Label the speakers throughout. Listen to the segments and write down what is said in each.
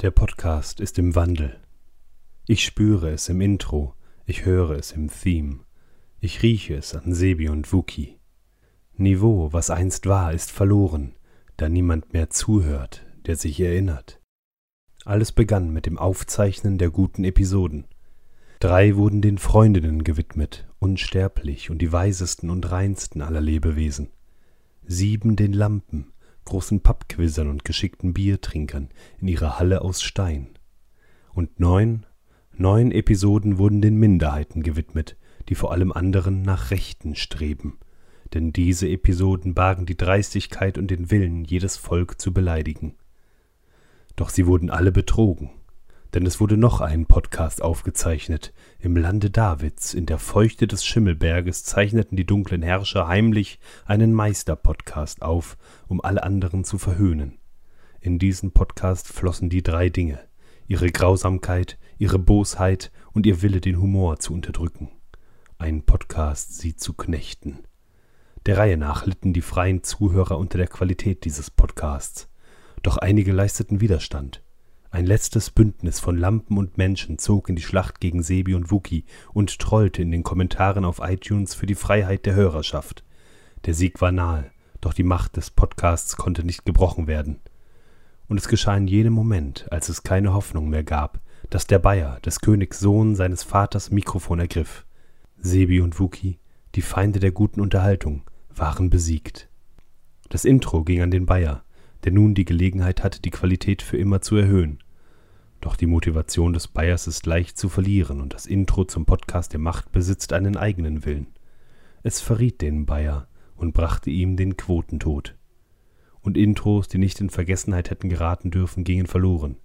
Speaker 1: Der Podcast ist im Wandel. Ich spüre es im Intro, ich höre es im Theme, ich rieche es an Sebi und Wuki. Niveau, was einst war, ist verloren, da niemand mehr zuhört, der sich erinnert. Alles begann mit dem Aufzeichnen der guten Episoden. Drei wurden den Freundinnen gewidmet, unsterblich und die weisesten und reinsten aller Lebewesen. Sieben den Lampen, großen Pappquissern und geschickten Biertrinkern in ihrer Halle aus Stein. Und neun, neun Episoden wurden den Minderheiten gewidmet, die vor allem anderen nach Rechten streben, denn diese Episoden bargen die Dreistigkeit und den Willen, jedes Volk zu beleidigen. Doch sie wurden alle betrogen, denn es wurde noch ein Podcast aufgezeichnet. Im Lande Davids, in der Feuchte des Schimmelberges, zeichneten die dunklen Herrscher heimlich einen Meister-Podcast auf, um alle anderen zu verhöhnen. In diesen Podcast flossen die drei Dinge: ihre Grausamkeit, ihre Bosheit und ihr Wille, den Humor zu unterdrücken. Ein Podcast, sie zu knechten. Der Reihe nach litten die freien Zuhörer unter der Qualität dieses Podcasts. Doch einige leisteten Widerstand. Ein letztes Bündnis von Lampen und Menschen zog in die Schlacht gegen Sebi und Wuki und trollte in den Kommentaren auf iTunes für die Freiheit der Hörerschaft. Der Sieg war nahe, doch die Macht des Podcasts konnte nicht gebrochen werden. Und es geschah in jenem Moment, als es keine Hoffnung mehr gab, dass der Bayer, des Königs Sohn, seines Vaters Mikrofon ergriff. Sebi und Wuki, die Feinde der guten Unterhaltung, waren besiegt. Das Intro ging an den Bayer, der nun die Gelegenheit hatte, die Qualität für immer zu erhöhen. Doch die Motivation des Bayers ist leicht zu verlieren und das Intro zum Podcast der Macht besitzt einen eigenen Willen. Es verriet den Bayer und brachte ihm den Quotentod. Und Intros, die nicht in Vergessenheit hätten geraten dürfen, gingen verloren.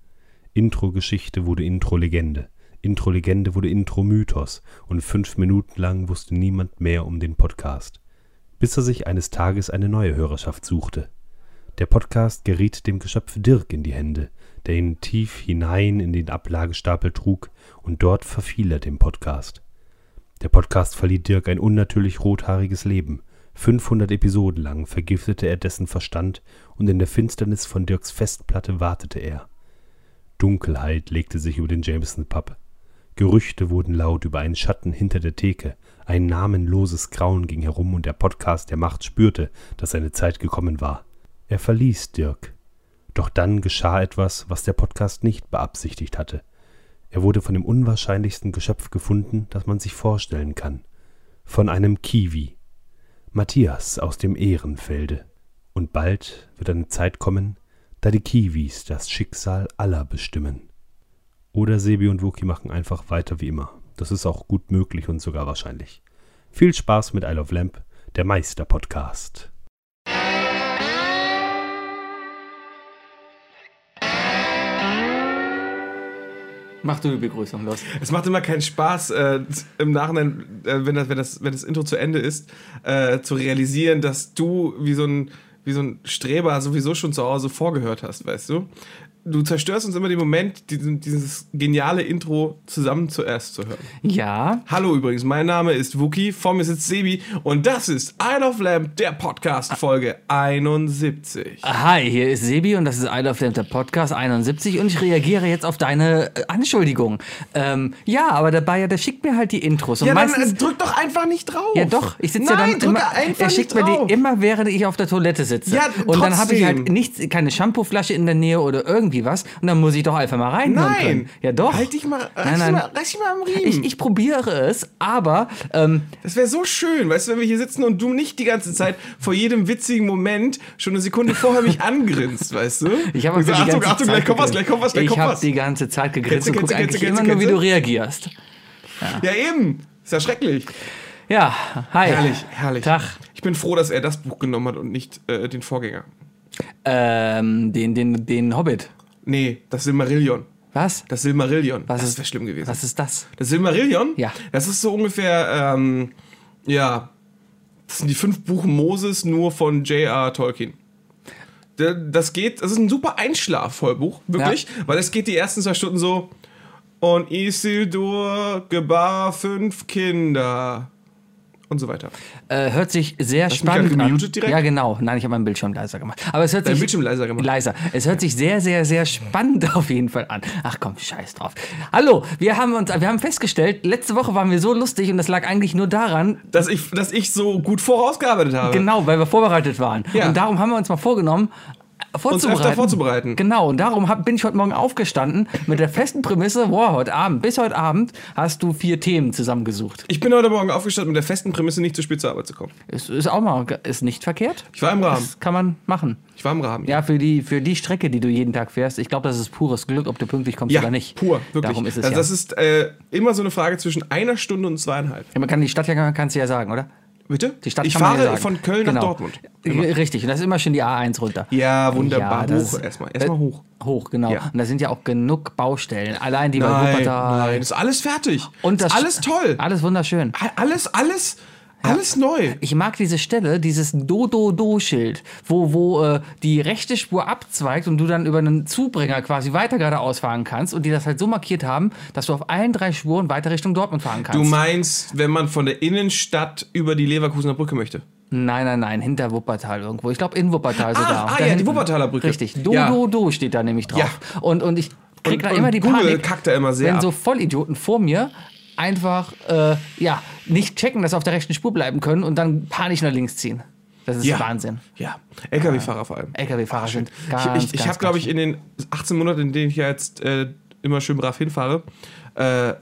Speaker 1: Intro-Geschichte wurde Intro-Legende, Intro-Legende wurde Intro-Mythos und fünf Minuten lang wusste niemand mehr um den Podcast, bis er sich eines Tages eine neue Hörerschaft suchte. Der Podcast geriet dem Geschöpf Dirk in die Hände, der ihn tief hinein in den Ablagestapel trug, und dort verfiel er dem Podcast. Der Podcast verlieh Dirk ein unnatürlich rothaariges Leben. 500 Episoden lang vergiftete er dessen Verstand und in der Finsternis von Dirks Festplatte wartete er. Dunkelheit legte sich über den Jameson Pub. Gerüchte wurden laut über einen Schatten hinter der Theke, ein namenloses Grauen ging herum und der Podcast der Macht spürte, dass seine Zeit gekommen war. Er verließ Dirk. Doch dann geschah etwas, was der Podcast nicht beabsichtigt hatte. Er wurde von dem unwahrscheinlichsten Geschöpf gefunden, das man sich vorstellen kann. Von einem Kiwi. Matthias aus dem Ehrenfelde. Und bald wird eine Zeit kommen, da die Kiwis das Schicksal aller bestimmen. Oder Sebi und Wookie machen einfach weiter wie immer. Das ist auch gut möglich und sogar wahrscheinlich. Viel Spaß mit Isle of Lamp, der Meister-Podcast.
Speaker 2: Mach du die Begrüßung los.
Speaker 3: Es macht immer keinen Spaß, äh, im Nachhinein, äh, wenn, das, wenn, das, wenn das Intro zu Ende ist, äh, zu realisieren, dass du wie so, ein, wie so ein Streber sowieso schon zu Hause vorgehört hast, weißt du? Du zerstörst uns immer den Moment, diesen, dieses geniale Intro zusammen zuerst zu hören.
Speaker 2: Ja,
Speaker 3: Hallo übrigens, mein Name ist Wookie, vor mir sitzt Sebi und das ist Isle of Lamp, der Podcast Folge 71.
Speaker 2: hi, hier ist Sebi und das ist I Love Lamp, der Podcast 71 und ich reagiere jetzt auf deine äh, Anschuldigung. Ähm, ja, aber der Bayer, der schickt mir halt die Intros und
Speaker 3: Ja, dann
Speaker 2: meistens...
Speaker 3: äh, drück doch einfach nicht drauf.
Speaker 2: ja doch, ich sitze ja
Speaker 3: Nein,
Speaker 2: dann
Speaker 3: drück
Speaker 2: immer,
Speaker 3: einfach
Speaker 2: er
Speaker 3: nicht
Speaker 2: schickt mir
Speaker 3: drauf.
Speaker 2: die immer, während ich auf der Toilette sitze.
Speaker 3: Ja,
Speaker 2: und dann habe ich halt
Speaker 3: trotzdem.
Speaker 2: nichts, keine Shampooflasche in der Nähe oder irgendwie was und dann muss ich doch einfach mal reinhören können.
Speaker 3: Nein.
Speaker 2: Ja doch.
Speaker 3: Halt dich mal, halt
Speaker 2: Nein, nein.
Speaker 3: Dich mal, reiß dich mal am Riemen.
Speaker 2: Ich, ich probiere es, aber ähm,
Speaker 3: Das wäre so schön, weißt du, wenn wir hier sitzen und du nicht die ganze Zeit vor jedem witzigen Moment schon eine Sekunde vorher mich angrinst, weißt du?
Speaker 2: Ich habe
Speaker 3: Und so,
Speaker 2: die ganze
Speaker 3: Achtung, Achtung,
Speaker 2: Zeit
Speaker 3: gleich kommt
Speaker 2: gegrinst.
Speaker 3: was, gleich kommt was, gleich
Speaker 2: Ich
Speaker 3: kommt
Speaker 2: habe
Speaker 3: was.
Speaker 2: die ganze Zeit gegrinst
Speaker 3: Kennst du,
Speaker 2: und gucke
Speaker 3: kennst du,
Speaker 2: eigentlich
Speaker 3: kennst
Speaker 2: immer
Speaker 3: du,
Speaker 2: nur, wie
Speaker 3: kennst
Speaker 2: du reagierst.
Speaker 3: du? Ja, eben. Ist ja schrecklich.
Speaker 2: Ja, hi.
Speaker 3: Herrlich, herrlich.
Speaker 2: Tag.
Speaker 3: Ich bin froh, dass er das Buch genommen hat und nicht äh, den Vorgänger.
Speaker 2: Ähm, den, den, den Hobbit.
Speaker 3: Nee, das Silmarillion.
Speaker 2: Was?
Speaker 3: Das Silmarillion.
Speaker 2: Was
Speaker 3: das
Speaker 2: ist-
Speaker 3: wäre schlimm gewesen.
Speaker 2: Was ist das?
Speaker 3: Das Silmarillion?
Speaker 2: Ja.
Speaker 3: Das ist so ungefähr, ähm, ja, das sind die fünf Buch Moses nur von J.R. Tolkien. D- Das geht, das ist ein super Einschlaf-Vollbuch, wirklich, weil es geht die ersten zwei Stunden so. Und Isildur gebar fünf Kinder. und so weiter.
Speaker 2: Äh, hört sich sehr
Speaker 3: Hast du mich
Speaker 2: spannend
Speaker 3: gerade
Speaker 2: an.
Speaker 3: gemutet direkt?
Speaker 2: Ja, genau. Nein, ich habe meinen Bildschirm leiser gemacht. Aber es hört
Speaker 3: Dein
Speaker 2: sich
Speaker 3: Bildschirm leiser gemacht.
Speaker 2: Leiser. Es hört sich sehr, sehr, sehr spannend auf jeden Fall an. Ach komm, scheiß drauf. Hallo, wir haben uns, wir haben festgestellt, letzte Woche waren wir so lustig und das lag eigentlich nur daran,
Speaker 3: Dass ich, dass ich so gut vorausgearbeitet habe.
Speaker 2: genau, weil wir vorbereitet waren.
Speaker 3: Äh. Ja.
Speaker 2: Und darum haben wir uns mal vorgenommen, vorzubereiten.
Speaker 3: öfter vorzubereiten.
Speaker 2: Genau, und darum hab, bin ich heute Morgen aufgestanden mit der festen Prämisse, wow, heute Abend, bis heute Abend hast du vier Themen zusammengesucht.
Speaker 3: Ich bin heute Morgen aufgestanden mit der festen Prämisse, nicht zu spät zur Arbeit zu kommen.
Speaker 2: Ist, ist auch mal, ist nicht verkehrt.
Speaker 3: Ich war im Rahmen.
Speaker 2: Das kann man machen.
Speaker 3: Ich war im Rahmen.
Speaker 2: Ja, für die, für die Strecke, die du jeden Tag fährst, ich glaube, das ist pures Glück, ob du pünktlich kommst
Speaker 3: Ja,
Speaker 2: oder nicht.
Speaker 3: pur, wirklich.
Speaker 2: Darum ist es
Speaker 3: also das
Speaker 2: ja.
Speaker 3: ist äh, immer so eine Frage zwischen einer Stunde und zweieinhalb.
Speaker 2: ja. Man kann die Stadt ja, kannst du ja sagen, oder?
Speaker 3: Bitte?
Speaker 2: Die Stadt
Speaker 3: ich
Speaker 2: kann man ja
Speaker 3: fahre
Speaker 2: sagen.
Speaker 3: von Köln
Speaker 2: Genau.
Speaker 3: nach Dortmund.
Speaker 2: Richtig, und das ist immer schon die A1 runter.
Speaker 3: Ja, wunderbar.
Speaker 2: Ja, das-
Speaker 3: hoch erstmal. Erstmal
Speaker 2: äh,
Speaker 3: hoch.
Speaker 2: Hoch, genau.
Speaker 3: Ja.
Speaker 2: Und da sind ja auch genug Baustellen. Allein die bei
Speaker 3: Nein,
Speaker 2: Wuppertal.
Speaker 3: nein, ist alles fertig.
Speaker 2: Und das
Speaker 3: ist alles toll.
Speaker 2: Alles wunderschön.
Speaker 3: A- Alles, alles, alles neu.
Speaker 2: Ich mag diese Stelle, dieses Do-Do-Do-Schild, wo, wo äh, die rechte Spur abzweigt und du dann über einen Zubringer quasi weiter geradeaus fahren kannst und die das halt so markiert haben, dass du auf allen drei Spuren weiter Richtung Dortmund fahren kannst.
Speaker 3: Du meinst, wenn man von der Innenstadt über die Leverkusener Brücke möchte?
Speaker 2: nein, nein, nein, hinter Wuppertal irgendwo. Ich glaube in Wuppertal sogar.
Speaker 3: ah,
Speaker 2: Da
Speaker 3: ja, die
Speaker 2: hinten.
Speaker 3: Wuppertaler Brücke.
Speaker 2: Richtig, Do,
Speaker 3: Ja.
Speaker 2: Do, Do steht da nämlich drauf. Und, und ich krieg
Speaker 3: Und-
Speaker 2: da
Speaker 3: und
Speaker 2: immer die
Speaker 3: Google
Speaker 2: Panik,
Speaker 3: kackt da immer sehr
Speaker 2: wenn
Speaker 3: ab.
Speaker 2: so Vollidioten vor mir einfach äh, ja, nicht checken, dass sie auf der rechten Spur bleiben können und dann panisch nach links ziehen. Das ist Wahnsinn.
Speaker 3: Ja.
Speaker 2: Äh,
Speaker 3: LKW-Fahrer vor allem.
Speaker 2: LKW-Fahrer sind ganz,
Speaker 3: Ich, ich, ich
Speaker 2: ganz,
Speaker 3: habe, glaube
Speaker 2: ganz
Speaker 3: ich, in den 18 Monaten, in denen ich ja jetzt äh, immer schön brav hinfahre, äh,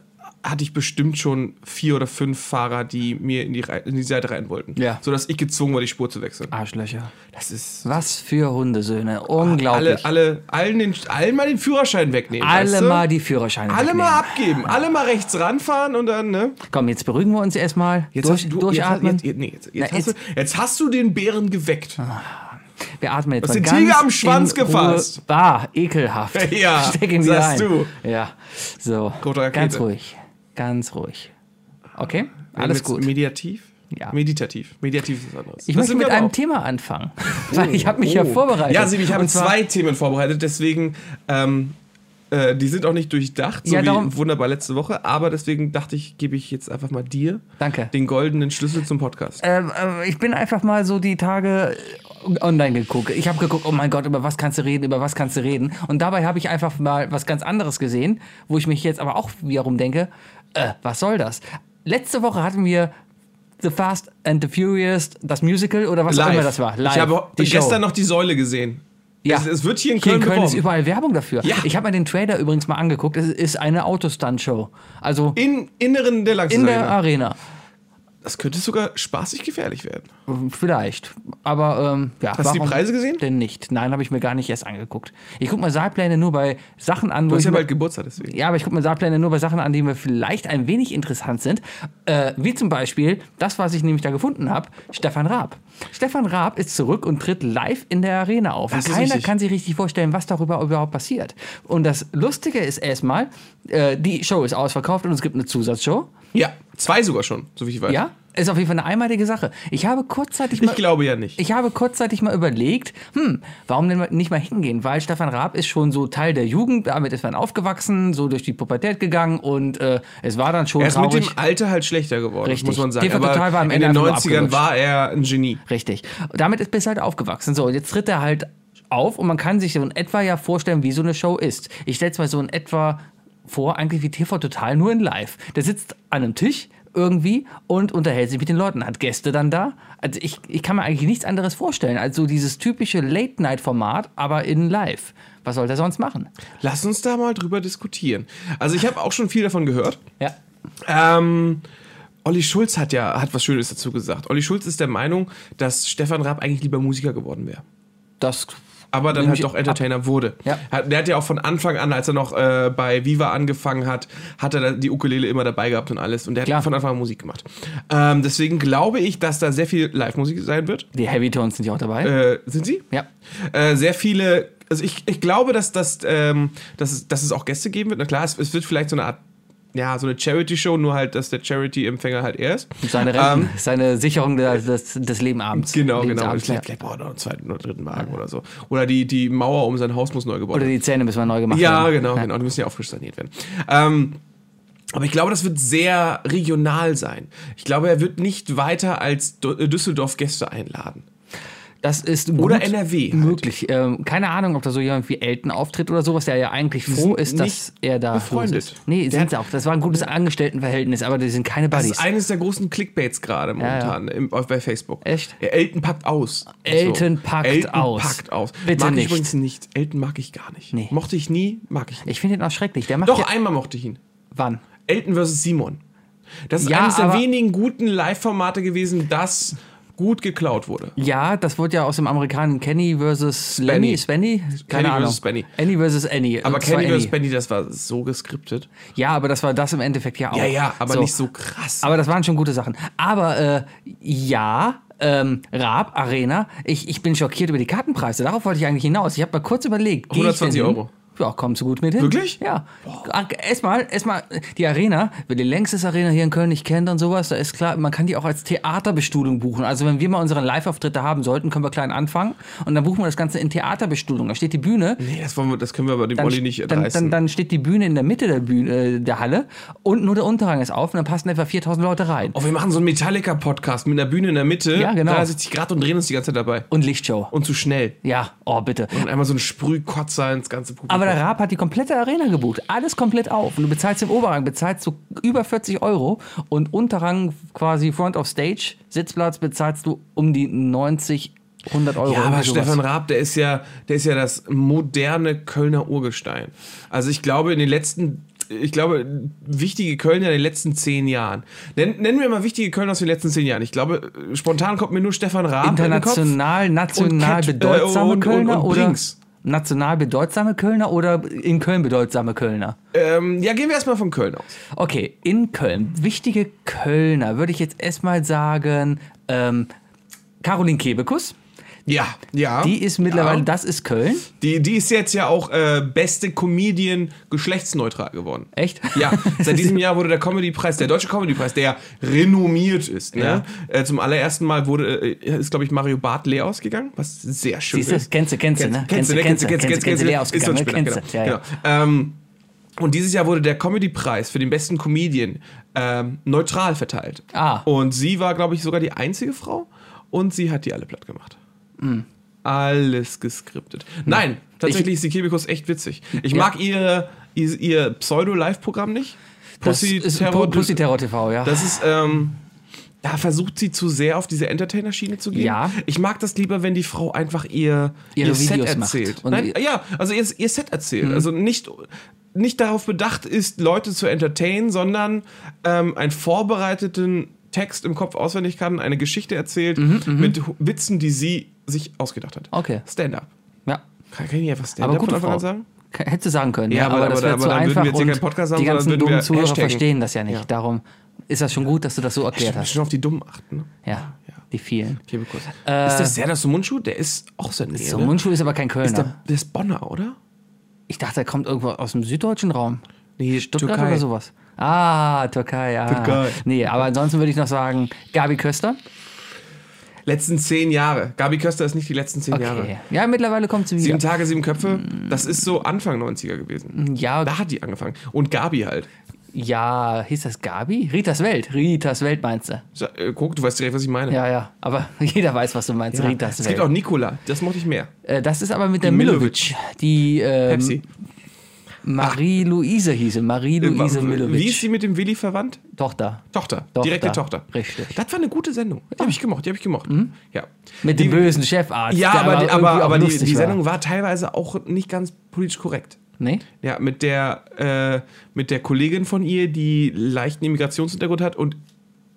Speaker 3: hatte ich bestimmt schon vier oder fünf Fahrer, die mir in die, Rei- in die Seite rein wollten.
Speaker 2: Ja.
Speaker 3: Sodass ich gezwungen war, die Spur zu wechseln.
Speaker 2: Arschlöcher.
Speaker 3: Das ist.
Speaker 2: Was für Hundesöhne. Unglaublich.
Speaker 3: Alle, alle, allen, den, allen mal den Führerschein wegnehmen.
Speaker 2: Alle,
Speaker 3: weißt du?
Speaker 2: mal die Führerscheine
Speaker 3: Alle
Speaker 2: wegnehmen.
Speaker 3: mal abgeben, alle mal rechts ranfahren und dann, ne?
Speaker 2: Komm, jetzt beruhigen wir uns erstmal. Durch,
Speaker 3: hast du-
Speaker 2: durchatmen.
Speaker 3: Jetzt, jetzt, nee, jetzt, jetzt,
Speaker 2: Na,
Speaker 3: hast
Speaker 2: jetzt-
Speaker 3: du, jetzt hast du den Bären geweckt.
Speaker 2: wir atmen jetzt
Speaker 3: hast
Speaker 2: mal
Speaker 3: den
Speaker 2: ganz
Speaker 3: Tiger am Schwanz
Speaker 2: in Ruhe.
Speaker 3: gefasst.
Speaker 2: Bah, ekelhaft.
Speaker 3: Ja,
Speaker 2: Steck ihn wieder
Speaker 3: sagst
Speaker 2: ein.
Speaker 3: du.
Speaker 2: Ja, so.
Speaker 3: Rote Rakete.
Speaker 2: Ganz ruhig. Ganz ruhig. Okay,
Speaker 3: Nehmen
Speaker 2: alles
Speaker 3: wir
Speaker 2: gut.
Speaker 3: jetzt Mediativ?
Speaker 2: Ja.
Speaker 3: Meditativ. Meditativ ist was anderes.
Speaker 2: Ich
Speaker 3: Das
Speaker 2: möchte
Speaker 3: sind
Speaker 2: mit
Speaker 3: wir aber
Speaker 2: einem
Speaker 3: auch.
Speaker 2: Thema anfangen, weil ich habe mich ja
Speaker 3: Oh.
Speaker 2: vorbereitet.
Speaker 3: Ja, Sieb, ich habe
Speaker 2: Und zwar-
Speaker 3: zwei Themen vorbereitet, deswegen, ähm, äh, die sind auch nicht durchdacht, so
Speaker 2: Ja, darum-
Speaker 3: wie wunderbar letzte Woche, aber deswegen dachte ich, gebe ich jetzt einfach mal dir
Speaker 2: Danke.
Speaker 3: den goldenen Schlüssel zum Podcast.
Speaker 2: Ähm, ähm, ich bin einfach mal so die Tage äh, online geguckt. Ich habe geguckt, oh mein Gott, über was kannst du reden, über was kannst du reden. Und dabei habe ich einfach mal was ganz anderes gesehen, wo ich mich jetzt aber auch wiederum denke, äh, was soll das? Letzte Woche hatten wir The Fast and the Furious, das Musical oder was auch immer das war.
Speaker 3: ich habe ho-
Speaker 2: die Show.
Speaker 3: gestern noch die Säule gesehen.
Speaker 2: Ja.
Speaker 3: Es, es wird hier in
Speaker 2: Hier
Speaker 3: Köln,
Speaker 2: in Köln ist
Speaker 3: beworben.
Speaker 2: überall Werbung dafür.
Speaker 3: Ja.
Speaker 2: Ich habe mir den Trailer übrigens mal angeguckt. Es ist eine Autostunt-Show. Also
Speaker 3: Im Inneren der
Speaker 2: in
Speaker 3: Lachsarena.
Speaker 2: der Arena.
Speaker 3: Das könnte sogar spaßig gefährlich werden.
Speaker 2: Vielleicht. Aber ähm, ja,
Speaker 3: Hast du die Preise gesehen?
Speaker 2: Denn nicht. Nein, habe ich mir gar nicht erst angeguckt. Ich gucke mir Saalpläne nur bei Sachen an, wo
Speaker 3: Du hast
Speaker 2: ich
Speaker 3: ja
Speaker 2: mir-
Speaker 3: bald Geburtstag, deswegen.
Speaker 2: ja, aber ich gucke mir Saalpläne nur bei Sachen an, die mir vielleicht ein wenig interessant sind. Äh, wie zum Beispiel das, was ich nämlich da gefunden habe, Stefan Raab. Stefan Raab ist zurück und tritt live in der Arena auf.
Speaker 3: Das
Speaker 2: und
Speaker 3: ist
Speaker 2: keiner
Speaker 3: richtig.
Speaker 2: kann sich richtig vorstellen, was darüber überhaupt passiert. Und das Lustige ist erstmal, äh, die Show ist ausverkauft und es gibt eine Zusatzshow.
Speaker 3: Ja, zwei sogar schon, so wie ich weiß.
Speaker 2: Ja, ist auf jeden Fall eine einmalige Sache. Ich habe kurzzeitig
Speaker 3: Ich glaube ja nicht.
Speaker 2: ich habe kurzzeitig mal überlegt, hm, warum denn nicht mal hingehen? Weil Stefan Raab ist schon so Teil der Jugend, damit ist man aufgewachsen, so durch die Pubertät gegangen und äh, es war dann schon
Speaker 3: er ist mit
Speaker 2: traurig.
Speaker 3: dem Alter halt schlechter geworden,
Speaker 2: Richtig.
Speaker 3: muss man sagen.
Speaker 2: TV Total war am
Speaker 3: in
Speaker 2: Ende
Speaker 3: den
Speaker 2: einfach nur
Speaker 3: 90ern
Speaker 2: abgerutscht.
Speaker 3: war er ein Genie.
Speaker 2: Richtig. Damit ist bis halt aufgewachsen. So, und jetzt tritt er halt auf und man kann sich so in etwa ja vorstellen, wie so eine Show ist. Ich stelle es mal so in etwa vor, eigentlich wie TV Total, nur in live. Der sitzt an einem Tisch irgendwie und unterhält sich mit den Leuten, hat Gäste dann da. Also ich, ich kann mir eigentlich nichts anderes vorstellen als so dieses typische Late-Night-Format, aber in live. Was soll der sonst machen?
Speaker 3: Lass uns da mal drüber diskutieren. Also ich habe auch schon viel davon gehört.
Speaker 2: Ja.
Speaker 3: Ähm, Olli Schulz hat ja hat was Schönes dazu gesagt. Olli Schulz ist der Meinung, dass Stefan Raab eigentlich lieber Musiker geworden wäre.
Speaker 2: Das
Speaker 3: aber dann
Speaker 2: Nehm
Speaker 3: halt
Speaker 2: ich
Speaker 3: doch Entertainer wurde.
Speaker 2: Ja.
Speaker 3: Hat, der hat ja auch von Anfang an, als er noch äh, bei Viva angefangen hat, hat er da die Ukulele immer dabei gehabt und alles. Und der
Speaker 2: Klar.
Speaker 3: hat von Anfang an Musik gemacht. Ähm, deswegen glaube ich, dass da sehr viel Live-Musik sein wird.
Speaker 2: die Heavy Tones sind ja auch dabei.
Speaker 3: Äh, sind sie?
Speaker 2: ja.
Speaker 3: Äh, sehr viele, also ich, ich glaube, dass, dass, ähm, dass, es, dass es auch Gäste geben wird. Na klar, es, es wird vielleicht so eine Art, ja, so eine Charity-Show, nur halt, dass der Charity-Empfänger halt er ist.
Speaker 2: Seine, Renten, seine Sicherung der, des, des Lebenabends.
Speaker 3: ähm, Genau, genau.
Speaker 2: Lebensabends,
Speaker 3: Vielleicht,
Speaker 2: ja.
Speaker 3: vielleicht braucht er noch einen zweiten oder dritten Wagen oder so. Oder die, die Mauer um sein Haus muss neu gebaut
Speaker 2: Oder
Speaker 3: werden.
Speaker 2: die Zähne müssen wir neu gemacht
Speaker 3: Ja,
Speaker 2: werden.
Speaker 3: genau, genau. Die müssen ja auch frisch saniert werden. Ähm, Aber ich glaube, das wird sehr regional sein. Ich glaube, er wird nicht weiter als Dü- äh, Düsseldorf Gäste einladen.
Speaker 2: Das ist gut
Speaker 3: Oder NRW halt.
Speaker 2: möglich. Ähm, keine Ahnung, ob da so jemand wie Elton auftritt oder sowas, der ja eigentlich froh
Speaker 3: sind
Speaker 2: ist, dass
Speaker 3: nicht
Speaker 2: er da
Speaker 3: befreundet.
Speaker 2: Ist. Nee, sind sie auch. Das war ein gutes Angestelltenverhältnis, aber die sind keine
Speaker 3: Das
Speaker 2: Buddies.
Speaker 3: ist eines der großen Clickbaits gerade momentan Im, auf, bei Facebook.
Speaker 2: Echt?
Speaker 3: Ja, Elton packt aus.
Speaker 2: Elton packt
Speaker 3: Elton
Speaker 2: aus.
Speaker 3: packt aus.
Speaker 2: Bitte
Speaker 3: mag
Speaker 2: nicht.
Speaker 3: ich übrigens nicht. Elton mag ich gar nicht.
Speaker 2: Nee.
Speaker 3: Mochte ich nie, mag ich nicht.
Speaker 2: ich finde ihn auch schrecklich. Der macht
Speaker 3: Doch,
Speaker 2: ja,
Speaker 3: einmal mochte ich ihn.
Speaker 2: wann?
Speaker 3: Elton vs. Simon. Das ist
Speaker 2: Ja,
Speaker 3: eines der
Speaker 2: aber-
Speaker 3: wenigen guten Live-Formate gewesen, das gut geklaut wurde.
Speaker 2: Ja, das wurde ja aus dem Amerikaner Kenny versus Lenny, Svenny, keine
Speaker 3: Kenny
Speaker 2: Ahnung.
Speaker 3: versus Benny.
Speaker 2: Annie versus Annie.
Speaker 3: Aber
Speaker 2: Und zwar
Speaker 3: Kenny vs.
Speaker 2: Annie.
Speaker 3: Benny, das war so geskriptet.
Speaker 2: Ja, aber das war das im Endeffekt ja auch.
Speaker 3: Ja, ja, aber nicht so krass.
Speaker 2: Aber das waren schon gute Sachen. Aber äh, ja, ähm, Raab, Arena, ich, ich bin schockiert über die Kartenpreise. Darauf wollte ich eigentlich hinaus. Ich habe mal kurz überlegt. geh ich denn
Speaker 3: 120
Speaker 2: hin?
Speaker 3: Euro.
Speaker 2: Ja, kommst du gut mit hin?
Speaker 3: Wirklich?
Speaker 2: Ja. Erstmal, erstmal, die Arena, wer die längste Arena hier in Köln nicht kennt und sowas, da ist klar, man kann die auch als Theaterbestuhlung buchen. Also wenn wir mal unseren Live-Auftritte haben sollten, können wir klein anfangen und dann buchen wir das Ganze in Theaterbestuhlung. Da steht die Bühne,
Speaker 3: nee, das, wollen wir, das können wir aber dem
Speaker 2: dann,
Speaker 3: Olli nicht
Speaker 2: dann,
Speaker 3: reißen.
Speaker 2: dann, dann steht die Bühne in der Mitte der, Bühne, äh, der Halle und nur der Unterrang ist auf und dann passen etwa 4000 Leute rein.
Speaker 3: oh, wir machen so einen Metallica-Podcast mit einer Bühne in der Mitte,
Speaker 2: Ja, genau.
Speaker 3: 360 Grad und drehen uns die ganze Zeit dabei.
Speaker 2: Und Lichtshow.
Speaker 3: Und zu schnell.
Speaker 2: Ja, oh bitte.
Speaker 3: Und einmal so ein Sprühkotzer ins ganze Publikum.
Speaker 2: Aber der Raab hat die komplette Arena gebucht. Alles komplett auf. Und du bezahlst im Oberrang, bezahlst du über 40 Euro und Unterrang quasi Front of Stage, Sitzplatz bezahlst du um die 90, 100 Euro.
Speaker 3: ja, aber
Speaker 2: irgendwie sowas.
Speaker 3: Stefan Raab, der ist ja, der ist ja das moderne Kölner Urgestein. Also ich glaube, in den letzten, ich glaube, wichtige Kölner in den letzten zehn Jahren. Nen, nennen wir mal wichtige Kölner aus den letzten zehn Jahren. Ich glaube, äh, spontan kommt mir nur Stefan Raab in den Kopf.
Speaker 2: international, national
Speaker 3: Cat- äh,
Speaker 2: bedeutsame
Speaker 3: und- und-
Speaker 2: Kölner
Speaker 3: und
Speaker 2: oder
Speaker 3: Brinks.
Speaker 2: national bedeutsame Kölner oder in Köln bedeutsame Kölner?
Speaker 3: Ähm, ja, gehen wir erstmal von Köln aus.
Speaker 2: Okay, in Köln. Wichtige Kölner würde ich jetzt erstmal sagen, ähm, Caroline Kebekus.
Speaker 3: Ja, ja.
Speaker 2: Die ist mittlerweile,
Speaker 3: Ja.
Speaker 2: das ist Köln.
Speaker 3: Die, die ist jetzt ja auch äh, beste Comedian geschlechtsneutral geworden.
Speaker 2: Echt?
Speaker 3: Ja, seit diesem Jahr wurde der Comedy-Preis, der deutsche Comedy-Preis, der ja renommiert ist. Ne? Äh, zum allerersten Mal wurde, äh, ist, glaube ich, Mario Barth leer ausgegangen, was sehr schön
Speaker 2: Siehst du,
Speaker 3: ist.
Speaker 2: kennst du, kennst du, ne?
Speaker 3: Kennst du, ne? kennst du, kennst du, kennst du, kennst du,
Speaker 2: leer
Speaker 3: Ist so ein
Speaker 2: ausgegangen, ne?
Speaker 3: Spinner,
Speaker 2: Kennst du, ja,
Speaker 3: genau,
Speaker 2: ja.
Speaker 3: genau. Ähm, und dieses Jahr wurde der Comedy-Preis für den besten Comedian ähm, neutral verteilt.
Speaker 2: Ah.
Speaker 3: Und sie war, glaube ich, sogar die einzige Frau und sie hat die alle platt gemacht.
Speaker 2: Hm.
Speaker 3: Alles geskriptet. Nein, tatsächlich ist die Kebikus echt witzig. Ich
Speaker 2: Ja.
Speaker 3: mag ihre, ihr, ihr Pseudo-Live-Programm nicht.
Speaker 2: Das
Speaker 3: Pussy
Speaker 2: ist
Speaker 3: Terror.
Speaker 2: Pussy Terror TV, ja.
Speaker 3: Das ist, ähm, da versucht sie zu sehr auf diese Entertainer-Schiene zu gehen.
Speaker 2: Ja.
Speaker 3: Ich mag das lieber, wenn die Frau einfach ihr,
Speaker 2: Ihre
Speaker 3: ihr Set
Speaker 2: Videos macht
Speaker 3: erzählt.
Speaker 2: und
Speaker 3: Nein,
Speaker 2: ihr- Mhm.
Speaker 3: ja, also ihr, ihr Set erzählt. Also nicht, nicht darauf bedacht ist, Leute zu entertainen, sondern ähm, einen vorbereiteten Text im Kopf auswendig kann, eine Geschichte erzählt mit Hu- Witzen, die sie sich ausgedacht hat.
Speaker 2: Mhm, Okay.
Speaker 3: Stand-up.
Speaker 2: ja.
Speaker 3: Kann, kann ich einfach Stand-up
Speaker 2: Aber
Speaker 3: von
Speaker 2: gute
Speaker 3: Anfang
Speaker 2: Frau.
Speaker 3: an sagen?
Speaker 2: K- Hättest du sagen können.
Speaker 3: Ja,
Speaker 2: Ja,
Speaker 3: aber-
Speaker 2: aber,
Speaker 3: aber
Speaker 2: das
Speaker 3: da-
Speaker 2: wäre
Speaker 3: aber
Speaker 2: zu
Speaker 3: dann würden wir
Speaker 2: einfach
Speaker 3: jetzt hier
Speaker 2: und
Speaker 3: keinen Podcast haben,
Speaker 2: die
Speaker 3: sondern
Speaker 2: ganzen
Speaker 3: würden wir
Speaker 2: dummen Zuhörer
Speaker 3: hashtaggen.
Speaker 2: verstehen das ja nicht.
Speaker 3: Ja.
Speaker 2: Darum ist das schon gut, dass du das so erklärt
Speaker 3: Ich muss
Speaker 2: hast.
Speaker 3: schon auf die Dummen achten. ne?
Speaker 2: Ja, die vielen.
Speaker 3: Kebekus.
Speaker 2: Äh,
Speaker 3: ist das Serdar Sumunchu? Der ist auch so ein ne?
Speaker 2: So, Mundschuh ist aber kein Kölner.
Speaker 3: Ist der, der ist Bonner, oder?
Speaker 2: ich dachte, er kommt irgendwo aus dem süddeutschen Raum.
Speaker 3: Nee,
Speaker 2: Stuttgart oder sowas. Ah, Türkei, ja.
Speaker 3: Türkei.
Speaker 2: Nee, aber ansonsten würde ich noch sagen, Gabi Köster.
Speaker 3: Letzten zehn Jahre. Gabi Köster ist nicht die letzten zehn
Speaker 2: Okay. Mm.
Speaker 3: Jahre.
Speaker 2: Ja, mittlerweile kommt sie
Speaker 3: Sieben
Speaker 2: wieder.
Speaker 3: Tage, sieben Köpfe, das ist so Anfang 90er gewesen.
Speaker 2: Ja,
Speaker 3: Da hat die angefangen. Und Gabi halt.
Speaker 2: ja, hieß das Gabi? Ritas Welt. Ritas Welt meinst du?
Speaker 3: Sa- äh, Guck, du weißt direkt, was ich meine.
Speaker 2: Ja, ja. Aber jeder weiß, was du meinst. Ritas
Speaker 3: Es
Speaker 2: Welt.
Speaker 3: gibt auch Nikola, das mochte ich mehr.
Speaker 2: Äh, das ist aber mit der
Speaker 3: Milovic.
Speaker 2: Milovic. Die ähm,
Speaker 3: Pepsi.
Speaker 2: Marie-Luise hieße. Marie-Luise Milovic.
Speaker 3: Äh, Wie ist sie mit dem Willi verwandt?
Speaker 2: Tochter.
Speaker 3: Tochter,
Speaker 2: Tochter.
Speaker 3: direkte Tochter.
Speaker 2: Richtig. Mhm.
Speaker 3: Das war eine gute Sendung. Die habe ich gemocht, die habe ich gemocht. Ja.
Speaker 2: Mit dem bösen Chefarzt.
Speaker 3: Ja,
Speaker 2: der
Speaker 3: aber, die-
Speaker 2: irgendwie
Speaker 3: aber,
Speaker 2: auch
Speaker 3: aber die,
Speaker 2: lustig
Speaker 3: die
Speaker 2: war.
Speaker 3: Sendung war teilweise auch nicht ganz politisch korrekt.
Speaker 2: Nee?
Speaker 3: Ja, mit der, äh, mit der Kollegin von ihr, die leichten Immigrationshintergrund hat und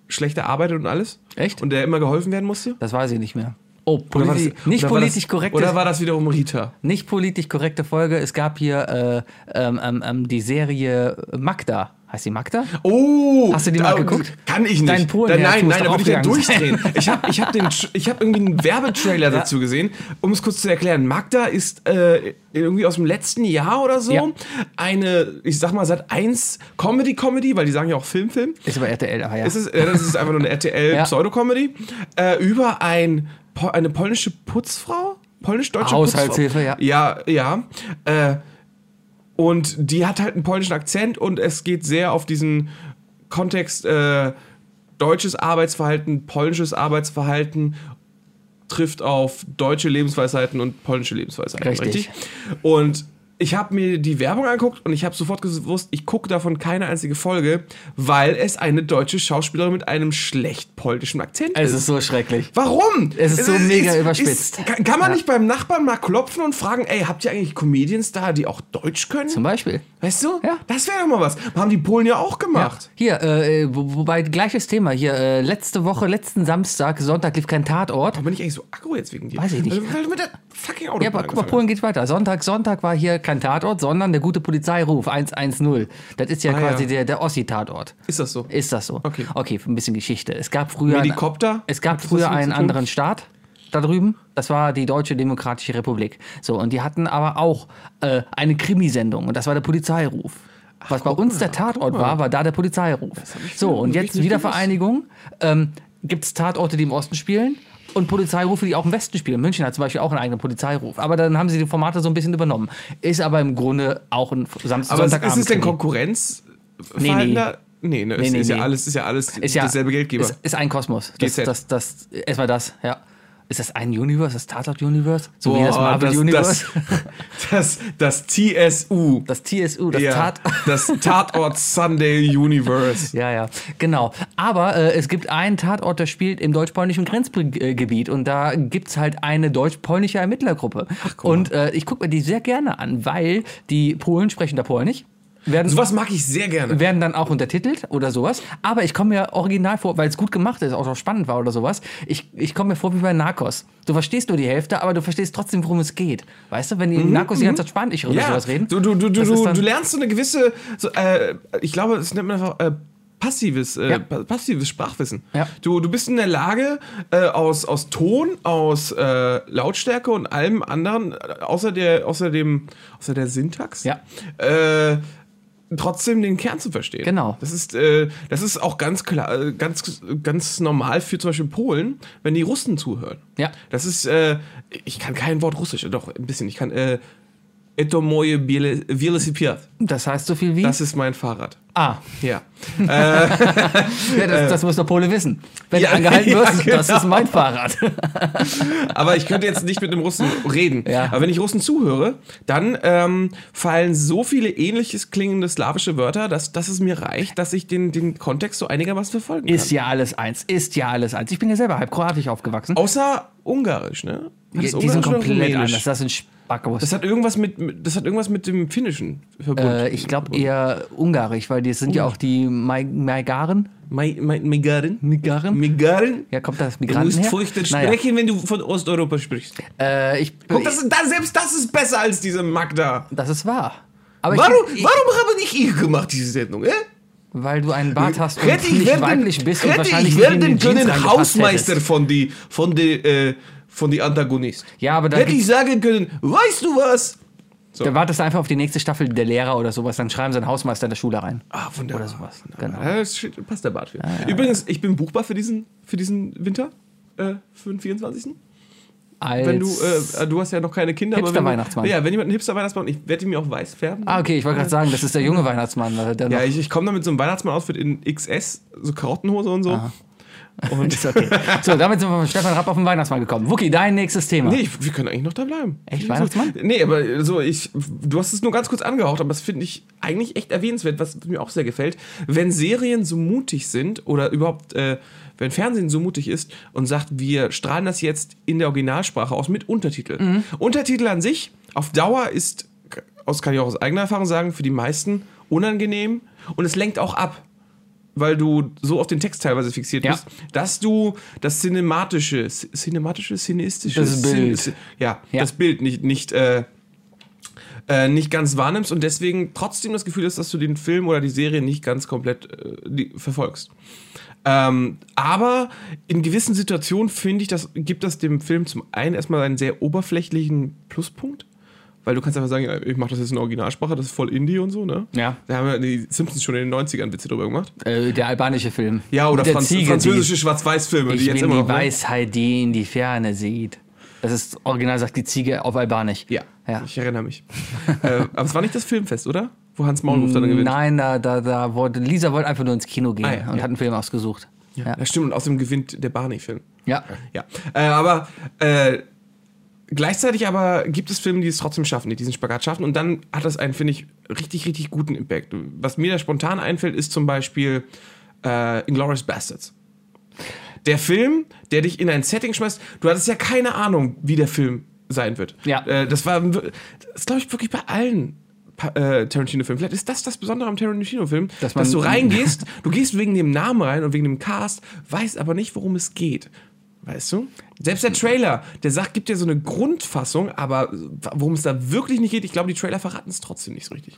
Speaker 3: schlechter arbeitet und alles.
Speaker 2: Echt?
Speaker 3: Und der immer geholfen werden musste.
Speaker 2: Das weiß ich nicht mehr. Oh,
Speaker 3: Oder war
Speaker 2: politi
Speaker 3: das-
Speaker 2: nicht
Speaker 3: oder war
Speaker 2: politisch
Speaker 3: das,
Speaker 2: korrekte,
Speaker 3: Oder war das wiederum Rita?
Speaker 2: nicht politisch korrekte Folge. Es gab hier äh, ähm, ähm, ähm, die Serie Magda. Heißt die Magda?
Speaker 3: Oh!
Speaker 2: Hast du die mal geguckt?
Speaker 3: Kann ich nicht.
Speaker 2: Dein Polenherz
Speaker 3: Da- nein,
Speaker 2: muss
Speaker 3: nein, da
Speaker 2: doch
Speaker 3: würde ich ja
Speaker 2: aufgegangen sein.
Speaker 3: durchdrehen. Ich habe ich hab den, Tr- ich hab irgendwie einen Werbetrailer dazu gesehen, um es kurz zu erklären. Magda ist äh, irgendwie aus dem letzten Jahr oder so
Speaker 2: Ja.
Speaker 3: eine, ich sag mal, seit 1 Comedy-Comedy, weil die sagen ja auch Film-Film.
Speaker 2: Ist aber RTL, aber ja.
Speaker 3: Es ist, äh, das ist einfach nur eine
Speaker 2: Ja.
Speaker 3: RTL-Pseudo-Comedy äh, über ein, po, eine polnische Putzfrau? Polnisch-deutsche
Speaker 2: Haushaltshilfe,
Speaker 3: Putzfrau. ja. Ja, ja. Äh, Und die hat halt einen polnischen Akzent und es geht sehr auf diesen Kontext äh, deutsches Arbeitsverhalten, polnisches Arbeitsverhalten trifft auf deutsche Lebensweisheiten und polnische Lebensweisheiten.
Speaker 2: Richtig.
Speaker 3: Und ich habe mir die Werbung angeguckt und ich habe sofort gewusst, ich gucke davon keine einzige Folge, weil es eine deutsche Schauspielerin mit einem schlecht polnischen Akzent
Speaker 2: Es
Speaker 3: ist.
Speaker 2: ist so schrecklich.
Speaker 3: Warum?
Speaker 2: Es ist so mega überspitzt.
Speaker 3: ist- kann, kann man
Speaker 2: Ja.
Speaker 3: nicht beim Nachbarn mal klopfen und fragen, ey, habt ihr eigentlich Comedians da, die auch Deutsch können?
Speaker 2: Zum Beispiel.
Speaker 3: weißt du?
Speaker 2: Ja.
Speaker 3: Das wäre doch mal was. Haben die Polen ja auch gemacht.
Speaker 2: Hier, äh, äh, wo- wobei gleiches Thema. Hier, äh, letzte Woche, letzten Samstag, Sonntag lief kein Tatort.
Speaker 3: Warum bin ich eigentlich so aggro jetzt wegen dir? Also,
Speaker 2: Weiß ich nicht.
Speaker 3: Weil, weil du mit der fucking Auto
Speaker 2: Ja, aber guck mal, Polen geht weiter. Sonntag, Sonntag war hier kein Tatort, sondern der gute Polizeiruf 110. Das ist ja
Speaker 3: Ah,
Speaker 2: quasi
Speaker 3: ja.
Speaker 2: Der, der Ossi-Tatort.
Speaker 3: Ist das so?
Speaker 2: Ist das so?
Speaker 3: Okay.
Speaker 2: Okay, ein bisschen Geschichte. Es gab früher.
Speaker 3: Medikopter?
Speaker 2: Es gab
Speaker 3: Hat das
Speaker 2: früher
Speaker 3: was mit
Speaker 2: einen
Speaker 3: zu tun?
Speaker 2: anderen Staat da drüben. Das war die Deutsche Demokratische Republik. So, und die hatten aber auch äh, eine Krimisendung und das war der Polizeiruf. Was bei uns der Tatort war, war da der Polizeiruf. So, und
Speaker 3: hab ich
Speaker 2: jetzt
Speaker 3: nicht
Speaker 2: Wiedervereinigung. Ähm, Gibt es Tatorte, die im Osten spielen? Und Polizeirufe, die auch im Westen spielen. München hat zum Beispiel auch einen eigenen Polizeiruf. Aber dann haben sie die Formate so ein bisschen übernommen. Ist aber im Grunde auch ein Samstag,
Speaker 3: Aber ist,
Speaker 2: Sonntagabend.
Speaker 3: ist es denn
Speaker 2: Krimi.
Speaker 3: Konkurrenz?
Speaker 2: Nee, nee.
Speaker 3: Da? nee, ne,
Speaker 2: Nee,
Speaker 3: ist,
Speaker 2: nee,
Speaker 3: ist ja
Speaker 2: nee.
Speaker 3: alles, ist ja alles
Speaker 2: ist ja
Speaker 3: dasselbe Geldgeber.
Speaker 2: Ist, ist ein Kosmos. Das,
Speaker 3: GZ.
Speaker 2: das, das, erstmal das, ja. Ist das ein Universe, das Tatort Universe? So wie
Speaker 3: Boah,
Speaker 2: das Marvel Universe?
Speaker 3: Das, das, das TSU.
Speaker 2: Das, TSU, das
Speaker 3: ja,
Speaker 2: Tat.
Speaker 3: das Tatort Sunday Universe.
Speaker 2: Ja, ja, genau. Aber äh, es gibt einen Tatort, der spielt im deutsch-polnischen Grenzgebiet und da gibt es halt eine deutsch-polnische Ermittlergruppe. und äh, ich gucke mir die sehr gerne an, weil die Polen sprechen da Polnisch. Werden
Speaker 3: Sowas mag ich sehr gerne.
Speaker 2: werden dann auch untertitelt oder sowas. Aber ich komme mir original vor, weil es gut gemacht ist, auch noch spannend war oder sowas. Ich, ich komme mir vor wie bei Narcos. Du verstehst nur die Hälfte, aber du verstehst trotzdem, worum es geht. Weißt du, wenn die Narcos die ganze Zeit spanisch oder sowas reden.
Speaker 3: Mhm, Du, du, du, du,
Speaker 2: das ist
Speaker 3: du,
Speaker 2: dann-
Speaker 3: du lernst so eine gewisse, so, äh, ich glaube, das nennt man einfach äh, passives, äh,
Speaker 2: Ja.
Speaker 3: pa- passives Sprachwissen.
Speaker 2: Ja.
Speaker 3: Du, du bist in der Lage, äh, aus, aus Ton, aus äh, Lautstärke und allem anderen, äh, außer der, außer dem, außer der Syntax,
Speaker 2: Ja.
Speaker 3: äh, trotzdem den Kern zu verstehen.
Speaker 2: Genau.
Speaker 3: Das ist, äh, das ist auch ganz klar, äh, ganz, ganz normal für zum Beispiel Polen, wenn die Russen zuhören.
Speaker 2: Ja.
Speaker 3: Das ist, äh, ich kann kein Wort Russisch, doch ein bisschen. Ich kann, äh, Eto moje biele, biele Sipiat.
Speaker 2: das heißt so viel wie.
Speaker 3: Das ist mein Fahrrad.
Speaker 2: ah,
Speaker 3: Ja.
Speaker 2: ja, das, das muss der Pole wissen. Wenn
Speaker 3: Äh. Ja,
Speaker 2: du angehalten
Speaker 3: ja,
Speaker 2: wirst, das
Speaker 3: genau.
Speaker 2: ist mein Fahrrad.
Speaker 3: Aber ich könnte jetzt nicht mit einem Russen reden.
Speaker 2: Ja.
Speaker 3: Aber wenn ich Russen zuhöre, dann ähm, fallen so viele ähnliches klingende slawische Wörter, dass, dass es mir reicht, dass ich den, den Kontext so einigermaßen verfolgen kann.
Speaker 2: Ist ja alles eins, ist ja alles eins. Ich bin ja selber halb kroatisch aufgewachsen.
Speaker 3: Außer Ungarisch, ne? Hat Oh, das
Speaker 2: die sind
Speaker 3: Ungarisch oder
Speaker 2: komplett
Speaker 3: Rumänisch?
Speaker 2: anders. Das sind Spackos.
Speaker 3: Das hat irgendwas mit, mit- das hat irgendwas mit dem Finnischen verbunden.
Speaker 2: äh, ich glaube eher ungarisch, weil die
Speaker 3: Oh.
Speaker 2: sind ja auch die Mai- Maigaren.
Speaker 3: Megarin?
Speaker 2: Migaren?
Speaker 3: Megarin?
Speaker 2: Ja, kommt das
Speaker 3: Du
Speaker 2: Migranten
Speaker 3: musst
Speaker 2: her?
Speaker 3: furchtbar
Speaker 2: Naja,
Speaker 3: sprechen, wenn du von Osteuropa sprichst.
Speaker 2: äh, ich,
Speaker 3: Guck, das, das, selbst das ist besser als diese Magda.
Speaker 2: das ist wahr. Aber
Speaker 3: Warum,
Speaker 2: ich, ich,
Speaker 3: warum habe nicht ich gemacht diese Sendung? Äh?
Speaker 2: weil du einen Bart hast und
Speaker 3: Hätte ich
Speaker 2: nicht
Speaker 3: werden,
Speaker 2: weiblich bist und
Speaker 3: hätte
Speaker 2: wahrscheinlich
Speaker 3: ich
Speaker 2: nicht in die
Speaker 3: werden
Speaker 2: Jeans
Speaker 3: können
Speaker 2: reingepasst
Speaker 3: Hausmeister
Speaker 2: hättest.
Speaker 3: von die, von die, äh, von die Antagonist.
Speaker 2: Ja, aber da
Speaker 3: hätte
Speaker 2: gibt's-
Speaker 3: ich sagen können, weißt du was?
Speaker 2: Da wartest du einfach auf die nächste Staffel der Lehrer oder sowas, dann schreiben sie einen Hausmeister in der Schule rein.
Speaker 3: Ah, wunderbar.
Speaker 2: Oder sowas.
Speaker 3: Genau.
Speaker 2: Genau.
Speaker 3: Ja, das steht- passt der Bart für. Übrigens, ich bin buchbar für diesen, für diesen Winter, äh, für den 24.
Speaker 2: Als,
Speaker 3: Wenn du, äh, du hast ja noch keine Kinder. aber wenn du-
Speaker 2: Hipster-Weihnachtsmann.
Speaker 3: Ja, wenn jemand einen Hipster-Weihnachtsmann, ich werde ihn mir auch weiß färben.
Speaker 2: ah, okay, ich wollte gerade sagen, das ist der junge Weihnachtsmann. weil Der
Speaker 3: Ja,
Speaker 2: noch,
Speaker 3: ich, ich komme da mit so einem Weihnachtsmann-Outfit in XS, so Karottenhose und so. Und
Speaker 2: ist okay. So, damit sind wir von Stefan Rapp auf den Weihnachtsmann gekommen. Wookie, dein nächstes Thema.
Speaker 3: Nee, ich, wir können eigentlich noch da bleiben.
Speaker 2: Echt,
Speaker 3: So-
Speaker 2: Weihnachtsmann?
Speaker 3: Nee, aber so, ich, du hast es nur ganz kurz angehaucht, aber das finde ich eigentlich echt erwähnenswert, was mir auch sehr gefällt. Wenn Serien so mutig sind oder überhaupt, äh, wenn Fernsehen so mutig ist und sagt, wir strahlen das jetzt in der Originalsprache aus mit Untertitel.
Speaker 2: Mhm.
Speaker 3: Untertitel an sich auf Dauer ist, aus kann ich auch aus eigener Erfahrung sagen, für die meisten unangenehm und es lenkt auch ab weil du so auf den Text teilweise fixiert
Speaker 2: Ja.
Speaker 3: bist, dass du das cinematische, c- cinematische, cineistische,
Speaker 2: Das Bild.
Speaker 3: cin- ja,
Speaker 2: Ja.
Speaker 3: das Bild nicht nicht äh, äh, nicht ganz wahrnimmst und deswegen trotzdem das Gefühl hast, dass du den Film oder die Serie nicht ganz komplett äh, die, verfolgst. Ähm, aber in gewissen Situationen finde ich, das gibt das dem Film zum einen erstmal einen sehr oberflächlichen Pluspunkt, weil du kannst einfach sagen, ja, ich mache das jetzt in Originalsprache, das ist voll Indie und so, ne?
Speaker 2: Ja.
Speaker 3: Da haben ja die Simpsons schon in den 90ern Witze drüber gemacht.
Speaker 2: Äh, der albanische Film.
Speaker 3: Ja, oder
Speaker 2: der
Speaker 3: Franz
Speaker 2: Ziege, die-
Speaker 3: französische Schwarz-Weiß-Filme, die
Speaker 2: Ich
Speaker 3: jetzt
Speaker 2: bin
Speaker 3: immer
Speaker 2: die
Speaker 3: noch. ne?
Speaker 2: Weisheit, die in die Ferne sieht. Das ist original sagt die Ziege auf Albanisch.
Speaker 3: Ja.
Speaker 2: Ja.
Speaker 3: Ich erinnere mich. äh, aber es war nicht das Filmfest, oder? Wo Hans Maulwurf dann gewinnt.
Speaker 2: Nein, da, da, da wollte Lisa wollte einfach nur ins Kino gehen
Speaker 3: Ah, ja,
Speaker 2: und
Speaker 3: ja.
Speaker 2: hat einen Film ausgesucht. Ja.
Speaker 3: Ja, stimmt, und außerdem gewinnt der Barney-Film.
Speaker 2: ja.
Speaker 3: Ja. Äh, aber äh, gleichzeitig aber gibt es Filme, die es trotzdem schaffen, die diesen Spagat schaffen. Und dann hat das einen, finde ich, richtig, richtig guten Impact. Was mir da spontan einfällt, ist zum Beispiel äh, Inglourious Bastards. Der Film, der dich in ein Setting schmeißt, du hattest ja keine Ahnung, wie der Film sein wird.
Speaker 2: Ja.
Speaker 3: Äh, das war, wir- das glaube ich wirklich bei allen Pa- äh, Tarantino-Filmen. Vielleicht ist das das Besondere am Tarantino-Film,
Speaker 2: Dass
Speaker 3: dass,
Speaker 2: man-
Speaker 3: du reingehst, du gehst wegen dem Namen rein und wegen dem Cast, weißt aber nicht, worum es geht. Weißt du? Selbst der Trailer, der sagt, gibt dir so eine Grundfassung, aber worum es da wirklich nicht geht, ich glaube, die Trailer verraten es trotzdem nicht so richtig.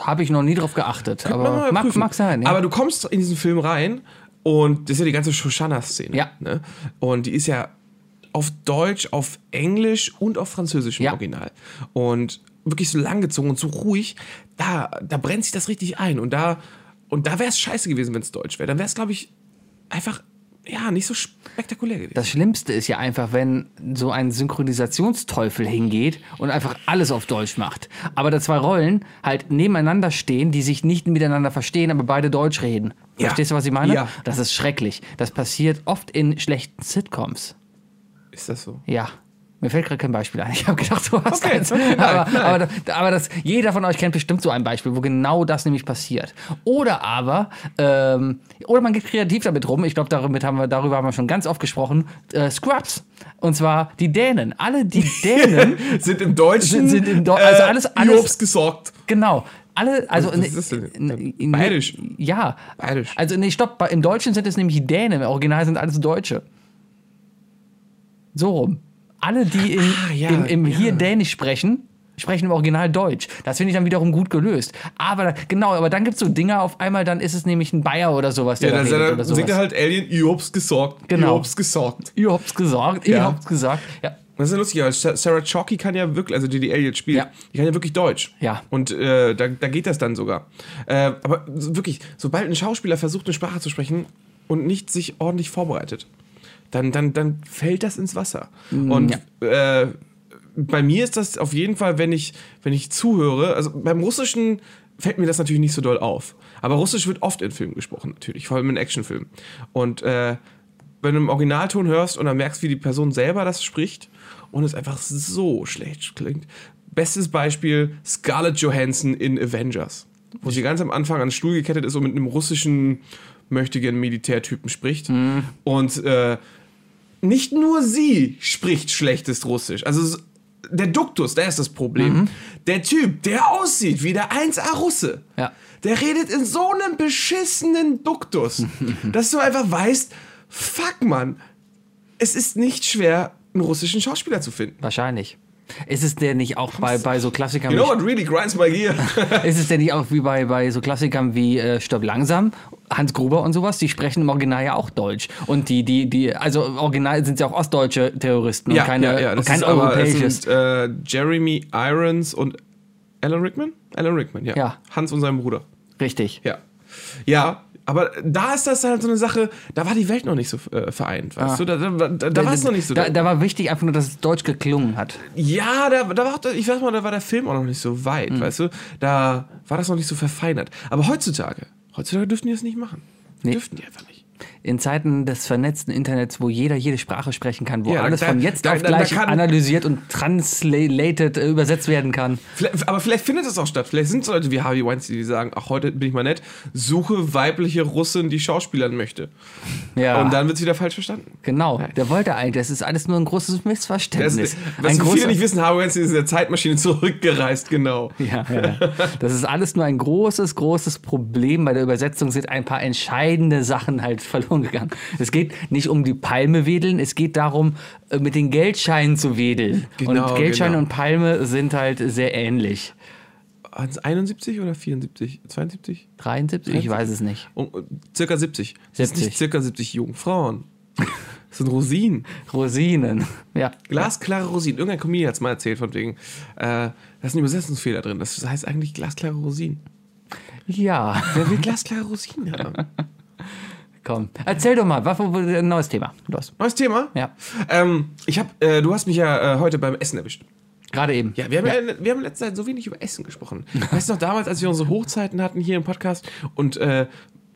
Speaker 2: Habe ich noch nie drauf geachtet. Aber
Speaker 3: Mal
Speaker 2: mag,
Speaker 3: prüfen.
Speaker 2: mag sein. Ja.
Speaker 3: Aber du kommst in diesen Film rein und das ist ja die ganze Shoshana-Szene.
Speaker 2: Ja.
Speaker 3: Ne? Und die ist ja auf Deutsch, auf Englisch und auf Französisch im
Speaker 2: Ja.
Speaker 3: Original. Und wirklich so langgezogen und so ruhig, da, da brennt sich das richtig ein. Und da, und da wäre es scheiße gewesen, wenn es Deutsch wäre. Dann wäre es, glaube ich, einfach ja, nicht so spektakulär gewesen.
Speaker 2: das Schlimmste ist ja einfach, wenn so ein Synchronisationsteufel hingeht und einfach alles auf Deutsch macht. Aber da zwei Rollen halt nebeneinander stehen, die sich nicht miteinander verstehen, aber beide Deutsch reden.
Speaker 3: Ja.
Speaker 2: Verstehst du, was ich meine?
Speaker 3: Ja.
Speaker 2: Das ist schrecklich. Das passiert oft in schlechten Sitcoms.
Speaker 3: ist das so?
Speaker 2: Ja. Mir fällt gerade kein Beispiel ein. Ich habe gedacht, du hast
Speaker 3: Okay,
Speaker 2: eins.
Speaker 3: okay, nein,
Speaker 2: aber aber, aber das, jeder von euch kennt bestimmt so ein Beispiel, wo genau das nämlich passiert. Oder aber, ähm, oder man geht kreativ damit rum. Ich glaube, damit haben wir, darüber haben wir schon ganz oft gesprochen. Äh, Scrubs. Und zwar die Dänen. Alle die Dänen,
Speaker 3: Sind im Deutschen.
Speaker 2: Sind- sind im Deu- also alles- alles-
Speaker 3: Jobs gesorgt.
Speaker 2: genau. Alle, also
Speaker 3: Was ist das denn? Bayerisch.
Speaker 2: Ja.
Speaker 3: Bayerisch.
Speaker 2: Also nee, stopp. Im Deutschen sind es nämlich Dänen. Im Original sind alles Deutsche. So rum. Alle, die in,
Speaker 3: Ah, ja,
Speaker 2: im, im hier
Speaker 3: ja.
Speaker 2: Dänisch sprechen, sprechen im Original Deutsch. Das finde ich dann wiederum gut gelöst. Aber genau, aber dann gibt es so Dinger, auf einmal dann ist es nämlich ein Bayer oder sowas, der da
Speaker 3: Ja, dann
Speaker 2: redet
Speaker 3: singt
Speaker 2: oder
Speaker 3: er-
Speaker 2: sowas.
Speaker 3: singt er halt Alien, Jobs gesorgt.
Speaker 2: Genau.
Speaker 3: Jobs gesorgt.
Speaker 2: ihr habt's gesagt, ihr
Speaker 3: Ja.
Speaker 2: habt's gesagt. Ja.
Speaker 3: Das ist ja lustig, weil Sa- Sarah Chalky kann ja wirklich, also die die Elliot spielt,
Speaker 2: Ja.
Speaker 3: die kann ja wirklich Deutsch.
Speaker 2: Ja.
Speaker 3: Und äh, da, da geht das dann sogar. Äh, aber so wirklich, sobald ein Schauspieler versucht, eine Sprache zu sprechen und nicht sich ordentlich vorbereitet, dann, dann, dann fällt das ins Wasser.
Speaker 2: Mm,
Speaker 3: Und äh, bei mir ist das auf jeden Fall, wenn ich, wenn ich zuhöre, also beim Russischen fällt mir das natürlich nicht so doll auf. Aber Russisch wird oft in Filmen gesprochen, natürlich, vor allem in Actionfilmen. Und äh, wenn du im Originalton hörst und dann merkst, wie die Person selber das spricht und es einfach so schlecht klingt. Bestes Beispiel Scarlett Johansson in Avengers, wo sie ganz am Anfang an den Stuhl gekettet ist und mit einem russischen möchtegern Militärtypen spricht. Und äh, nicht nur sie spricht schlechtes Russisch. Also s- der Duktus, der ist das Problem.
Speaker 2: Mhm.
Speaker 3: Der Typ, der aussieht wie der 1A Russe.
Speaker 2: Ja.
Speaker 3: Der redet in so einem beschissenen Duktus, dass du einfach weißt, fuck Mann, es ist nicht schwer, einen russischen Schauspieler zu finden.
Speaker 2: Wahrscheinlich. Ist es der nicht auch bei, bei so Klassikern
Speaker 3: You
Speaker 2: wie
Speaker 3: know what really grinds my gear?
Speaker 2: Ist es denn nicht auch wie bei, bei so Klassikern wie äh, Stirb langsam, Hans Gruber und sowas? Die sprechen im Original ja auch Deutsch. Und die, die, die, also im Original sind ja auch ostdeutsche Terroristen und keine, und
Speaker 3: das
Speaker 2: kein
Speaker 3: ist aber- es
Speaker 2: europäisches.
Speaker 3: Sind, äh, Jeremy Irons und Alan Rickman? Alan Rickman, ja.
Speaker 2: Ja.
Speaker 3: Hans und sein Bruder.
Speaker 2: Richtig.
Speaker 3: Ja. Ja, aber da ist das halt so eine Sache, da war die Welt noch nicht so äh, vereint, weißt
Speaker 2: Ah.
Speaker 3: du? Da, da, da, da war es noch nicht so.
Speaker 2: Da, da war wichtig einfach nur, dass es deutsch geklungen hat.
Speaker 3: ja, da, da war auch, ich weiß mal, da war der Film auch noch nicht so weit,
Speaker 2: Hm.
Speaker 3: weißt du? Da war das noch nicht so verfeinert. Aber heutzutage, heutzutage dürften die das nicht machen.
Speaker 2: Nee.
Speaker 3: Dürften die einfach nicht.
Speaker 2: In Zeiten des vernetzten Internets, wo jeder jede Sprache sprechen kann, wo
Speaker 3: Ja, da-
Speaker 2: alles
Speaker 3: da-
Speaker 2: von jetzt
Speaker 3: da-
Speaker 2: auf
Speaker 3: da- da
Speaker 2: gleich
Speaker 3: kann-
Speaker 2: analysiert und translated äh, übersetzt werden kann.
Speaker 3: Vielleicht, aber vielleicht findet es auch statt. Vielleicht sind es Leute wie Harvey Weinstein, die sagen, ach, heute bin ich mal nett, suche weibliche Russin, die schauspielern möchte.
Speaker 2: Ja,
Speaker 3: Und dann wird es wieder falsch verstanden.
Speaker 2: genau. Der wollte eigentlich. Das ist alles nur ein großes
Speaker 3: Das,
Speaker 2: Missverständnis.
Speaker 3: was
Speaker 2: ein
Speaker 3: viele
Speaker 2: großer-
Speaker 3: nicht wissen, Harvey Weinstein ist in der Zeitmaschine zurückgereist, genau.
Speaker 2: Ja, ja, ja. Das ist alles nur ein großes, großes Problem. Bei der Übersetzung sind ein paar entscheidende Sachen halt verloren gegangen. Es geht nicht um die Palme wedeln, es geht darum, äh, mit den Geldscheinen zu wedeln.
Speaker 3: Genau,
Speaker 2: und Geldscheine
Speaker 3: genau.
Speaker 2: und Palme sind halt sehr ähnlich.
Speaker 3: Waren es 71 oder 74? 72?
Speaker 2: 73? Ich weiß es nicht.
Speaker 3: Um, äh, circa 70. Das sind
Speaker 2: 70.
Speaker 3: nicht circa 70 Jungfrauen. Das sind Rosinen.
Speaker 2: Rosinen. Ja.
Speaker 3: Glasklare Rosinen. Irgendein Comedian hat es mal erzählt, von wegen, äh, da ist ein Übersetzungsfehler drin. Das heißt eigentlich glasklare Rosinen.
Speaker 2: Ja,
Speaker 3: Wer will glasklare Rosinen haben?
Speaker 2: komm. Erzähl doch mal, was ein neues Thema? Los.
Speaker 3: Neues Thema?
Speaker 2: Ja.
Speaker 3: Ähm, ich hab, äh, du hast mich ja äh, heute beim Essen erwischt.
Speaker 2: Gerade eben.
Speaker 3: Ja, wir haben, ja. wir haben in letzter Zeit so wenig über Essen gesprochen. Weißt du noch, damals, als wir unsere Hochzeiten hatten hier im Podcast und äh,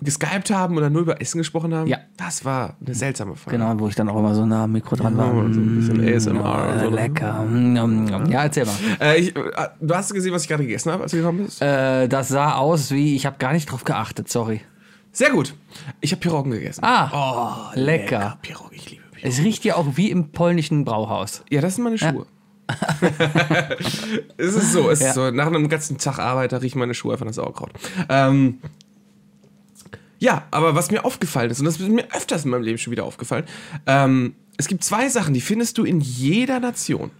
Speaker 3: geskypt haben oder nur über Essen gesprochen haben?
Speaker 2: Ja.
Speaker 3: Das war eine seltsame Frage.
Speaker 2: Genau, wo ich dann auch immer so nah am Mikro dran war.
Speaker 3: so ein bisschen
Speaker 2: Mm,
Speaker 3: ASMR und so. ne?
Speaker 2: Lecker. Mm, nom, nom. Ja, erzähl mal.
Speaker 3: Äh, ich, äh, du hast gesehen, was ich gerade gegessen habe, als du gekommen bist?
Speaker 2: Äh, das sah aus wie, ich habe gar nicht drauf geachtet, sorry.
Speaker 3: Sehr gut. Ich habe Piroggen gegessen. Oh,
Speaker 2: Ah, lecker.
Speaker 3: Piroggen, ich liebe Piroggen.
Speaker 2: Es riecht ja auch wie im polnischen Brauhaus.
Speaker 3: Ja, das sind meine Schuhe. es ist so, es
Speaker 2: Ja.
Speaker 3: ist so. Nach einem ganzen Tag Arbeit, da riechen meine Schuhe einfach nach Sauerkraut. Ähm, ja, aber was mir aufgefallen ist, und das ist mir öfters in meinem Leben schon wieder aufgefallen, ähm, es gibt zwei Sachen, die findest du in jeder Nation,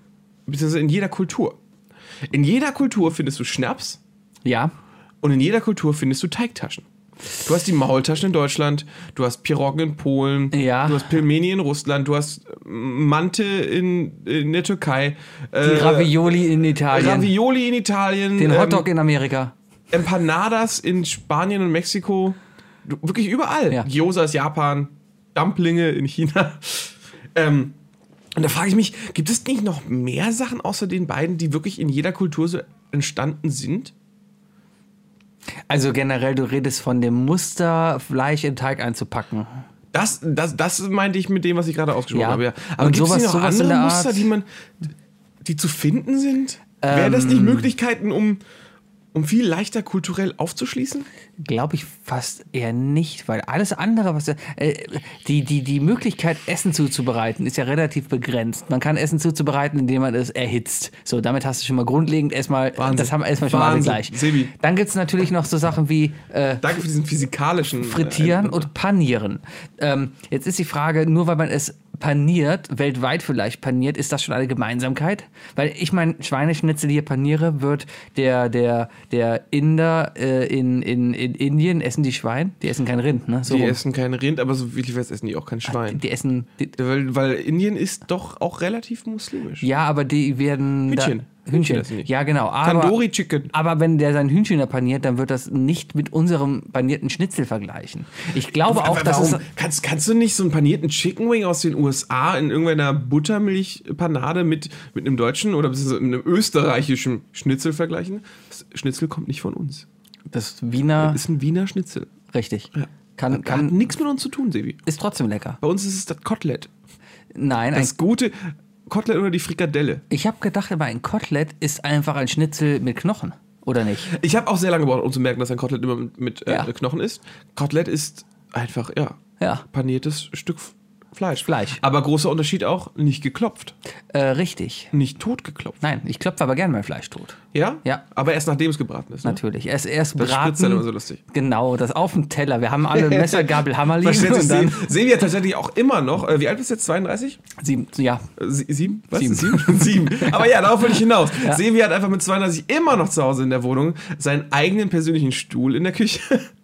Speaker 3: beziehungsweise in jeder Kultur. In jeder Kultur findest du Schnaps
Speaker 2: Ja.
Speaker 3: und in jeder Kultur findest du Teigtaschen. Du hast die Maultaschen in Deutschland, du hast Piroggen in Polen,
Speaker 2: Ja.
Speaker 3: du hast Pilmeni in Russland, du hast äh, Mante in, in der Türkei,
Speaker 2: Die
Speaker 3: äh,
Speaker 2: Ravioli in Italien.
Speaker 3: Ravioli in Italien,
Speaker 2: den
Speaker 3: ähm,
Speaker 2: Hotdog in Amerika.
Speaker 3: Empanadas in Spanien und Mexiko, du, wirklich überall.
Speaker 2: Ja.
Speaker 3: Gyozas Japan, Dumplinge in China. Ähm, und da frage ich mich, gibt es nicht noch mehr Sachen außer den beiden, die wirklich in jeder Kultur so entstanden sind?
Speaker 2: Also generell, du redest von dem Muster, Fleisch in Teig einzupacken.
Speaker 3: Das, das, das meinte ich mit dem, was ich gerade ausgesprochen
Speaker 2: Ja.
Speaker 3: habe. Ja. Aber
Speaker 2: Und
Speaker 3: gibt es
Speaker 2: sowas-
Speaker 3: noch
Speaker 2: sowas in
Speaker 3: andere
Speaker 2: der Art?
Speaker 3: Muster, die man, die zu finden sind? Wären das
Speaker 2: Ähm.
Speaker 3: nicht Möglichkeiten, um, um viel leichter kulturell aufzuschließen?
Speaker 2: Glaube ich fast eher nicht, weil alles andere, was äh, die, die, die Möglichkeit, Essen zuzubereiten, ist ja relativ begrenzt. Man kann Essen zuzubereiten, indem man es erhitzt. So, damit hast du schon mal grundlegend erstmal,
Speaker 3: Wahnsinn.
Speaker 2: das haben wir erstmal schon
Speaker 3: Wahnsinn.
Speaker 2: mal alle gleich.
Speaker 3: Sebi.
Speaker 2: Dann gibt es natürlich noch so Sachen wie äh,
Speaker 3: Danke für diesen physikalischen. äh,
Speaker 2: frittieren
Speaker 3: Einblick.
Speaker 2: und panieren. Ähm, jetzt ist die Frage, nur weil man es paniert, weltweit vielleicht paniert, ist das schon eine Gemeinsamkeit? Weil ich meine, Schweineschnitzel die hier paniere, wird der, der, der Inder äh, in, in, in Indien, essen die Schwein? Die essen kein Rind, ne? So
Speaker 3: Die
Speaker 2: rum.
Speaker 3: essen kein Rind, aber so viel ich weiß, essen die auch kein Schwein.
Speaker 2: die essen die,
Speaker 3: Weil, weil Indien ist doch auch relativ muslimisch.
Speaker 2: ja, aber die werden... da-
Speaker 3: Hühnchen. Hühnchen
Speaker 2: Hühnchen.
Speaker 3: essen die.
Speaker 2: Ja, genau. Aber,
Speaker 3: Tandoori Chicken.
Speaker 2: aber wenn der sein Hühnchen da paniert, dann wird das nicht mit unserem panierten Schnitzel vergleichen. Ich glaube auch,
Speaker 3: Aber
Speaker 2: dass es...
Speaker 3: Also warum? Kannst, kannst du nicht so einen panierten Chicken Wing aus den USA in irgendeiner Buttermilchpanade mit, mit einem deutschen oder beziehungsweise mit einem österreichischen Schnitzel vergleichen? Das Schnitzel kommt nicht von uns.
Speaker 2: Das Wiener...
Speaker 3: Ist ein Wiener Schnitzel.
Speaker 2: Richtig.
Speaker 3: Ja.
Speaker 2: Kann,
Speaker 3: Hat
Speaker 2: kann,
Speaker 3: nichts mit uns zu tun, Sebi.
Speaker 2: ist trotzdem lecker.
Speaker 3: Bei uns ist es das Kotelett.
Speaker 2: Nein, ein,
Speaker 3: Das gute Kotelett oder die Frikadelle.
Speaker 2: ich habe gedacht, aber ein Kotelett ist einfach ein Schnitzel mit Knochen, oder nicht?
Speaker 3: Ich habe auch sehr lange gebraucht, um zu merken, dass ein Kotelett immer mit, mit äh,
Speaker 2: Ja.
Speaker 3: Knochen ist. Kotelett ist einfach, ja,
Speaker 2: Ja.
Speaker 3: paniertes Stück F- Fleisch.
Speaker 2: Fleisch.
Speaker 3: Aber großer Unterschied auch, nicht geklopft,
Speaker 2: Äh, richtig.
Speaker 3: nicht tot geklopft.
Speaker 2: Nein, ich klopfe aber gern mein Fleisch tot.
Speaker 3: Ja?
Speaker 2: Ja.
Speaker 3: Aber erst nachdem es gebraten ist. Ne?
Speaker 2: Natürlich. Erst, erst
Speaker 3: Das
Speaker 2: braten.
Speaker 3: spritzt dann immer so lustig.
Speaker 2: Genau, das auf dem Teller. Wir haben alle Messer, Gabel, Hammer liegen.
Speaker 3: Versteht sich
Speaker 2: Und
Speaker 3: Se-
Speaker 2: dann,
Speaker 3: Sebi hat tatsächlich auch immer noch, äh, wie alt bist du jetzt, 32?
Speaker 2: sieben, ja,
Speaker 3: Äh, sie- Sieben? Was?
Speaker 2: Sieben.
Speaker 3: Sieben? Sieben. Aber ja, darauf will ich hinaus. Sebi hat einfach mit 32 immer noch zu Hause in der Wohnung seinen eigenen persönlichen Stuhl in der Küche.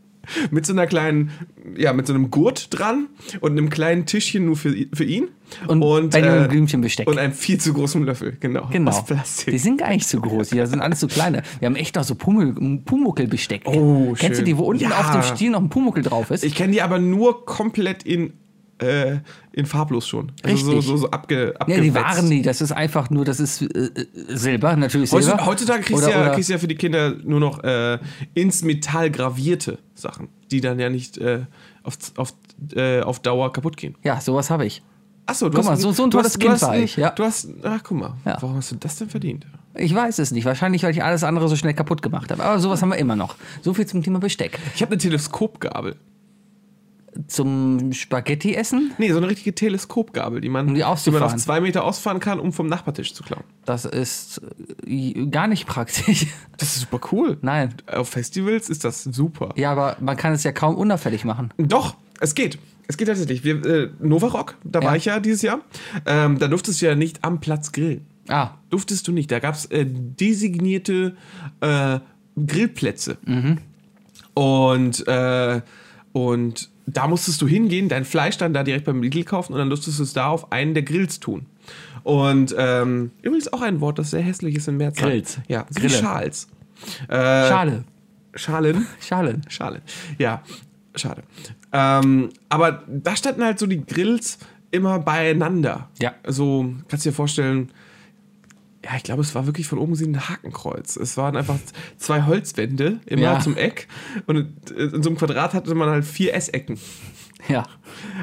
Speaker 3: Mit so einer kleinen, ja, mit so einem Gurt dran und einem kleinen Tischchen nur für, i- für ihn. äh,
Speaker 2: Und Benjamin Blümchen Besteck.
Speaker 3: Und einem viel zu großen Löffel, genau.
Speaker 2: genau.
Speaker 3: Aus Plastik.
Speaker 2: Die sind gar nicht so groß. Die sind alles so kleine. Wir haben echt noch so Pummel, Pumuckelbesteck.
Speaker 3: Oh,
Speaker 2: Kennst du
Speaker 3: schön.
Speaker 2: die, wo unten
Speaker 3: Ja.
Speaker 2: auf dem Stiel noch ein Pumuckel drauf ist?
Speaker 3: Ich kenne die aber nur komplett in, äh, in farblos schon. Also so,
Speaker 2: Richtig.
Speaker 3: so, so abge,
Speaker 2: ja, die
Speaker 3: abgewetzt.
Speaker 2: waren die. Das ist einfach nur, das ist äh, äh, Silber, natürlich Silber.
Speaker 3: Heutzutage, heutzutage kriegst, du
Speaker 2: Oder-
Speaker 3: ja,
Speaker 2: oder-
Speaker 3: kriegst du ja für die Kinder nur noch äh, ins Metall gravierte Sachen, die dann ja nicht äh, auf, auf, äh, auf Dauer kaputt gehen.
Speaker 2: Ja, sowas habe ich.
Speaker 3: Achso, du
Speaker 2: Guck
Speaker 3: hast
Speaker 2: mal, so- so ein
Speaker 3: du
Speaker 2: tolles
Speaker 3: hast-
Speaker 2: Kind
Speaker 3: du hast
Speaker 2: war
Speaker 3: ein-
Speaker 2: ich, ja.
Speaker 3: Du hast, ach guck mal,
Speaker 2: Ja.
Speaker 3: warum hast du das denn verdient?
Speaker 2: Ich weiß es nicht. Wahrscheinlich, weil ich alles andere so schnell kaputt gemacht habe. Aber sowas haben wir immer noch. So viel zum Thema Besteck.
Speaker 3: Ich habe eine Teleskopgabel.
Speaker 2: Zum Spaghetti essen,
Speaker 3: Nee, so eine richtige Teleskopgabel, die man,
Speaker 2: Um die
Speaker 3: die man auf
Speaker 2: auszufahren.
Speaker 3: zwei Meter ausfahren kann, um vom Nachbartisch zu klauen.
Speaker 2: das ist äh, gar nicht praktisch.
Speaker 3: Das ist super cool.
Speaker 2: Nein.
Speaker 3: Auf Festivals ist das super.
Speaker 2: Ja, aber man kann es ja kaum unauffällig machen.
Speaker 3: Doch, es geht. Es geht tatsächlich. Wir, äh, Novarock, da
Speaker 2: Ja.
Speaker 3: war ich ja dieses Jahr. Ähm, da durftest du ja nicht am Platz grillen.
Speaker 2: Ah,
Speaker 3: Durftest du nicht. Da gab es äh, designierte äh, Grillplätze. Und, äh, und da musstest du hingehen, dein Fleisch dann da direkt beim Lidl kaufen und dann durftest du es da auf einen der Grills tun. Und ähm, übrigens auch ein Wort, das sehr hässlich ist in Mehrzahl.
Speaker 2: Grills.
Speaker 3: Ja,
Speaker 2: Grille.
Speaker 3: Grille. Schals. Äh,
Speaker 2: schade.
Speaker 3: Schalen.
Speaker 2: Schade.
Speaker 3: Schade. Ja, schade. Ähm, aber da standen halt so die Grills immer beieinander.
Speaker 2: Ja.
Speaker 3: So, kannst du dir vorstellen, ja, ich glaube, es war wirklich von oben gesehen ein Hakenkreuz. Es waren einfach zwei Holzwände, immer
Speaker 2: Ja.
Speaker 3: zum Eck. Und in so einem Quadrat hatte man halt vier S-Ecken.
Speaker 2: Ja.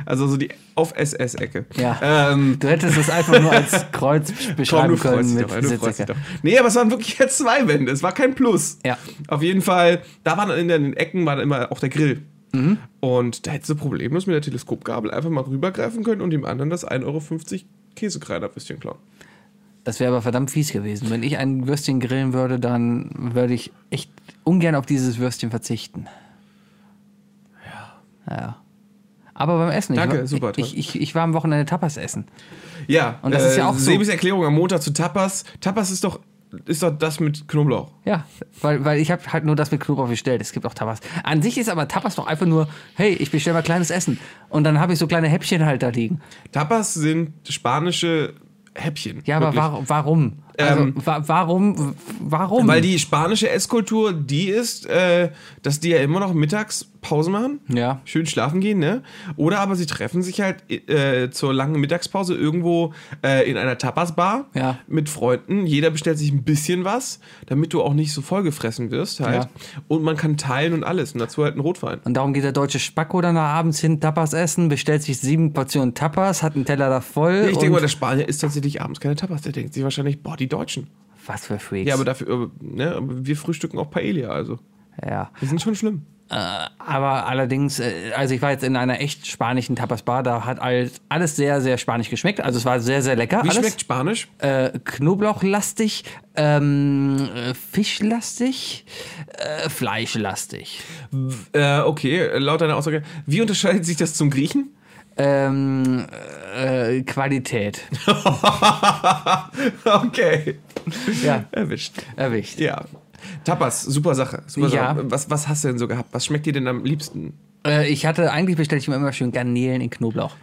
Speaker 3: Also so die auf SS-Ecke.
Speaker 2: Ja.
Speaker 3: Ähm,
Speaker 2: Du hättest es einfach nur als Kreuz
Speaker 3: Komm,
Speaker 2: beschreiben
Speaker 3: du freust
Speaker 2: können
Speaker 3: dich
Speaker 2: mit
Speaker 3: dabei, du freust dich
Speaker 2: Sitzecke.
Speaker 3: dabei. Nee, aber es waren wirklich jetzt zwei Wände. Es war kein Plus.
Speaker 2: Ja.
Speaker 3: Auf jeden Fall, da waren in den Ecken war dann immer auch der Grill.
Speaker 2: Mhm.
Speaker 3: Und da hättest du problemlos mit der Teleskopgabel einfach mal rübergreifen können und dem anderen das 1,50 Euro Käsekreiderwürstchen klauen.
Speaker 2: Das wäre aber verdammt fies gewesen. Wenn ich ein Würstchen grillen würde, dann würde ich echt ungern auf dieses Würstchen verzichten. Ja. Ja. Aber beim Essen.
Speaker 3: Danke,
Speaker 2: ich war,
Speaker 3: super, toll.
Speaker 2: Ich, ich, ich war am Wochenende Tapas essen.
Speaker 3: Ja,
Speaker 2: Und das ist ja auch so-
Speaker 3: Sebis Erklärung am Montag zu Tapas. Tapas ist doch, ist doch das mit Knoblauch.
Speaker 2: Ja, weil, weil ich habe halt nur das mit Knoblauch bestellt. Es gibt auch Tapas. An sich ist aber Tapas doch einfach nur, hey, ich bestelle mal kleines Essen. Und dann habe ich so kleine Häppchen halt da liegen.
Speaker 3: Tapas sind spanische Häppchen.
Speaker 2: Ja, aber
Speaker 3: Wirklich.
Speaker 2: war, warum? Also,
Speaker 3: Ähm.
Speaker 2: wa warum? Warum?
Speaker 3: Weil die spanische Esskultur die ist, äh, dass die ja immer noch mittags Pause machen.
Speaker 2: Ja.
Speaker 3: Schön schlafen gehen, ne? Oder aber sie treffen sich halt äh, zur langen Mittagspause irgendwo äh, in einer Tapas-Bar
Speaker 2: Ja.
Speaker 3: mit Freunden. Jeder bestellt sich ein bisschen was, damit du auch nicht so vollgefressen wirst halt.
Speaker 2: Ja.
Speaker 3: Und man kann teilen und alles. Und dazu halt einen Rotwein.
Speaker 2: Und darum geht der deutsche Spacko dann nach abends hin, Tapas essen, bestellt sich sieben Portionen Tapas, hat einen Teller da voll.
Speaker 3: Ich
Speaker 2: und
Speaker 3: denke mal, der Spanier ist tatsächlich abends keine Tapas. Der denkt sich wahrscheinlich, boah, die Deutschen.
Speaker 2: was für Freaks.
Speaker 3: Ja, aber dafür, äh, ne, aber wir frühstücken auch Paella, also.
Speaker 2: Ja.
Speaker 3: Die sind schon schlimm.
Speaker 2: Äh, aber allerdings, äh, also ich war jetzt in einer echt spanischen Tapas-Bar, da hat all- alles sehr, sehr spanisch geschmeckt. Also es war sehr, sehr lecker.
Speaker 3: Wie
Speaker 2: alles.
Speaker 3: schmeckt Spanisch?
Speaker 2: äh, knoblauchlastig, ähm, äh, fischlastig, äh, fleischlastig.
Speaker 3: Äh, okay, äh, laut deiner Aussage. Wie unterscheidet sich das zum Griechen?
Speaker 2: Ähm, äh, Qualität.
Speaker 3: okay.
Speaker 2: Ja,
Speaker 3: Erwischt.
Speaker 2: erwischt.
Speaker 3: Ja. Tapas, super Sache. Super
Speaker 2: Ja.
Speaker 3: Sache. Was, was hast du denn so gehabt? Was schmeckt dir denn am liebsten?
Speaker 2: Äh, ich hatte, eigentlich bestelle ich mir immer schön Garnelen in Knoblauch.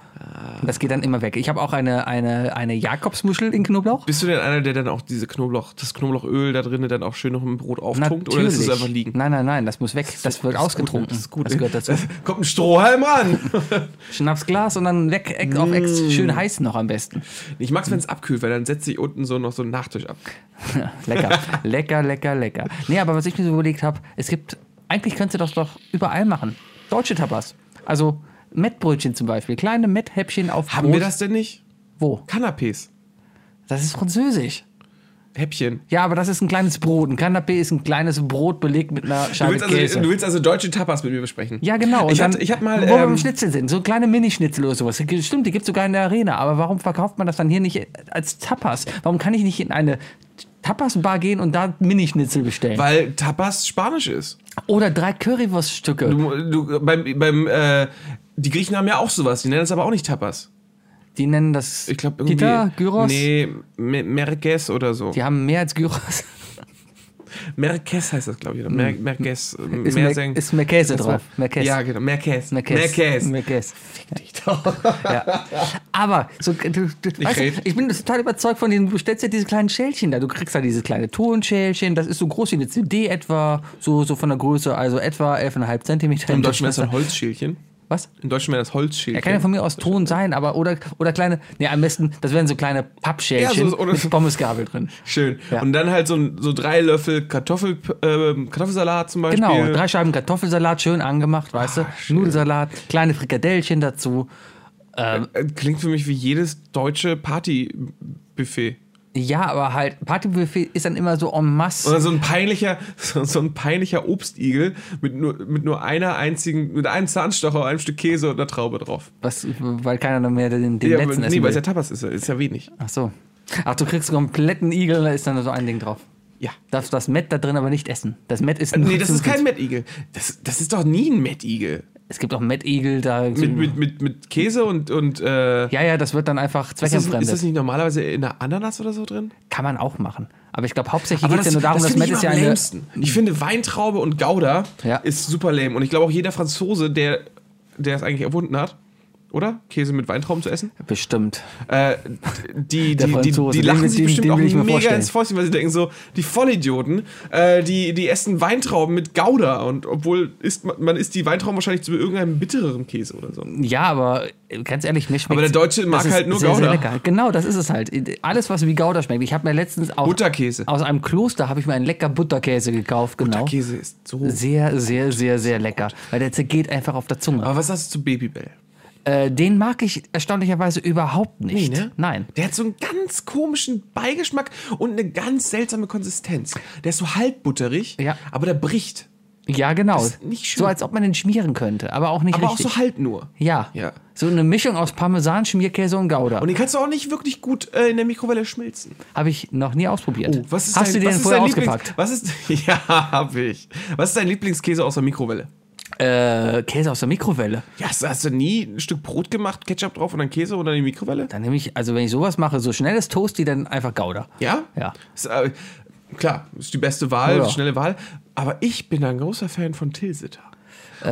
Speaker 2: Und Das geht dann immer weg. Ich habe auch eine, eine, eine Jakobsmuschel in Knoblauch.
Speaker 3: Bist du denn einer, der dann auch diese Knoblauch, das Knoblauchöl da drinnen dann auch schön noch im Brot auftunkt? Oder lässt du es einfach liegen?
Speaker 2: Nein, nein, nein, das muss weg. Das wird ausgetrunken.
Speaker 3: Das ist gut.
Speaker 2: Das gehört dazu.
Speaker 3: Kommt ein Strohhalm ran.
Speaker 2: Schnapsglas und dann weg, Eck auf Eck.
Speaker 3: Mm.
Speaker 2: Schön heiß noch am besten.
Speaker 3: Ich mag es, wenn es abkühlt, weil dann setze ich unten so noch so einen Nachtisch ab.
Speaker 2: lecker, lecker, lecker, lecker. Nee, aber was ich mir so überlegt habe, es gibt, eigentlich könntest du das doch überall machen. Deutsche Tapas. Also Mettbrötchen zum Beispiel, kleine Metthäppchen auf
Speaker 3: Haben
Speaker 2: Brot.
Speaker 3: wir das denn nicht?
Speaker 2: Wo?
Speaker 3: Canapés.
Speaker 2: Das ist französisch.
Speaker 3: Häppchen.
Speaker 2: Ja, aber das ist ein kleines Brot. Ein Canapé ist ein kleines Brot belegt mit einer
Speaker 3: Du
Speaker 2: Scheibe
Speaker 3: willst, also,
Speaker 2: Käse.
Speaker 3: du willst also deutsche Tapas mit mir besprechen?
Speaker 2: ja, genau.
Speaker 3: Ich,
Speaker 2: Und
Speaker 3: hatte, ich habe mal.
Speaker 2: Wo wir
Speaker 3: ähm,
Speaker 2: beim Schnitzel sind, so kleine Mini-Schnitzel oder sowas. Stimmt, die gibt es sogar in der Arena. Aber warum verkauft man das dann hier nicht als Tapas? Warum kann ich nicht in eine Tapas-Bar gehen und da Mini-Schnitzel bestellen?
Speaker 3: Weil Tapas Spanisch ist.
Speaker 2: oder drei Currywurststücke.
Speaker 3: Du, du, beim, beim, äh, die Griechen haben ja auch sowas, die nennen es aber auch nicht Tapas.
Speaker 2: Die nennen das
Speaker 3: Ich glaube irgendwie.
Speaker 2: Pita, Gyros.
Speaker 3: Nee, Me- Merkes oder so.
Speaker 2: Die haben mehr als Gyros.
Speaker 3: Merkes heißt das, glaube ich. Oder? Mer Merkes. äh,
Speaker 2: Hm. Ist,
Speaker 3: Merseng.
Speaker 2: mehr, ist mehr Käse drauf. Mehr Käse.
Speaker 3: Ja, genau. Merkes.
Speaker 2: Mehr Käse.
Speaker 3: Merkes.
Speaker 2: Mehr Käse. Ja. Aber so, du, du, weißt,
Speaker 3: red.
Speaker 2: du, ich bin total überzeugt von denen. Du bestellst ja diese kleinen Schälchen da. Du kriegst da diese kleine Tonschälchen. Das ist so groß wie eine CD etwa. So, so von der Größe. Also etwa 11,5 Zentimeter.
Speaker 3: Im
Speaker 2: im
Speaker 3: Deutschen wäre das
Speaker 2: Durchmesser.
Speaker 3: ein Holzschälchen.
Speaker 2: Was?
Speaker 3: Im Deutschen wäre das
Speaker 2: Ja, kann ja
Speaker 3: Holzschälchen.
Speaker 2: von mir aus Ton sein, aber oder, oder kleine, nee, am besten, das wären so kleine Pappschälchen
Speaker 3: Ja, so- oder-
Speaker 2: mit Pommesgabel drin.
Speaker 3: Schön.
Speaker 2: Ja.
Speaker 3: Und dann halt so, ein- so drei Löffel Kartoffel, ähm, Kartoffelsalat zum Beispiel. Ah,
Speaker 2: Genau, drei Scheiben Kartoffelsalat, schön angemacht, weißt du? Nudelsalat, kleine Frikadellchen dazu.
Speaker 3: Äh, Klingt für mich wie jedes deutsche Partybuffet.
Speaker 2: Ja, aber halt, Partybuffet ist dann immer so en masse.
Speaker 3: Oder so ein peinlicher, so, so ein peinlicher Obstigel mit nur, mit nur einer einzigen, mit einem Zahnstocher, einem Stück Käse und einer Traube drauf.
Speaker 2: Was, weil keiner noch mehr den, den
Speaker 3: ja,
Speaker 2: letzten
Speaker 3: aber-
Speaker 2: essen
Speaker 3: nee, weil es
Speaker 2: will.
Speaker 3: ja Tapas ist, ist ja wenig.
Speaker 2: Ach so. Ach, du kriegst einen kompletten Igel, da ist dann so ein Ding drauf.
Speaker 3: Ja.
Speaker 2: Darfst das Met da drin aber nicht essen. Das Met ist nur
Speaker 3: Äh, Nee, das ist
Speaker 2: Zukunft.
Speaker 3: kein Mettigel. Das, das ist doch nie ein Mettigel.
Speaker 2: Es gibt auch Met-Igel da.
Speaker 3: Mit, mit, mit, mit Käse und, und äh,
Speaker 2: ja, ja, das wird dann einfach
Speaker 3: ist, das, ist das
Speaker 2: zweckentfremdet.
Speaker 3: nicht normalerweise in einer Ananas oder so drin?
Speaker 2: Kann man auch machen. Aber ich glaube, hauptsächlich geht es ja nur darum, das,
Speaker 3: finde
Speaker 2: Met
Speaker 3: ich
Speaker 2: ist ja
Speaker 3: immer am
Speaker 2: eine. Hm.
Speaker 3: lähmsten. Ich finde Weintraube und Gouda
Speaker 2: Ja.
Speaker 3: ist super lame. Und ich glaube auch jeder Franzose, der, der es eigentlich erfunden hat, Oder? Käse mit Weintrauben zu essen?
Speaker 2: Bestimmt.
Speaker 3: Äh, die,
Speaker 2: Der
Speaker 3: die, die,
Speaker 2: Franzose,
Speaker 3: die
Speaker 2: den
Speaker 3: lachen
Speaker 2: will-
Speaker 3: sich
Speaker 2: den-
Speaker 3: bestimmt
Speaker 2: den
Speaker 3: auch
Speaker 2: will ich mir
Speaker 3: mega
Speaker 2: vorstellen.
Speaker 3: ins Fäustchen, weil sie denken so, die Vollidioten, äh, die, die essen Weintrauben mit Gouda und obwohl isst man, man isst die Weintrauben wahrscheinlich zu irgendeinem bittereren Käse oder so.
Speaker 2: Ja, aber äh, ganz ehrlich, mir schmeckt
Speaker 3: der Deutsche mag halt nur
Speaker 2: sehr, Sehr
Speaker 3: Gouda.
Speaker 2: lecker. Genau, das ist es halt. Alles, was wie Gouda schmeckt. Ich habe mir letztens auch
Speaker 3: Butterkäse.
Speaker 2: aus einem Kloster habe ich mir einen lecker Butterkäse gekauft. Genau.
Speaker 3: Käse ist so.
Speaker 2: Sehr, sehr, sehr, sehr lecker. Weil der zergeht einfach auf der Zunge.
Speaker 3: Aber was sagst du zu Babybell?
Speaker 2: Äh, den mag ich erstaunlicherweise überhaupt nicht.
Speaker 3: ne?
Speaker 2: Nein.
Speaker 3: Der hat so einen ganz komischen Beigeschmack und eine ganz seltsame Konsistenz. Der ist so halbbutterig,
Speaker 2: Ja.
Speaker 3: aber der bricht.
Speaker 2: Ja, genau.
Speaker 3: ist nicht schön.
Speaker 2: So als ob man den schmieren könnte, aber auch nicht
Speaker 3: Aber
Speaker 2: richtig.
Speaker 3: auch so halb nur.
Speaker 2: ja.
Speaker 3: Ja.
Speaker 2: So eine Mischung aus Parmesan, Schmierkäse und Gouda.
Speaker 3: Und den kannst du auch nicht wirklich gut äh, in der Mikrowelle schmilzen.
Speaker 2: Habe ich noch nie ausprobiert.
Speaker 3: Oh, was ist
Speaker 2: Hast
Speaker 3: dein,
Speaker 2: du den
Speaker 3: was ist
Speaker 2: vorher
Speaker 3: dein Lieblings-
Speaker 2: ausgepackt?
Speaker 3: Was ist, ja, hab ich. Was ist dein Lieblingskäse aus der Mikrowelle?
Speaker 2: Äh, Käse aus der Mikrowelle.
Speaker 3: Ja, hast, hast du nie ein Stück Brot gemacht, Ketchup drauf und dann Käse oder die Mikrowelle?
Speaker 2: Dann nehme ich, also wenn ich sowas mache, so schnelles Toasty, dann einfach Gouda.
Speaker 3: Ja?
Speaker 2: Ja.
Speaker 3: Ist, äh, klar, ist die beste Wahl,
Speaker 2: Ja.
Speaker 3: schnelle Wahl. Aber ich bin ein großer Fan von Tilsiter.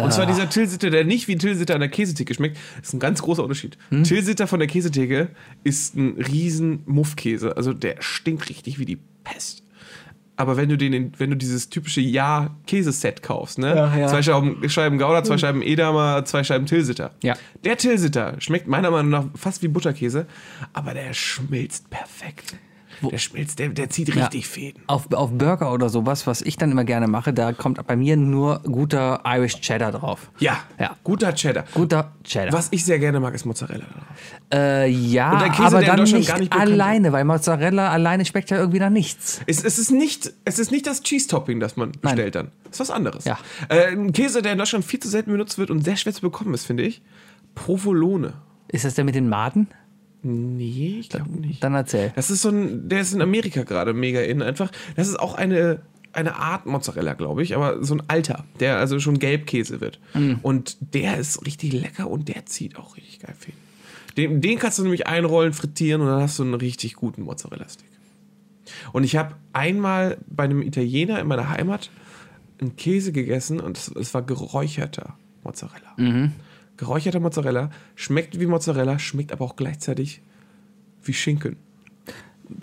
Speaker 3: Und zwar dieser Tilsiter, der nicht wie Tilsiter an der Käsetheke schmeckt, ist ein ganz großer Unterschied.
Speaker 2: Hm?
Speaker 3: Tilsiter von der Käsetheke ist ein riesen Muffkäse. Also der stinkt richtig wie die Pest. Aber wenn du, den, in- wenn du dieses typische Ja-Käseset kaufst, ne?
Speaker 2: Ja, ja.
Speaker 3: Zwei Scheiben, Scheiben Gouda, zwei Scheiben Edamer, zwei Scheiben Tilsiter.
Speaker 2: Ja.
Speaker 3: Der Tilsiter schmeckt meiner Meinung nach fast wie Butterkäse, aber der schmilzt perfekt. Der schmilzt, der, der zieht richtig Fäden.
Speaker 2: Auf, auf Burger oder sowas, was ich dann immer gerne mache, da kommt bei mir nur guter Irish Cheddar drauf.
Speaker 3: Ja,
Speaker 2: Ja.
Speaker 3: guter Cheddar.
Speaker 2: Guter Cheddar.
Speaker 3: Was ich sehr gerne mag, ist Mozzarella. drauf.
Speaker 2: Äh, ja,
Speaker 3: Und ein Käse,
Speaker 2: aber
Speaker 3: der in
Speaker 2: dann
Speaker 3: Deutschland
Speaker 2: nicht,
Speaker 3: gar nicht bekannt ist.
Speaker 2: alleine, weil Mozzarella alleine schmeckt ja irgendwie nach nichts.
Speaker 3: Es, es, ist nicht, es ist nicht das Cheese-Topping, das man bestellt dann. Das ist was anderes.
Speaker 2: Ja.
Speaker 3: Äh, ein Käse, der in Deutschland viel zu selten benutzt wird und sehr schwer zu bekommen ist, finde ich. Provolone.
Speaker 2: Ist das denn mit den Maden?
Speaker 3: Nee, ich glaube nicht.
Speaker 2: Dann erzähl.
Speaker 3: Das ist so ein, der ist in Amerika gerade mega in einfach. Das ist auch eine, eine Art Mozzarella, glaube ich, aber so ein alter, der also schon Gelbkäse wird. Und der ist richtig lecker und der zieht auch richtig geil viel. Den, den kannst du nämlich einrollen, frittieren und dann hast du einen richtig guten Mozzarella-Stick. Und ich habe einmal bei einem Italiener in meiner Heimat einen Käse gegessen und es, es war geräucherter Mozzarella. Geräucherter Mozzarella, schmeckt wie Mozzarella, schmeckt aber auch gleichzeitig wie Schinken.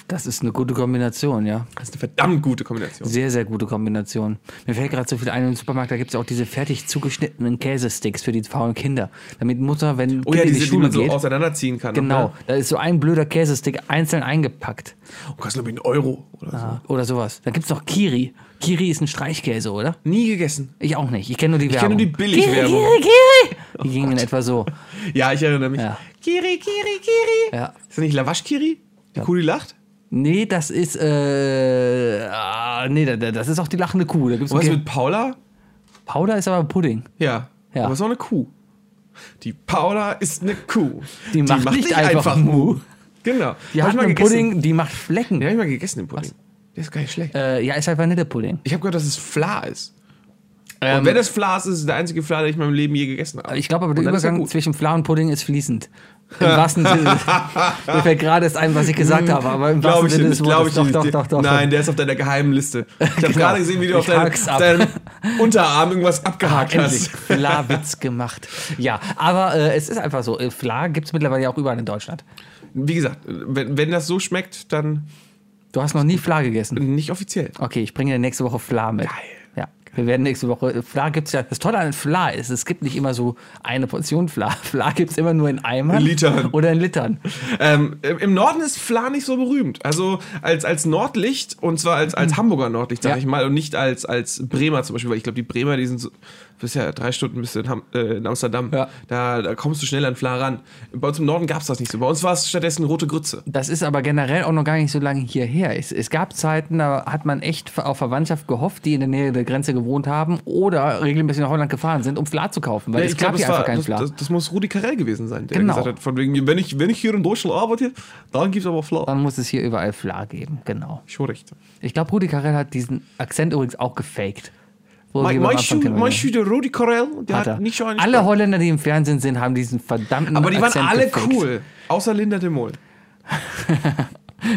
Speaker 2: Das ist eine gute Kombination, ja.
Speaker 3: Das ist eine verdammt gute Kombination.
Speaker 2: Sehr, sehr gute Kombination. Mir fällt gerade so viel ein im Supermarkt, da gibt es ja auch diese fertig zugeschnittenen Käsesticks für die faulen Kinder. Damit Mutter, wenn
Speaker 3: Oh ja,
Speaker 2: Kind in
Speaker 3: diese, die man so auseinanderziehen kann.
Speaker 2: genau,
Speaker 3: Ne?
Speaker 2: da ist so ein blöder Käsestick einzeln eingepackt.
Speaker 3: Und Oh, kostet, glaube ich, einen Euro oder so.
Speaker 2: Oder sowas. Dann gibt es noch Kiri. Kiri ist ein Streichkäse, oder?
Speaker 3: Nie gegessen.
Speaker 2: Ich auch nicht. Ich kenne nur die Oh Werbung.
Speaker 3: kenne nur die Billigwerbung.
Speaker 2: Kiri, Kiri, Kiri! die gingen in etwa so.
Speaker 3: Ja, ich erinnere mich.
Speaker 2: Ja.
Speaker 3: Kiri, Kiri, Kiri.
Speaker 2: Ja.
Speaker 3: Ist das nicht Lavash-Kiri? Die Kuh, die lacht?
Speaker 2: Nee, das ist, äh, ah, nee, da- da- das ist auch die lachende Kuh. Da gibt's
Speaker 3: Und was
Speaker 2: okay.
Speaker 3: mit Paula?
Speaker 2: Powder ist aber Pudding.
Speaker 3: Ja.
Speaker 2: Ja.
Speaker 3: Aber ist auch eine Kuh. Die Paula ist eine Kuh.
Speaker 2: Die macht, nicht, einfach Mu.
Speaker 3: Genau.
Speaker 2: Die
Speaker 3: Hab
Speaker 2: hat
Speaker 3: ich mal
Speaker 2: einen
Speaker 3: gegessen.
Speaker 2: Pudding, die macht Flecken.
Speaker 3: Den habe ich mal gegessen, den Pudding. Der ist gar nicht schlecht.
Speaker 2: Äh, ja, ist halt Vanillepudding.
Speaker 3: Ich habe gehört, dass es Fla ist.
Speaker 2: Ähm,
Speaker 3: Und wenn das Fla ist, ist es der einzige Fla, den ich in meinem Leben je gegessen habe.
Speaker 2: Ich glaube aber, der
Speaker 3: Und dann ist er
Speaker 2: Übergang
Speaker 3: gut.
Speaker 2: zwischen Fla und Pudding ist fließend. Im wahrsten Sinne. Mir fällt gerade erst ein, was ich gesagt habe, aber im
Speaker 3: Glaube
Speaker 2: wahrsten Sinne
Speaker 3: Hm. ich dir nicht,
Speaker 2: des
Speaker 3: glaube ich
Speaker 2: Wortes.
Speaker 3: dir
Speaker 2: Doch,
Speaker 3: nicht.
Speaker 2: doch, doch, doch.
Speaker 3: Nein, der ist auf deiner geheimen Liste. Ich habe
Speaker 2: Genau.
Speaker 3: gerade gesehen, wie du auf
Speaker 2: Ich
Speaker 3: deinem,
Speaker 2: hak's ab.
Speaker 3: deinem Unterarm irgendwas abgehakt
Speaker 2: Ah, Endlich
Speaker 3: hast.
Speaker 2: Fla-Witz gemacht. Ja, aber äh, es ist einfach so. äh, Fla gibt es mittlerweile ja auch überall in Deutschland.
Speaker 3: Wie gesagt, wenn, wenn das so schmeckt, dann
Speaker 2: Du hast noch nie Fla gegessen.
Speaker 3: nicht offiziell.
Speaker 2: Okay, ich bringe dir nächste Woche Fla mit.
Speaker 3: Geil.
Speaker 2: Ja, wir werden nächste Woche. Fla gibt's ja. Das Tolle an Fla ist, es gibt nicht immer so eine Portion Fla. Fla gibt es immer nur in Eimern.
Speaker 3: In Litern.
Speaker 2: Oder in Litern.
Speaker 3: Ähm, im- Im Norden ist Fla nicht so berühmt. Also als, als Nordlicht, und zwar als, als Hamburger Nordlicht, sage
Speaker 2: Mhm. Ja.
Speaker 3: ich mal, und nicht als, als Bremer zum Beispiel, weil ich glaube, die Bremer, die sind so, bist ja drei Stunden bis in, Ham, äh, in Amsterdam.
Speaker 2: Ja.
Speaker 3: Da, da kommst du schnell an Fla ran. Bei uns im Norden gab es das nicht so. Bei uns war es stattdessen rote Grütze.
Speaker 2: Das ist aber generell auch noch gar nicht so lange hierher. Es, es gab Zeiten, da hat man echt auf Verwandtschaft gehofft, die in der Nähe der Grenze gewohnt haben oder regelmäßig nach Holland gefahren sind, um Fla zu kaufen, weil es gab
Speaker 3: Äh, glaub,
Speaker 2: hier
Speaker 3: das
Speaker 2: einfach keinen
Speaker 3: das,
Speaker 2: Fla.
Speaker 3: das, das muss Rudi Carell gewesen sein, der
Speaker 2: Genau.
Speaker 3: gesagt hat, von wegen, wenn ich, wenn ich hier in Deutschland arbeite, dann gibt es aber Fla.
Speaker 2: Dann muss es hier überall Fla geben, genau.
Speaker 3: Schon recht.
Speaker 2: Ich glaube, Rudi Carell hat diesen Akzent übrigens auch gefaked. Wo wir
Speaker 3: Mein,
Speaker 2: beim
Speaker 3: mein,
Speaker 2: Anfang
Speaker 3: Schüler,
Speaker 2: drüber
Speaker 3: mein
Speaker 2: waren.
Speaker 3: Schüler Rudi Carell, der
Speaker 2: Hat
Speaker 3: hat,
Speaker 2: er.
Speaker 3: nicht schon einen
Speaker 2: Alle Holländer, die im Fernsehen sind, haben diesen verdammten
Speaker 3: Aber die waren
Speaker 2: Akzent
Speaker 3: alle
Speaker 2: gefaked.
Speaker 3: cool, außer Linda de Mol.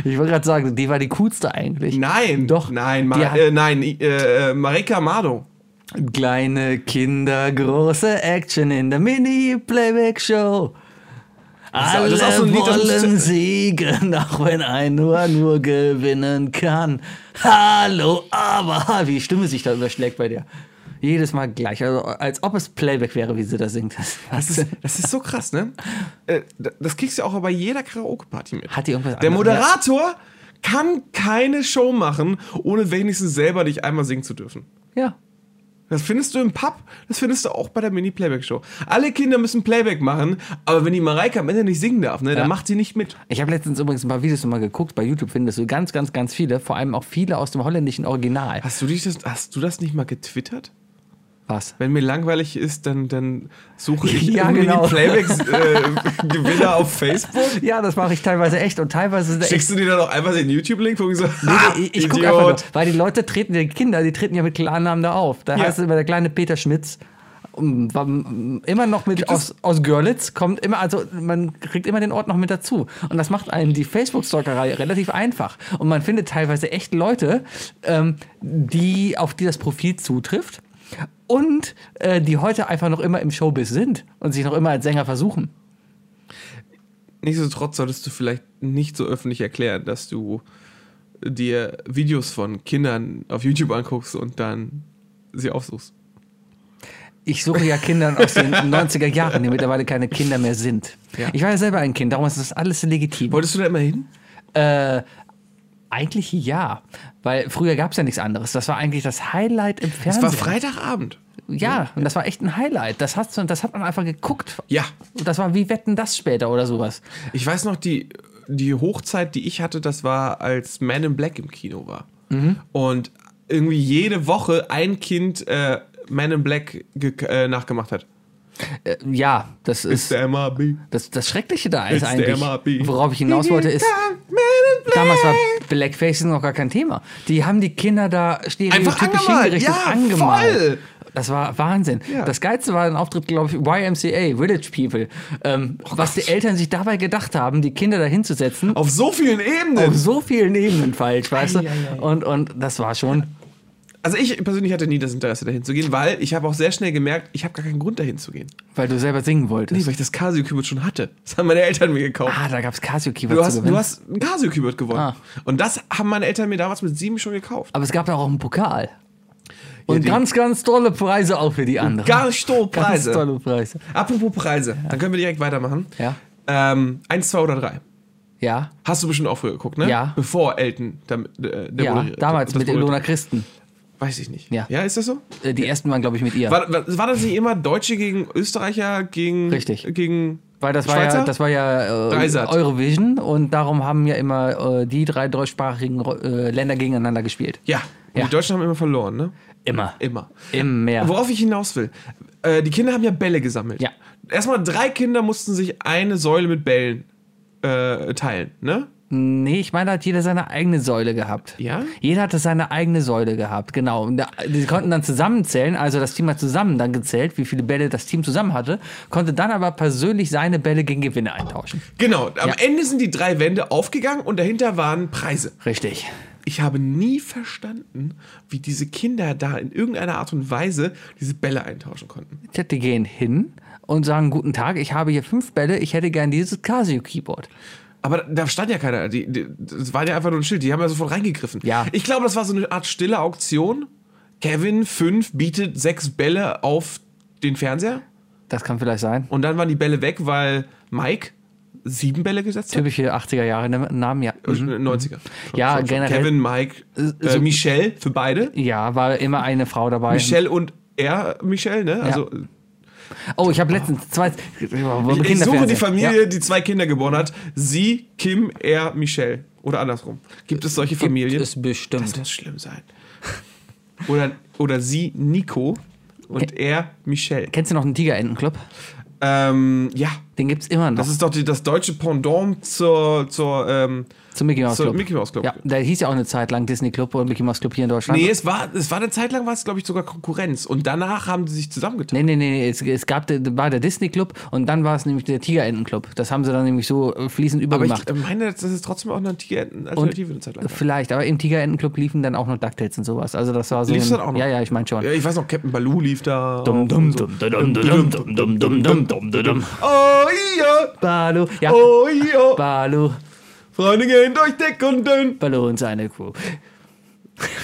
Speaker 2: Ich wollte gerade sagen, die war die coolste eigentlich.
Speaker 3: Nein,
Speaker 2: Doch.
Speaker 3: Nein,
Speaker 2: Die
Speaker 3: Ma
Speaker 2: hat-
Speaker 3: äh, nein, äh, äh, Marika Amado.
Speaker 2: Kleine Kinder, große Action in der Mini-Playback-Show.
Speaker 3: das
Speaker 2: Alle
Speaker 3: ist auch so ein Lied, das muss-
Speaker 2: wollen siegen, auch wenn ein nur nur gewinnen kann. Hallo, aber wie die Stimme sich da überschlägt bei dir. Jedes Mal gleich, also als ob es Playback wäre, wie sie da singt.
Speaker 3: Das ist, das ist so krass, ne? Äh, d- Das kriegst du auch bei jeder Karaoke-Party mit.
Speaker 2: Hat die irgendwas
Speaker 3: Der
Speaker 2: anderes?
Speaker 3: Moderator kann keine Show machen, ohne wenigstens selber dich einmal singen zu dürfen.
Speaker 2: Ja.
Speaker 3: Das findest du im Pub, das findest du auch bei der Mini-Playback-Show. Alle Kinder müssen Playback machen, aber wenn die Mareike am Ende nicht singen darf, ne,
Speaker 2: Ja.
Speaker 3: dann macht sie nicht mit.
Speaker 2: Ich habe letztens übrigens ein paar Videos nochmal geguckt. Bei YouTube findest du ganz, ganz, ganz viele. Vor allem auch viele aus dem holländischen Original.
Speaker 3: Hast du, dich das, hast du das nicht mal getwittert?
Speaker 2: Was?
Speaker 3: Wenn mir langweilig ist, dann, dann suche ich
Speaker 2: Ja,
Speaker 3: irgendwie
Speaker 2: genau.
Speaker 3: die Playback-Gewinner auf Facebook.
Speaker 2: Ja, das mache ich teilweise echt. Und teilweise.
Speaker 3: Schickst du dir dann auch einfach den YouTube-Link, wo ich so, ah,
Speaker 2: ich ich gucke einfach nur,
Speaker 3: Idiot.
Speaker 2: weil die Leute treten, die Kinder, die treten ja mit Klarnamen da auf. Da
Speaker 3: Ja.
Speaker 2: heißt es immer der kleine Peter Schmitz. um, war, um, Immer noch mit aus, aus Görlitz kommt immer, also man kriegt immer den Ort noch mit dazu. Und das macht einem die Facebook-Stalkerei relativ einfach. Und man findet teilweise echt Leute, ähm, die, auf die das Profil zutrifft und äh, die heute einfach noch immer im Showbiz sind und sich noch immer als Sänger versuchen.
Speaker 3: Nichtsdestotrotz solltest du vielleicht nicht so öffentlich erklären, dass du dir Videos von Kindern auf YouTube anguckst und dann sie aufsuchst.
Speaker 2: Ich suche ja Kindern aus den 90er Jahren, die mittlerweile keine Kinder mehr sind.
Speaker 3: Ja.
Speaker 2: Ich war ja selber ein Kind, darum ist das alles legitim.
Speaker 3: Wolltest du da immer hin?
Speaker 2: Äh, eigentlich ja, weil früher gab es ja nichts anderes. Das war eigentlich das Highlight im
Speaker 3: Es
Speaker 2: Fernsehen.
Speaker 3: war Freitagabend.
Speaker 2: Ja, und das war echt ein Highlight. Das, hast, du- das hat man einfach geguckt.
Speaker 3: Ja.
Speaker 2: Und das war wie Wetten das später oder sowas.
Speaker 3: Ich weiß noch, die, die Hochzeit, die ich hatte, das war, als Man in Black im Kino war.
Speaker 2: Mhm.
Speaker 3: Und irgendwie jede Woche ein Kind äh, Man in Black ge- äh, nachgemacht hat.
Speaker 2: Äh, ja, das ist
Speaker 3: Der MRB.
Speaker 2: das, das Schreckliche da ist
Speaker 3: It's the
Speaker 2: eigentlich.
Speaker 3: MRB.
Speaker 2: Worauf ich hinaus wollte, ist,
Speaker 3: Man in Black.
Speaker 2: damals war Blackface noch gar kein Thema. Die haben die Kinder da stereotypisch
Speaker 3: angemalt.
Speaker 2: hingerichtet,
Speaker 3: Ja,
Speaker 2: angemalt.
Speaker 3: voll.
Speaker 2: Das war Wahnsinn.
Speaker 3: Ja.
Speaker 2: Das Geilste war ein Auftritt, glaube ich, YMCA, Village People. Ähm,
Speaker 3: Oh
Speaker 2: was die Eltern sich dabei gedacht haben, die Kinder da hinzusetzen,
Speaker 3: Auf so vielen Ebenen.
Speaker 2: auf so vielen Ebenen falsch, weißt du? Und, und das war schon.
Speaker 3: Also ich persönlich hatte nie das Interesse, dahin zu gehen, weil ich habe auch sehr schnell gemerkt, ich habe gar keinen Grund, dahin zu gehen.
Speaker 2: Weil du selber singen wolltest.
Speaker 3: Nee, weil ich das Casio-Keyboard schon hatte. Das haben meine Eltern mir gekauft.
Speaker 2: ah, da gab es Casio-Keyboard
Speaker 3: du,
Speaker 2: zu
Speaker 3: hast,
Speaker 2: gewinnen.
Speaker 3: du hast ein Casio-Keyboard gewonnen.
Speaker 2: Ah.
Speaker 3: Und das haben meine Eltern mir damals mit sieben schon gekauft.
Speaker 2: Aber es gab da auch einen Pokal. Und
Speaker 3: die-
Speaker 2: ganz, ganz tolle Preise auch für die anderen.
Speaker 3: Gar nicht so Preise.
Speaker 2: Ganz tolle Preise.
Speaker 3: Apropos Preise, dann können wir direkt weitermachen.
Speaker 2: Ja.
Speaker 3: Ähm, eins, zwei oder drei.
Speaker 2: Ja,
Speaker 3: Hast du bestimmt auch früher geguckt, ne?
Speaker 2: Ja.
Speaker 3: Bevor Elton damit, äh, der
Speaker 2: ja.
Speaker 3: moderiert-
Speaker 2: damals
Speaker 3: das
Speaker 2: mit
Speaker 3: moderiert-
Speaker 2: Ilona Christen.
Speaker 3: Weiß ich nicht.
Speaker 2: Ja.
Speaker 3: ja, ist das so?
Speaker 2: Äh, Die ersten waren, glaube ich, mit ihr.
Speaker 3: War, war, war das nicht immer Deutsche gegen Österreicher gegen.
Speaker 2: Richtig.
Speaker 3: Gegen.
Speaker 2: Weil das war
Speaker 3: Schweizer?
Speaker 2: ja, das war ja äh,
Speaker 3: Dreisat.
Speaker 2: Eurovision und darum haben ja immer äh, die drei deutschsprachigen äh, Länder gegeneinander gespielt.
Speaker 3: ja. Und
Speaker 2: Ja.
Speaker 3: die Deutschen haben immer verloren, ne?
Speaker 2: Immer.
Speaker 3: Immer.
Speaker 2: Immer.
Speaker 3: Worauf ich hinaus will, äh, die Kinder haben ja Bälle gesammelt.
Speaker 2: Ja.
Speaker 3: Erstmal drei Kinder mussten sich eine Säule mit Bällen äh, teilen, ne?
Speaker 2: Nee, ich meine, da hat jeder seine eigene Säule gehabt.
Speaker 3: Ja?
Speaker 2: Jeder hatte seine eigene Säule gehabt, genau. Und da, die konnten dann zusammenzählen, also das Team hat zusammen dann gezählt, wie viele Bälle das Team zusammen hatte, konnte dann aber persönlich seine Bälle gegen Gewinne eintauschen.
Speaker 3: Genau, am
Speaker 2: Ja.
Speaker 3: Ende sind die drei Wände aufgegangen und dahinter waren Preise.
Speaker 2: Richtig.
Speaker 3: Ich habe nie verstanden, wie diese Kinder da in irgendeiner Art und Weise diese Bälle eintauschen konnten.
Speaker 2: Tja, Die gehen hin und sagen, guten Tag, ich habe hier fünf Bälle, ich hätte gern dieses Casio-Keyboard.
Speaker 3: Aber da stand ja keiner. Die, die, das war ja einfach nur ein Schild. Die haben ja sofort reingegriffen.
Speaker 2: Ja.
Speaker 3: Ich glaube, das war so eine Art stille Auktion. Kevin 5 bietet sechs Bälle auf den Fernseher.
Speaker 2: Das kann vielleicht sein.
Speaker 3: Und dann waren die Bälle weg, weil Mike sieben Bälle gesetzt hat.
Speaker 2: Typische 80er Jahre Namen, ja.
Speaker 3: Äh, 90er. Schon,
Speaker 2: mhm, Ja,
Speaker 3: schon, schon.
Speaker 2: generell-
Speaker 3: Kevin, Mike, äh,
Speaker 2: so-
Speaker 3: Michelle für beide.
Speaker 2: Ja, war immer eine Frau dabei.
Speaker 3: Michelle und er, Michelle, ne? Also,
Speaker 2: Oh, ich habe letztens zwei.
Speaker 3: ich, ich suche die Familie,
Speaker 2: Ja.
Speaker 3: die zwei Kinder geboren hat. Sie, Kim, er, Michelle. Oder andersrum. Gibt es solche Familien?
Speaker 2: Gibt es bestimmt.
Speaker 3: das muss schlimm sein. Oder, oder sie, Nico. Und er, Michelle.
Speaker 2: Kennst du noch einen Tigerentenclub?
Speaker 3: Ähm, ja,
Speaker 2: Den gibt's immer noch.
Speaker 3: das ist doch die, das deutsche Pendant zur, zur, ähm,
Speaker 2: zum Mickey Mouse
Speaker 3: zur
Speaker 2: Club.
Speaker 3: Mickey Mouse Club.
Speaker 2: Ja, da hieß ja auch eine Zeit lang Disney Club und Mickey Mouse Club hier in Deutschland.
Speaker 3: Nee,
Speaker 2: Nee.
Speaker 3: es war, es war eine Zeit lang, war es, glaube ich, sogar Konkurrenz. Und danach haben die sich zusammengetan.
Speaker 2: Nee, nee, nee, es, es gab, der- war der Disney Club und dann war es nämlich der Tigerentenclub. Das haben sie dann nämlich so äh, fließend
Speaker 3: Aber ich
Speaker 2: übergemacht.
Speaker 3: äh, meine, dass es trotzdem auch eine Tier- eine Alternative eine Zeit lang gab.
Speaker 2: Vielleicht, aber im Tigerentenclub liefen dann auch noch DuckTales und sowas. Also das war so.
Speaker 3: Lief's
Speaker 2: ein-
Speaker 3: dann auch noch?
Speaker 2: Ja, ja, ich meine schon.
Speaker 3: Ja, ich weiß noch, Captain Baloo lief da.
Speaker 2: Dum, dum, dum, dum, dum, dum, dum, dum, dum, dum, dum, dum, dum.
Speaker 3: Oh, Oh ja,
Speaker 2: Balu, ja,
Speaker 3: oh ja.
Speaker 2: Balu,
Speaker 3: Freunde gehen durch dick und dünn.
Speaker 2: Balu und seine Crew.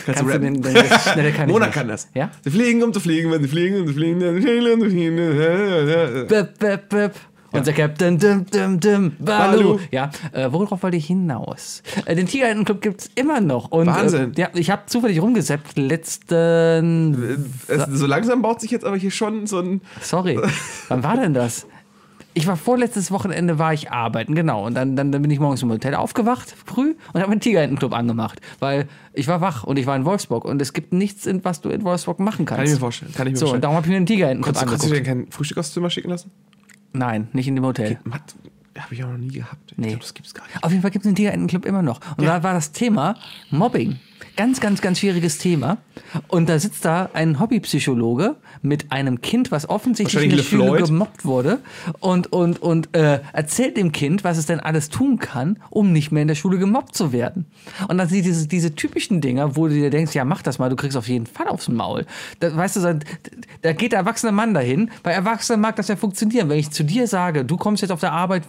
Speaker 2: Kannst du
Speaker 3: rappen?
Speaker 2: den, den, den, nee, der kann ich
Speaker 3: Mona
Speaker 2: nicht.
Speaker 3: kann das.
Speaker 2: Ja?
Speaker 3: Sie fliegen, um zu fliegen, wenn sie fliegen, um zu fliegen, dann fliegen, um zu fliegen.
Speaker 2: Bip, bip, bip. Unser Captain, dim, dim, dim, Balu.
Speaker 3: Balu.
Speaker 2: Ja, äh, worauf wollte ich hinaus? Äh, den Tigerentenclub gibt es immer noch. Und,
Speaker 3: Wahnsinn.
Speaker 2: Äh, ja, ich habe zufällig rumgesäppt letzten.
Speaker 3: Es, so langsam baut sich jetzt aber hier schon so ein.
Speaker 2: Sorry, wann war denn das? Ich war vorletztes Wochenende war ich arbeiten, genau. Und dann, dann, dann bin ich morgens im Hotel aufgewacht, früh, und habe einen Tigerentenclub angemacht. Weil ich war wach und ich war in Wolfsburg. Und es gibt nichts, in- was du in Wolfsburg machen kannst.
Speaker 3: Kann ich mir vorstellen. Kann ich mir
Speaker 2: so, und
Speaker 3: vorstellen.
Speaker 2: darum habe ich mir einen Tigerentenclub
Speaker 3: Konntest du, konntest du dir
Speaker 2: angeguckt.
Speaker 3: kein Frühstück aufs Zimmer schicken lassen?
Speaker 2: Nein, nicht in dem Hotel.
Speaker 3: Matt, habe ich auch noch nie gehabt. Ich
Speaker 2: Nee.
Speaker 3: glaube, das gibt's gar nicht.
Speaker 2: Auf jeden Fall gibt es den Tigerentenclub immer noch. Und da war das Thema Mobbing. Ganz, ganz, ganz schwieriges Thema. Und da sitzt da ein Hobbypsychologe mit einem Kind, was offensichtlich in der
Speaker 3: Wahrscheinlich
Speaker 2: Schule
Speaker 3: LeFloid.
Speaker 2: gemobbt wurde. Und, und, und äh, erzählt dem Kind, was es denn alles tun kann, um nicht mehr in der Schule gemobbt zu werden. Und dann sind diese, diese typischen Dinger, wo du dir denkst, ja, mach das mal, du kriegst auf jeden Fall aufs Maul. Da, weißt du, so ein- da geht der erwachsene Mann dahin. Bei Erwachsenen mag das ja funktionieren. Wenn ich zu dir sage, du kommst jetzt auf der Arbeit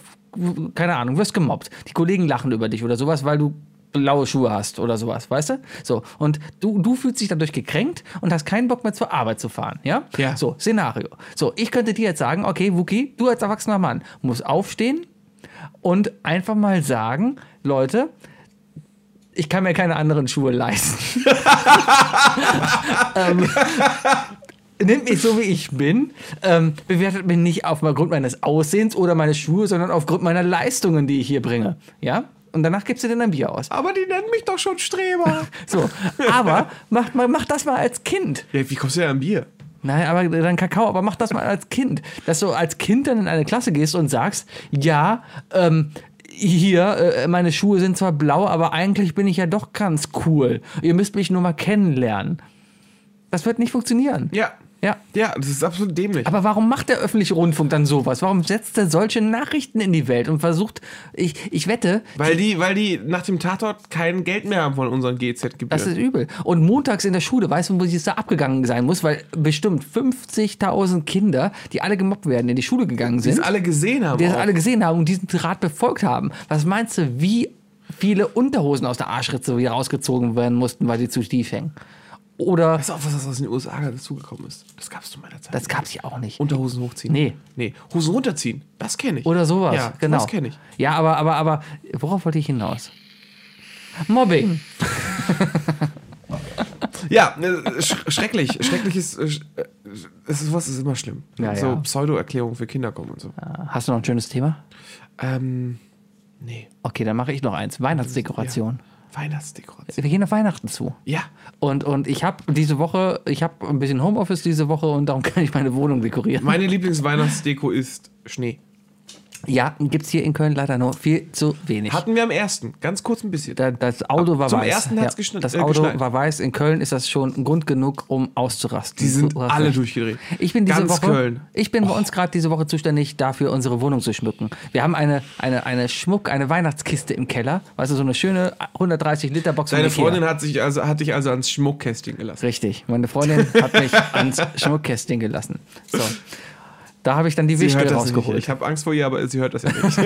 Speaker 2: keine Ahnung, wirst gemobbt. Die Kollegen lachen über dich oder sowas, weil du blaue Schuhe hast oder sowas, weißt du? So, und du, du fühlst dich dadurch gekränkt und hast keinen Bock mehr zur Arbeit zu fahren, ja?
Speaker 3: Ja.
Speaker 2: So, Szenario. So, ich könnte dir jetzt sagen, okay, Wookie, du als erwachsener Mann musst aufstehen und einfach mal sagen, Leute, ich kann mir keine anderen Schuhe leisten. Ähm, Nimmt mich so, wie ich bin, ähm, bewertet mich nicht aufgrund meines Aussehens oder meines Schuhe, sondern aufgrund meiner Leistungen, die ich hier bringe. Ja? Und danach gibst du dir dann ein Bier aus.
Speaker 3: Aber die nennen mich doch schon Streber.
Speaker 2: So, aber mach, mal- mach das mal als Kind.
Speaker 3: ja, wie kommst du denn an Bier?
Speaker 2: Nein, aber dann Kakao, aber mach das mal als Kind. Dass du als Kind dann in eine Klasse gehst und sagst, ja, ähm, hier, äh, meine Schuhe sind zwar blau, aber eigentlich bin ich ja doch ganz cool. Ihr müsst mich nur mal kennenlernen. Das wird nicht funktionieren.
Speaker 3: Ja.
Speaker 2: Ja.
Speaker 3: Ja, das ist absolut dämlich.
Speaker 2: Aber warum macht der öffentliche Rundfunk dann sowas? Warum setzt er solche Nachrichten in die Welt und versucht, ich, ich wette,
Speaker 3: weil, die, weil die nach dem Tatort kein Geld mehr haben von unseren
Speaker 2: das
Speaker 3: GZ-Gebühren.
Speaker 2: ist übel. Und montags in der Schule, weißt du, wo es da abgegangen sein muss, weil bestimmt 50.000 Kinder, die alle gemobbt werden, in die Schule gegangen
Speaker 3: Die
Speaker 2: sind,
Speaker 3: es alle gesehen haben.
Speaker 2: die das
Speaker 3: auch.
Speaker 2: alle gesehen haben und diesen Rat befolgt haben. Was meinst du, wie viele Unterhosen aus der Arschritze wieder rausgezogen werden mussten, weil sie zu tief hängen? Oder,
Speaker 3: Weißt du auch, was das aus den USA dazugekommen ist? Das gab's zu meiner Zeit.
Speaker 2: das gab es ja auch nicht.
Speaker 3: Unterhosen hochziehen?
Speaker 2: Nee.
Speaker 3: Nee, Hosen runterziehen. Das kenne ich.
Speaker 2: Oder sowas.
Speaker 3: Ja,
Speaker 2: genau.
Speaker 3: das kenne ich.
Speaker 2: Ja, aber, aber, aber, worauf wollte ich hinaus? Mobbing.
Speaker 3: Ja, äh, sch schrecklich. Schrecklich ist, äh, sch- äh, es ist. Sowas ist immer schlimm.
Speaker 2: Ja,
Speaker 3: so
Speaker 2: ja.
Speaker 3: Pseudo-Erklärungen für Kinder kommen und so.
Speaker 2: Hast du noch ein schönes Thema?
Speaker 3: Ähm, nee.
Speaker 2: Okay, dann mache ich noch eins. Weihnachtsdekoration.
Speaker 3: Weihnachtsdekoration.
Speaker 2: Wir gehen auf Weihnachten zu.
Speaker 3: Ja.
Speaker 2: Und, und ich habe diese Woche, ich habe ein bisschen Homeoffice diese Woche und darum kann ich meine Wohnung dekorieren.
Speaker 3: Meine Lieblingsweihnachtsdeko ist Schnee.
Speaker 2: Ja, gibt es hier in Köln leider nur viel zu wenig.
Speaker 3: Hatten wir am ersten. Ganz kurz ein bisschen.
Speaker 2: Da- das Auto war
Speaker 3: Zum
Speaker 2: weiß.
Speaker 3: ersten hat's geschn-
Speaker 2: Das
Speaker 3: äh,
Speaker 2: Auto
Speaker 3: geschneit.
Speaker 2: war weiß. In Köln ist das schon Grund genug, um auszurasten.
Speaker 3: Die sind
Speaker 2: Du hast
Speaker 3: alle
Speaker 2: recht.
Speaker 3: durchgedreht.
Speaker 2: Ich bin diese
Speaker 3: Ganz
Speaker 2: Woche,
Speaker 3: Köln.
Speaker 2: ich bin bei uns gerade diese Woche zuständig dafür, unsere Wohnung zu schmücken. Wir haben eine, eine, eine Schmuck, eine Weihnachtskiste im Keller. Weißt du, so eine schöne 130 Liter Box. von
Speaker 3: Deine
Speaker 2: Ikea.
Speaker 3: Freundin hat, sich also, hat dich also ans Schmuckkästchen gelassen.
Speaker 2: Richtig. Meine Freundin hat mich ans Schmuckkästchen gelassen. So. Da habe ich dann die Wichte
Speaker 3: nicht.
Speaker 2: rausgeholt.
Speaker 3: Ich habe Angst vor ihr, aber sie hört das ja nicht.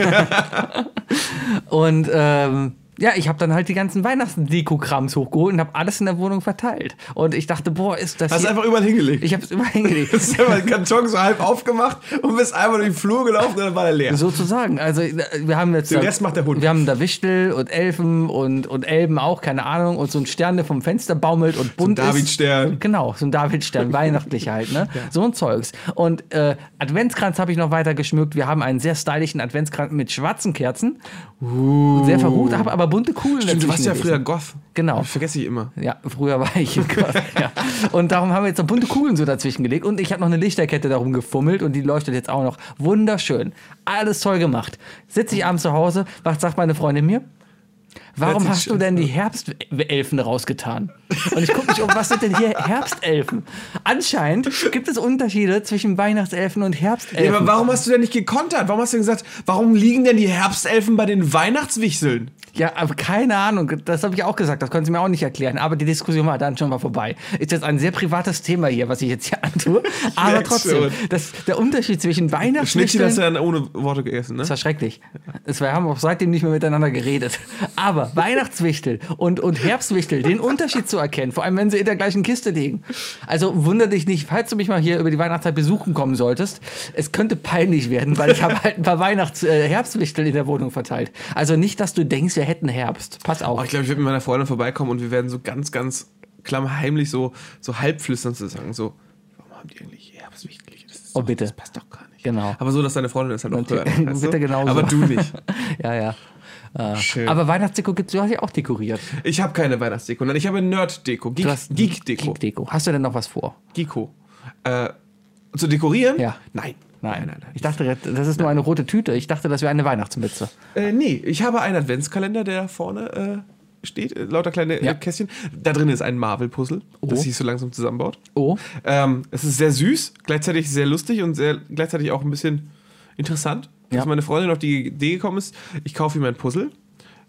Speaker 2: Und ähm, ja, ich habe dann halt die ganzen Weihnachtsdekokrams hochgeholt und habe alles in der Wohnung verteilt. Und ich dachte, boah, ist das.
Speaker 3: Hast
Speaker 2: hier-
Speaker 3: einfach überall hingelegt.
Speaker 2: ich habe es immer hingelegt.
Speaker 3: hast einfach den Karton so halb aufgemacht und bist einmal durch den Flur gelaufen und dann war er leer.
Speaker 2: Sozusagen. Also äh, wir haben jetzt.
Speaker 3: Den
Speaker 2: da-
Speaker 3: Rest macht der Hund.
Speaker 2: Wir haben da Wichtel und Elfen und, und Elben auch, keine Ahnung. Und so ein Stern, der vom Fenster baumelt und bunt ist.
Speaker 3: Davidstern.
Speaker 2: Genau, so ein Davidstern, weihnachtlich halt, ne? So ein Zeugs. Und äh, Adventskranz habe ich noch weiter geschmückt. Wir haben einen sehr stylischen Adventskranz mit schwarzen Kerzen. Sehr verrucht, hab aber bunte Kugeln.
Speaker 3: Uh. Stimmt, du warst ja
Speaker 2: dazwischen
Speaker 3: früher Goth.
Speaker 2: Genau.
Speaker 3: Das vergesse ich immer.
Speaker 2: Ja, früher war ich im Kopf, ja. Und darum haben wir jetzt so bunte Kugeln so dazwischen gelegt. Und ich habe noch eine Lichterkette darum gefummelt und die leuchtet jetzt auch noch. Wunderschön. Alles toll gemacht. Sitze ich abends zu Hause, was sagt meine Freundin mir? Warum
Speaker 3: Hört sich
Speaker 2: hast du
Speaker 3: schön
Speaker 2: denn die Herbstelfen rausgetan? Und ich gucke mich um, was sind denn hier Herbstelfen? Anscheinend gibt es Unterschiede zwischen Weihnachtselfen und
Speaker 3: Ja,
Speaker 2: Herbstelfen.
Speaker 3: aber warum hast du denn nicht gekontert? Warum hast du gesagt, warum liegen denn die Herbstelfen bei den Weihnachtswichseln?
Speaker 2: Ja, aber keine Ahnung, das habe ich auch gesagt, das können Sie mir auch nicht erklären. Aber die Diskussion war dann schon mal vorbei. Ist jetzt ein sehr privates Thema hier, was ich jetzt hier antue. Aber
Speaker 3: merk's
Speaker 2: trotzdem,
Speaker 3: schon.
Speaker 2: das, der Unterschied zwischen
Speaker 3: Schnittchen
Speaker 2: Weihnachtswichteln
Speaker 3: hast du dann ohne Worte gegessen, ne?
Speaker 2: das war schrecklich. Es, wir haben auch seitdem nicht mehr miteinander geredet. Aber Weihnachtswichtel und, und Herbstwichtel, den Unterschied zu erkennen, vor allem wenn sie in der gleichen Kiste liegen. Also wundere dich nicht, falls du mich mal hier über die Weihnachtszeit besuchen kommen solltest. Es könnte peinlich werden, weil ich habe halt ein paar Weihnachts-, äh, Herbstwichtel in der Wohnung verteilt. Also nicht, dass du denkst, wir hätten Herbst. Pass
Speaker 3: Oh,
Speaker 2: auf.
Speaker 3: ich glaube, ich werde mit meiner Freundin vorbeikommen und wir werden so ganz, ganz klammheimlich so, so halbflüsternd zu sagen, so, warum haben die eigentlich Herbstwichtel? Das ist
Speaker 2: Oh,
Speaker 3: doch-
Speaker 2: bitte.
Speaker 3: Das passt doch gar nicht.
Speaker 2: Genau.
Speaker 3: Aber so, dass deine Freundin das halt auch hört.
Speaker 2: Bitte
Speaker 3: weißt du?
Speaker 2: genauso.
Speaker 3: Aber du nicht.
Speaker 2: ja, ja. Äh,
Speaker 3: Schön.
Speaker 2: Aber Weihnachtsdeko gibt's, du hast ja auch dekoriert.
Speaker 3: Ich habe keine Weihnachtsdeko, nein, ich habe Nerd-Deko,
Speaker 2: Du
Speaker 3: Geek-
Speaker 2: hast
Speaker 3: Geek-Deko,
Speaker 2: Geek-Deko. Hast du denn noch was vor?
Speaker 3: Geeko. Äh, zu dekorieren?
Speaker 2: Ja.
Speaker 3: Nein.
Speaker 2: Nein, nein, nein. Ich dachte, das ist nur eine rote Tüte. Ich dachte, das wäre eine Weihnachtsmütze.
Speaker 3: Äh, nee, ich habe einen Adventskalender, der vorne äh, steht, äh, lauter kleine
Speaker 2: Ja.
Speaker 3: äh, Kästchen. Da drin ist ein Marvel-Puzzle, das sich so langsam zusammenbaut.
Speaker 2: Oh.
Speaker 3: Ähm, es ist sehr süß, gleichzeitig sehr lustig und sehr, gleichzeitig auch ein bisschen interessant,
Speaker 2: Ja.
Speaker 3: dass meine Freundin auf die Idee gekommen ist, ich kaufe ihm ein Puzzle.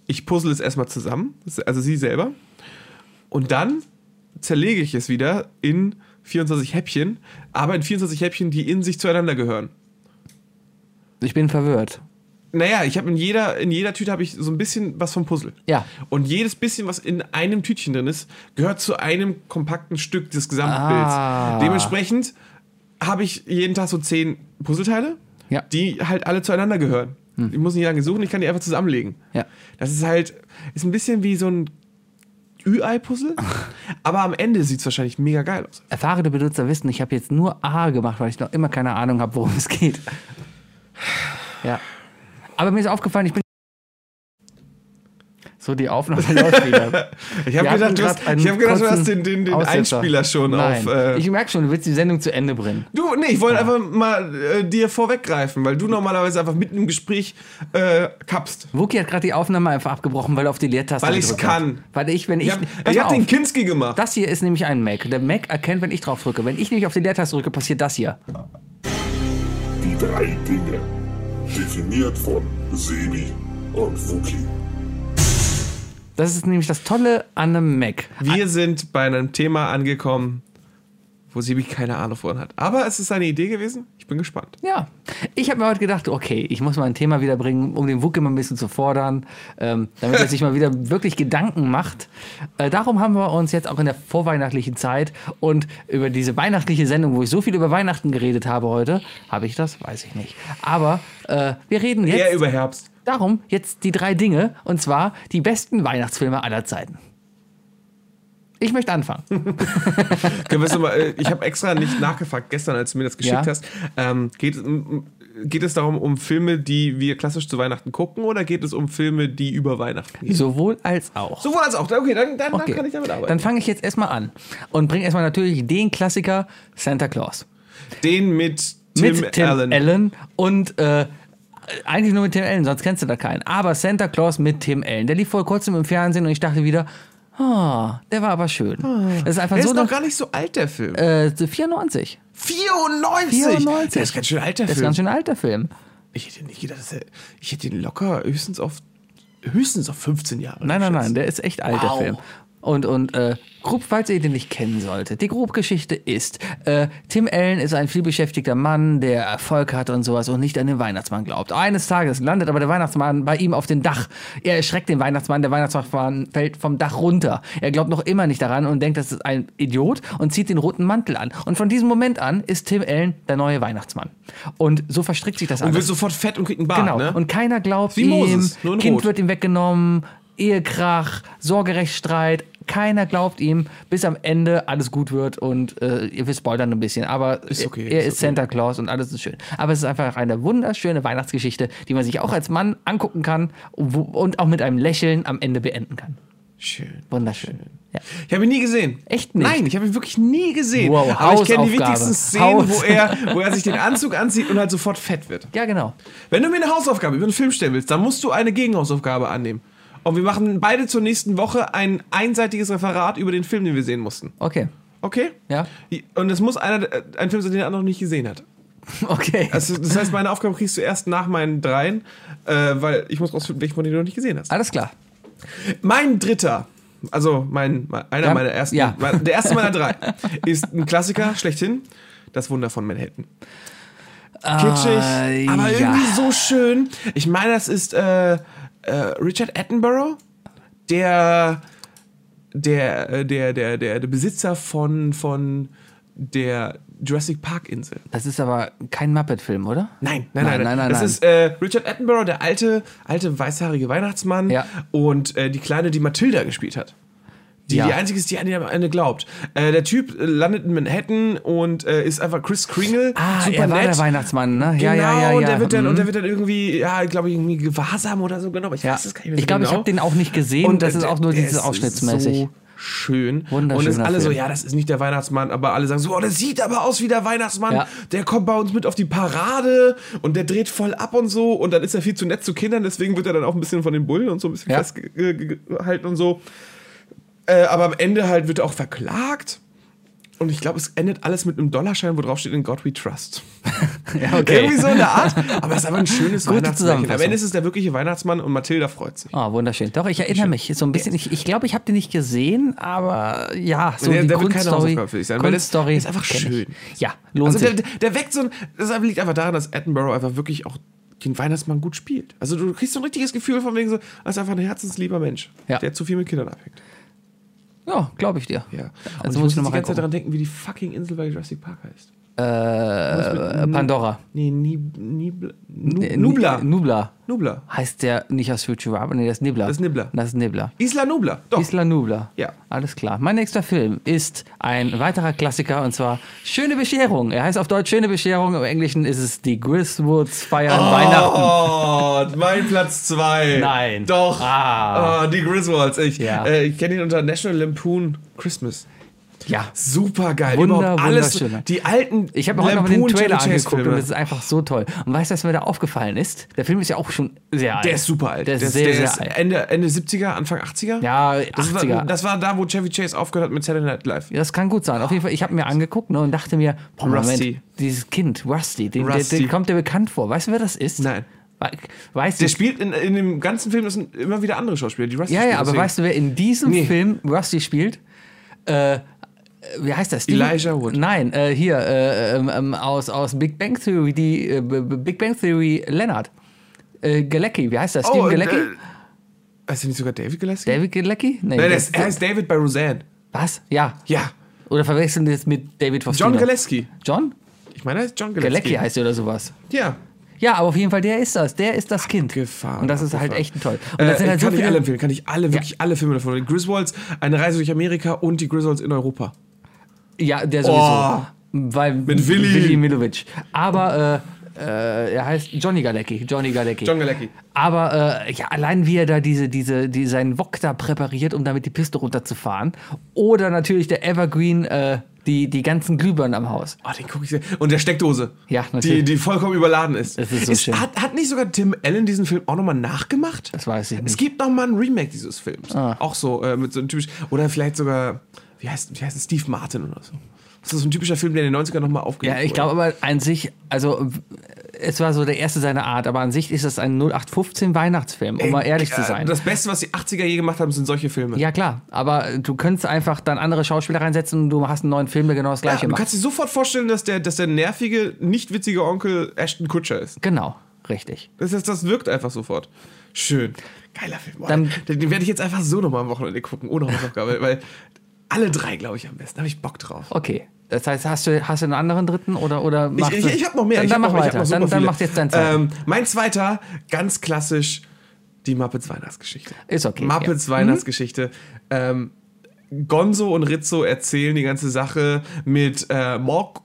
Speaker 3: Ich puzzle es erstmal zusammen, also sie selber. Und dann zerlege ich es wieder in 24 Häppchen, aber in 24 Häppchen, die in sich zueinander gehören.
Speaker 2: Ich bin verwirrt.
Speaker 3: Naja, ich habe in jeder, in jeder Tüte habe ich so ein bisschen was vom Puzzle.
Speaker 2: Ja.
Speaker 3: Und jedes bisschen, was in einem Tütchen drin ist, gehört zu einem kompakten Stück des Gesamtbilds.
Speaker 2: Ah.
Speaker 3: Dementsprechend habe ich jeden Tag so zehn Puzzleteile,
Speaker 2: Ja.
Speaker 3: die halt alle zueinander gehören.
Speaker 2: Hm.
Speaker 3: Ich muss nicht lange suchen, ich kann die einfach zusammenlegen.
Speaker 2: Ja.
Speaker 3: Das ist halt, ist ein bisschen wie so ein Ü-Ei-Puzzle, aber am Ende sieht es wahrscheinlich mega geil aus.
Speaker 2: Erfahrene Benutzer wissen, ich habe jetzt nur A gemacht, weil ich noch immer keine Ahnung habe, worum es geht. Ja. Aber mir ist aufgefallen, ich bin. So, die Aufnahme läuft wieder.
Speaker 3: Ich habe
Speaker 2: Wir hatten
Speaker 3: gedacht, du hast,
Speaker 2: grad einen
Speaker 3: ich hab gedacht, du
Speaker 2: kurzen
Speaker 3: hast den, den, den
Speaker 2: Aussetzer.
Speaker 3: Einspieler schon
Speaker 2: Nein.
Speaker 3: auf. äh,
Speaker 2: ich Ah. merke schon, du willst die Sendung zu Ende bringen.
Speaker 3: Du, nee, ich wollte einfach mal äh, dir vorweggreifen, weil du normalerweise einfach mitten im Gespräch äh, kappst.
Speaker 2: Wookie hat gerade die Aufnahme einfach abgebrochen, weil er auf die Leertaste
Speaker 3: Weil ich's
Speaker 2: gedrückt hat.
Speaker 3: kann.
Speaker 2: Weil ich, wenn ich.
Speaker 3: Ich hab,
Speaker 2: Pass
Speaker 3: ich
Speaker 2: mal
Speaker 3: hab
Speaker 2: auf.
Speaker 3: den Kinski gemacht.
Speaker 2: Das hier ist nämlich ein Mac. Der Mac erkennt, wenn ich drauf drücke. Wenn ich nämlich auf die Leertaste drücke, passiert das hier.
Speaker 4: Die drei Dinge. Definiert von Sebi und Wookie.
Speaker 2: Das ist nämlich das Tolle an einem Mac.
Speaker 3: Wir sind bei einem Thema angekommen, wo Sebi keine Ahnung von hat. Aber es ist eine Idee gewesen. Ich bin gespannt.
Speaker 2: Ja, ich habe mir heute gedacht, okay, ich muss mal ein Thema wiederbringen, um den Wucke mal ein bisschen zu fordern, ähm, damit er sich mal wieder wirklich Gedanken macht. Äh, darum haben wir uns jetzt auch in der vorweihnachtlichen Zeit und über diese weihnachtliche Sendung, wo ich so viel über Weihnachten geredet habe heute, habe ich das? Weiß ich nicht. Aber äh, wir reden jetzt
Speaker 3: Eher über Herbst.
Speaker 2: darum, jetzt die drei Dinge, und zwar die besten Weihnachtsfilme aller Zeiten. Ich möchte anfangen.
Speaker 3: Können wir's noch mal, äh, ich habe extra nicht nachgefragt gestern, als du mir das
Speaker 2: Ja.
Speaker 3: geschickt hast. Ähm, geht, m- m- geht es darum um Filme, die wir klassisch zu Weihnachten gucken, oder geht es um Filme, die über Weihnachten gehen?
Speaker 2: Sowohl als auch.
Speaker 3: Sowohl als auch. Okay, dann, dann,
Speaker 2: Okay.
Speaker 3: dann kann ich damit arbeiten.
Speaker 2: Dann fange ich jetzt erstmal an und bringe erstmal natürlich den Klassiker Santa Claus.
Speaker 3: Den mit Tim,
Speaker 2: mit Tim
Speaker 3: Allen.
Speaker 2: Allen, und äh, eigentlich nur mit Tim Allen, sonst kennst du da keinen. Aber Santa Claus mit Tim Allen. Der lief vor kurzem im Fernsehen und ich dachte wieder, ah, der war aber schön. Das ist einfach
Speaker 3: Ah. Der
Speaker 2: so
Speaker 3: ist noch
Speaker 2: noch,
Speaker 3: gar nicht so alt, der Film.
Speaker 2: äh, 94.
Speaker 3: 94!
Speaker 2: 94.
Speaker 3: Der ist ganz schön alt, der
Speaker 2: Das ist
Speaker 3: Film.
Speaker 2: ganz schön alt, der Film.
Speaker 3: ich hätte nicht gedacht, dass er, ich hätte ihn locker höchstens auf, höchstens auf 15 Jahre
Speaker 2: Nein, nein, nein,
Speaker 3: geschätzt.
Speaker 2: der ist echt alt,
Speaker 3: Wow.
Speaker 2: der Film. Und, und äh, grob, falls ihr den nicht kennen solltet, die Grobgeschichte ist, äh, Tim Allen ist ein vielbeschäftigter Mann, der Erfolg hat und sowas und nicht an den Weihnachtsmann glaubt. Eines Tages landet aber der Weihnachtsmann bei ihm auf dem Dach. Er erschreckt den Weihnachtsmann, der Weihnachtsmann fällt vom Dach runter. Er glaubt noch immer nicht daran und denkt, das ist ein Idiot und zieht den roten Mantel an. Und von diesem Moment an ist Tim Allen der neue Weihnachtsmann. Und so verstrickt sich das
Speaker 3: Und
Speaker 2: alles.
Speaker 3: wird sofort fett und kriegt einen Bart,
Speaker 2: Genau.
Speaker 3: ne?
Speaker 2: Und keiner glaubt
Speaker 3: Wie
Speaker 2: ihm.
Speaker 3: Moses, nur in
Speaker 2: kind
Speaker 3: Rot.
Speaker 2: wird ihm weggenommen, Ehekrach, Sorgerechtsstreit. Keiner glaubt ihm, bis am Ende alles gut wird und äh, ihr wisst spoilern ein bisschen, aber
Speaker 3: Ist okay,
Speaker 2: er
Speaker 3: ist
Speaker 2: ist,
Speaker 3: okay.
Speaker 2: Santa Claus und alles ist schön. Aber es ist einfach eine wunderschöne Weihnachtsgeschichte, die man sich auch als Mann angucken kann wo- und auch mit einem Lächeln am Ende beenden kann.
Speaker 3: Schön.
Speaker 2: Wunderschön. Ja.
Speaker 3: Ich habe ihn nie gesehen.
Speaker 2: Echt nicht?
Speaker 3: Nein, ich habe ihn wirklich nie gesehen.
Speaker 2: Wow,
Speaker 3: Aber ich kenne die
Speaker 2: Hausaufgabe.
Speaker 3: wichtigsten Szenen,
Speaker 2: Haus-
Speaker 3: wo er, wo er sich den Anzug anzieht und halt sofort fett wird.
Speaker 2: ja, genau.
Speaker 3: Wenn du mir eine Hausaufgabe über einen Film stellen willst, dann musst du eine Gegenhausaufgabe annehmen. Und wir machen beide zur nächsten Woche ein einseitiges Referat über den Film, den wir sehen mussten.
Speaker 2: Okay.
Speaker 3: Okay?
Speaker 2: Ja.
Speaker 3: Und es muss einer, äh, ein Film sein, den der andere noch nicht gesehen hat.
Speaker 2: Okay.
Speaker 3: Also, das heißt, meine Aufgabe kriegst du erst nach meinen dreien, äh, weil ich muss rausfinden, welchen von denen du noch nicht gesehen hast.
Speaker 2: alles klar.
Speaker 3: Mein dritter, also mein, mein- einer
Speaker 2: Ja,
Speaker 3: meiner ersten,
Speaker 2: ja.
Speaker 3: mein- der erste meiner drei, ist ein Klassiker schlechthin. Das Wunder von Manhattan. Kitschig, aber
Speaker 2: Ah, ja.
Speaker 3: irgendwie so schön. Ich meine, das ist äh, äh, Richard Attenborough, der, der, äh, der, der, der, der Besitzer von, von der Jurassic Park Insel.
Speaker 2: Das ist aber kein Muppet-Film, oder?
Speaker 3: Nein, nein, nein, nein.
Speaker 2: nein, nein,
Speaker 3: das
Speaker 2: nein.
Speaker 3: ist äh, Richard Attenborough, der alte, alte weißhaarige Weihnachtsmann
Speaker 2: Ja.
Speaker 3: und äh, die Kleine, die Matilda gespielt hat. Die,
Speaker 2: Ja.
Speaker 3: die einzige ist, die an die eine glaubt. Äh, der Typ äh, landet in Manhattan und äh, ist einfach Chris Kringle.
Speaker 2: Ah,
Speaker 3: super
Speaker 2: er war
Speaker 3: nett.
Speaker 2: der Weihnachtsmann, ne?
Speaker 3: Genau,
Speaker 2: ja, ja, ja, ja.
Speaker 3: Und, der wird dann,
Speaker 2: Mhm.
Speaker 3: und der wird dann irgendwie, ja, glaube ich, irgendwie gewahrsam oder so, genau. Aber ich
Speaker 2: Ja.
Speaker 3: weiß das gar nicht mehr so
Speaker 2: Ich glaube,
Speaker 3: genau.
Speaker 2: ich habe den auch nicht gesehen. Und das
Speaker 3: äh,
Speaker 2: ist auch nur
Speaker 3: der
Speaker 2: dieses
Speaker 3: ist
Speaker 2: ausschnittsmäßig.
Speaker 3: So schön. Und
Speaker 2: Wunderschöner
Speaker 3: es alle so,
Speaker 2: Film.
Speaker 3: ja, das ist nicht der Weihnachtsmann, aber alle sagen so, oh, das sieht aber aus wie der Weihnachtsmann.
Speaker 2: Ja.
Speaker 3: Der kommt bei uns mit auf die Parade und der dreht voll ab und so. Und dann ist er viel zu nett zu Kindern, deswegen wird er dann auch ein bisschen von den Bullen und so ein bisschen
Speaker 2: Ja.
Speaker 3: festgehalten und so. Äh, aber am Ende halt wird er auch verklagt. Und ich glaube, es endet alles mit einem Dollarschein, wo drauf steht, in God we trust.
Speaker 2: ja, okay.
Speaker 3: Irgendwie so eine Art. Aber es ist aber ein schönes
Speaker 2: Gute
Speaker 3: Weihnachtsmärchen. Am
Speaker 2: Zusammenfassung.
Speaker 3: Ende ist es der wirkliche Weihnachtsmann und Mathilda freut sich.
Speaker 2: Ah, wunderschön. Doch, ich erinnere mich so ein bisschen. Ich, ich glaube, ich habe den nicht gesehen, aber ja, so
Speaker 3: Nee,
Speaker 2: die
Speaker 3: der wird keine
Speaker 2: Grundstory.
Speaker 3: Hausaufgabe für dich sein, weil das-
Speaker 2: Grundstory
Speaker 3: das ist einfach
Speaker 2: kenn
Speaker 3: schön.
Speaker 2: Ich. Ja, lohnt
Speaker 3: Also der,
Speaker 2: sich.
Speaker 3: der der weckt so ein. Das liegt einfach daran, dass Attenborough einfach wirklich auch den Weihnachtsmann gut spielt. Also du kriegst so ein richtiges Gefühl von wegen so, er ist einfach ein herzenslieber Mensch,
Speaker 2: Ja.
Speaker 3: der zu viel mit Kindern abhängt.
Speaker 2: Ja, glaube ich dir.
Speaker 3: Ja. Und
Speaker 2: Also muss
Speaker 3: ich
Speaker 2: ich
Speaker 3: muss jetzt die
Speaker 2: nochmal
Speaker 3: ganze Zeit
Speaker 2: reingucken.
Speaker 3: daran denken, wie die fucking Insel bei Jurassic Park heißt.
Speaker 2: Äh, Pandora.
Speaker 3: Nee, Nib, Nibla,
Speaker 2: Nee, äh,
Speaker 3: Nubla.
Speaker 2: Nubla.
Speaker 3: Nubla.
Speaker 2: Heißt der nicht aus Futurama? Nee, das ist Nibbler.
Speaker 3: Das ist Nibbler.
Speaker 2: Das ist Nibbler.
Speaker 3: Isla Nubla. Doch.
Speaker 2: Isla Nubla.
Speaker 3: Oh. Ja.
Speaker 2: Alles klar. Mein nächster Film ist ein weiterer Klassiker und zwar Schöne Bescherung. Er heißt auf Deutsch Schöne Bescherung, im Englischen ist es die Griswoods feiern Weihnachten.
Speaker 3: Oh, mein Platz 2.
Speaker 2: Nein.
Speaker 3: Doch.
Speaker 2: Ah.
Speaker 3: Ah, die Griswolds. Ich,
Speaker 2: Ja.
Speaker 3: äh, ich kenne ihn unter National Lampoon Christmas.
Speaker 2: Ja.
Speaker 3: Super geil.
Speaker 2: Wunder-
Speaker 3: alles.
Speaker 2: wunderschöner.
Speaker 3: Die alten.
Speaker 2: Ich habe mir heute nochmal den
Speaker 3: Lampoon
Speaker 2: Trailer
Speaker 3: Chevy Chase
Speaker 2: angeguckt und
Speaker 3: Filme.
Speaker 2: das ist einfach so toll. Und weißt du, was mir da aufgefallen ist? Der Film ist ja auch schon sehr alt.
Speaker 3: Der ist super alt.
Speaker 2: Der ist
Speaker 3: der
Speaker 2: sehr,
Speaker 3: der
Speaker 2: sehr
Speaker 3: ist
Speaker 2: alt.
Speaker 3: Ende, Ende 70er, Anfang 80er?
Speaker 2: Ja,
Speaker 3: Das
Speaker 2: 80er.
Speaker 3: war, das war da, wo Chevy Chase aufgehört hat mit Saturday Night Live.
Speaker 2: Ja, Das kann gut sein. Auf jeden Fall, ich habe mir angeguckt ne, und dachte mir, boah,
Speaker 3: Rusty.
Speaker 2: Moment, dieses Kind, Rusty, den,
Speaker 3: Rusty.
Speaker 2: Den, den kommt der bekannt vor. Weißt du, wer das ist?
Speaker 3: Nein.
Speaker 2: We- Weißt du,
Speaker 3: Der spielt in, in dem ganzen Film, das sind immer wieder andere Schauspieler, die Rusty
Speaker 2: ja,
Speaker 3: spielen.
Speaker 2: ja, aber
Speaker 3: deswegen.
Speaker 2: weißt du, wer in diesem
Speaker 3: Nee.
Speaker 2: Film Rusty spielt? Äh, wie heißt das?
Speaker 3: Elijah Wood.
Speaker 2: Nein, äh, hier, äh, ähm, ähm, aus, aus Big Bang Theory, die äh, B- B- Big Bang Theory Leonard. Äh, Galecki, wie heißt das? Steven
Speaker 3: und,
Speaker 2: Galecki?
Speaker 3: Oh, Äh, ist er nicht sogar David Gillespie?
Speaker 2: David Galecki? Nee,
Speaker 3: Nein, der
Speaker 2: das-
Speaker 3: ist, er ist David bei Roseanne.
Speaker 2: Was? Ja.
Speaker 3: Ja.
Speaker 2: Oder verwechseln die das mit David Faustino?
Speaker 3: John Gillespie.
Speaker 2: John?
Speaker 3: Ich meine, er ist John Gillespie.
Speaker 2: Genau. Galecki heißt er oder sowas.
Speaker 3: Ja.
Speaker 2: Ja, aber auf jeden Fall, der ist das. Der ist das Kind.
Speaker 3: Abgefahren,
Speaker 2: Und das ist halt
Speaker 3: abgefahren.
Speaker 2: echt toll. Und
Speaker 3: Äh,
Speaker 2: das sind halt
Speaker 3: kann
Speaker 2: so
Speaker 3: ich alle
Speaker 2: viele.
Speaker 3: empfehlen, kann ich alle, wirklich alle Filme davon empfehlen. Griswolds, eine Reise durch Amerika und die Griswolds in Europa.
Speaker 2: Ja, der sowieso.
Speaker 3: Oh.
Speaker 2: Weil
Speaker 3: Mit Willi.
Speaker 2: Milovic. Aber äh, äh, er heißt Johnny Galecki. Johnny Galecki.
Speaker 3: John Galecki.
Speaker 2: aber äh, ja, allein wie er da diese, diese, die, seinen Wok da präpariert, um damit die Piste runterzufahren. Oder natürlich der Evergreen, äh, die, die ganzen Glühbirnen am Haus.
Speaker 3: Oh, den gucke ich sehr. Und der Steckdose.
Speaker 2: Ja,
Speaker 3: die,
Speaker 2: natürlich.
Speaker 3: die vollkommen überladen ist.
Speaker 2: Das ist so schön.
Speaker 3: Hat, hat nicht sogar Tim Allen diesen Film auch nochmal nachgemacht?
Speaker 2: Das weiß ich
Speaker 3: Es
Speaker 2: nicht. Ah.
Speaker 3: gibt nochmal ein Remake dieses Films. Auch so, äh, mit so einem typisch. Oder vielleicht sogar, wie heißt, wie heißt es, Steve Martin oder so. Das ist so ein typischer Film, der in den 90ern nochmal aufgelegt
Speaker 2: Ja, ich
Speaker 3: wurde.
Speaker 2: glaube aber an sich, also w- es war so der erste seiner Art, aber an sich ist das ein 0815 Weihnachtsfilm, um mal ehrlich zu
Speaker 3: Äh,
Speaker 2: sein.
Speaker 3: Das Beste, was die 80er je gemacht haben, sind solche Filme.
Speaker 2: Ja, klar, aber du könntest einfach dann andere Schauspieler reinsetzen und du hast einen neuen Film, der genau das
Speaker 3: Ja,
Speaker 2: gleiche
Speaker 3: du
Speaker 2: macht.
Speaker 3: kannst dir sofort vorstellen, dass der, dass der nervige, nicht witzige Onkel Ashton Kutscher ist.
Speaker 2: Genau, richtig.
Speaker 3: Das, das, das wirkt einfach sofort. Schön. Geiler Film. Boah,
Speaker 2: Dann-
Speaker 3: den den werde ich jetzt einfach so nochmal am Wochenende gucken, Oh, ohne Hausaufgabe, weil alle drei, glaube ich, am besten. Da habe ich Bock drauf.
Speaker 2: Okay. Das heißt, hast du, hast du einen anderen dritten oder, oder machst
Speaker 3: ich
Speaker 2: du-
Speaker 3: ich, ich habe noch mehr.
Speaker 2: Dann,
Speaker 3: ich
Speaker 2: dann
Speaker 3: hab
Speaker 2: mach
Speaker 3: noch, ich hab
Speaker 2: weiter.
Speaker 3: noch super
Speaker 2: Dann, dann
Speaker 3: viele.
Speaker 2: mach jetzt deinen zweiten.
Speaker 3: Ähm, mein zweiter, ganz klassisch, die Muppets Weihnachtsgeschichte.
Speaker 2: Ist okay, Mhm.
Speaker 3: Muppets Weihnachtsgeschichte. Ähm, Gonzo und Rizzo erzählen die ganze Sache mit äh, Mark,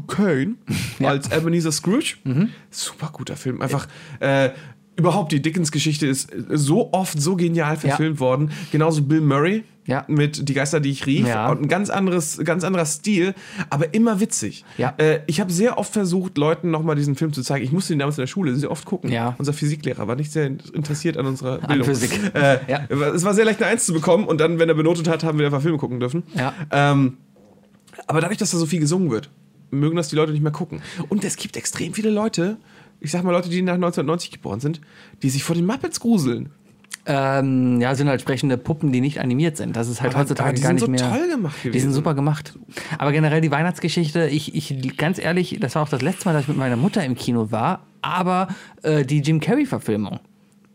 Speaker 3: Kane als Ebenezer Scrooge.
Speaker 2: Mhm.
Speaker 3: Super guter Film. Einfach. Äh, Überhaupt, die Dickens-Geschichte ist so oft so genial verfilmt worden. Genauso Bill Murray
Speaker 2: Ja.
Speaker 3: mit Die Geister, die ich rief.
Speaker 2: Ja.
Speaker 3: Und ein ganz, anderes, ganz anderer Stil, aber immer witzig.
Speaker 2: Ja.
Speaker 3: Äh, ich habe sehr oft versucht, Leuten nochmal diesen Film zu zeigen. Ich musste ihn damals in der Schule sehr oft gucken.
Speaker 2: Ja.
Speaker 3: Unser Physiklehrer war nicht sehr interessiert an unserer Bildung.
Speaker 2: Physik.
Speaker 3: Äh,
Speaker 2: Ja.
Speaker 3: Es war sehr leicht, eine Eins zu bekommen und dann, wenn er benotet hat, haben wir einfach Filme gucken dürfen.
Speaker 2: Ja.
Speaker 3: Ähm, aber dadurch, dass da so viel gesungen wird, mögen das die Leute nicht mehr gucken. Und es gibt extrem viele Leute, ich sag mal Leute, die nach 1990 geboren sind, die sich vor den Muppets gruseln.
Speaker 2: ähm, ja, sind halt sprechende Puppen, die nicht animiert sind. Das ist halt
Speaker 3: Aber-
Speaker 2: heutzutage
Speaker 3: aber die
Speaker 2: gar
Speaker 3: sind
Speaker 2: nicht
Speaker 3: so
Speaker 2: mehr.
Speaker 3: toll gemacht
Speaker 2: Die
Speaker 3: gewesen.
Speaker 2: sind super gemacht. Aber generell die Weihnachtsgeschichte, ich, ich, ganz ehrlich, das war auch das letzte Mal, dass ich mit meiner Mutter im Kino war, aber äh, die Jim Carrey-Verfilmung.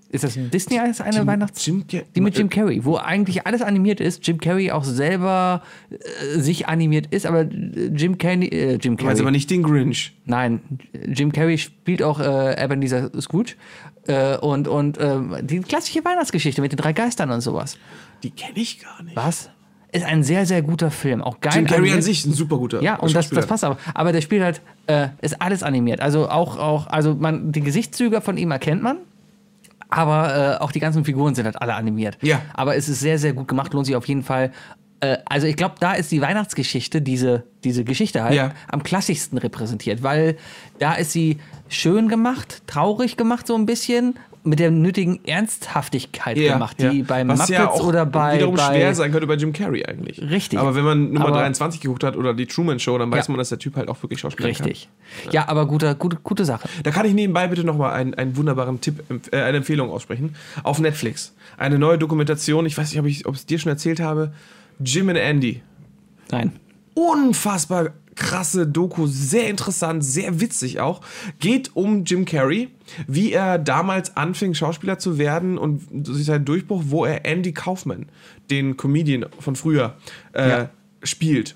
Speaker 2: Ist das Disney als eine Weihnachts...
Speaker 3: Jim Äh, Car-
Speaker 2: die mit Jim Carrey, wo eigentlich alles animiert ist, Jim Carrey auch selber äh, sich animiert ist, aber äh, Jim Carrey... Äh, Jim
Speaker 3: Du meinst
Speaker 2: Carrey
Speaker 3: aber nicht den Grinch.
Speaker 2: Nein, Jim Carrey spielt auch äh, Ebenezer Scrooge. Äh, und und äh, die klassische Weihnachtsgeschichte mit den drei Geistern und sowas.
Speaker 3: Die kenne ich gar nicht.
Speaker 2: Was? Ist ein sehr, sehr guter Film. Auch geil.
Speaker 3: Jim Carrey an
Speaker 2: animiert.
Speaker 3: sich ist ein super guter
Speaker 2: Ja, und das,
Speaker 3: Schauspieler.
Speaker 2: das passt aber. Aber der spielt halt, äh, ist alles animiert. Also auch, auch, also man, die Gesichtszüge von ihm erkennt man. Aber äh, auch die ganzen Figuren sind halt alle animiert.
Speaker 3: Ja.
Speaker 2: Aber es ist sehr, sehr gut gemacht, lohnt sich auf jeden Fall. Äh, also ich glaube, da ist die Weihnachtsgeschichte, diese, diese Geschichte halt,
Speaker 3: Ja.
Speaker 2: am klassischsten repräsentiert, weil da ist sie schön gemacht, traurig gemacht so ein bisschen, mit der nötigen Ernsthaftigkeit
Speaker 3: Ja,
Speaker 2: gemacht,
Speaker 3: ja.
Speaker 2: die bei
Speaker 3: Was
Speaker 2: Muppets
Speaker 3: ja auch
Speaker 2: oder bei...
Speaker 3: wiederum
Speaker 2: bei
Speaker 3: schwer sein könnte bei Jim Carrey eigentlich.
Speaker 2: Richtig.
Speaker 3: Aber wenn man Nummer
Speaker 2: Aber-
Speaker 3: 23 geguckt hat oder die Truman Show, dann weiß
Speaker 2: Ja.
Speaker 3: man, dass der Typ halt auch wirklich Schauspieler
Speaker 2: Richtig. Ja, aber guter, gute, gute Sache.
Speaker 3: kann. Da kann ich nebenbei bitte nochmal einen, einen wunderbaren Tipp, empf- äh, eine Empfehlung aussprechen. Auf Netflix. Eine neue Dokumentation, ich weiß nicht, ob ich es dir schon erzählt habe. Jim and Andy.
Speaker 2: Nein.
Speaker 3: unfassbar krasse Doku, sehr interessant, sehr witzig auch. Geht um Jim Carrey, wie er damals anfing, Schauspieler zu werden und durch seinen Durchbruch, wo er Andy Kaufman, den Comedian von früher, äh,
Speaker 2: Ja.
Speaker 3: spielt.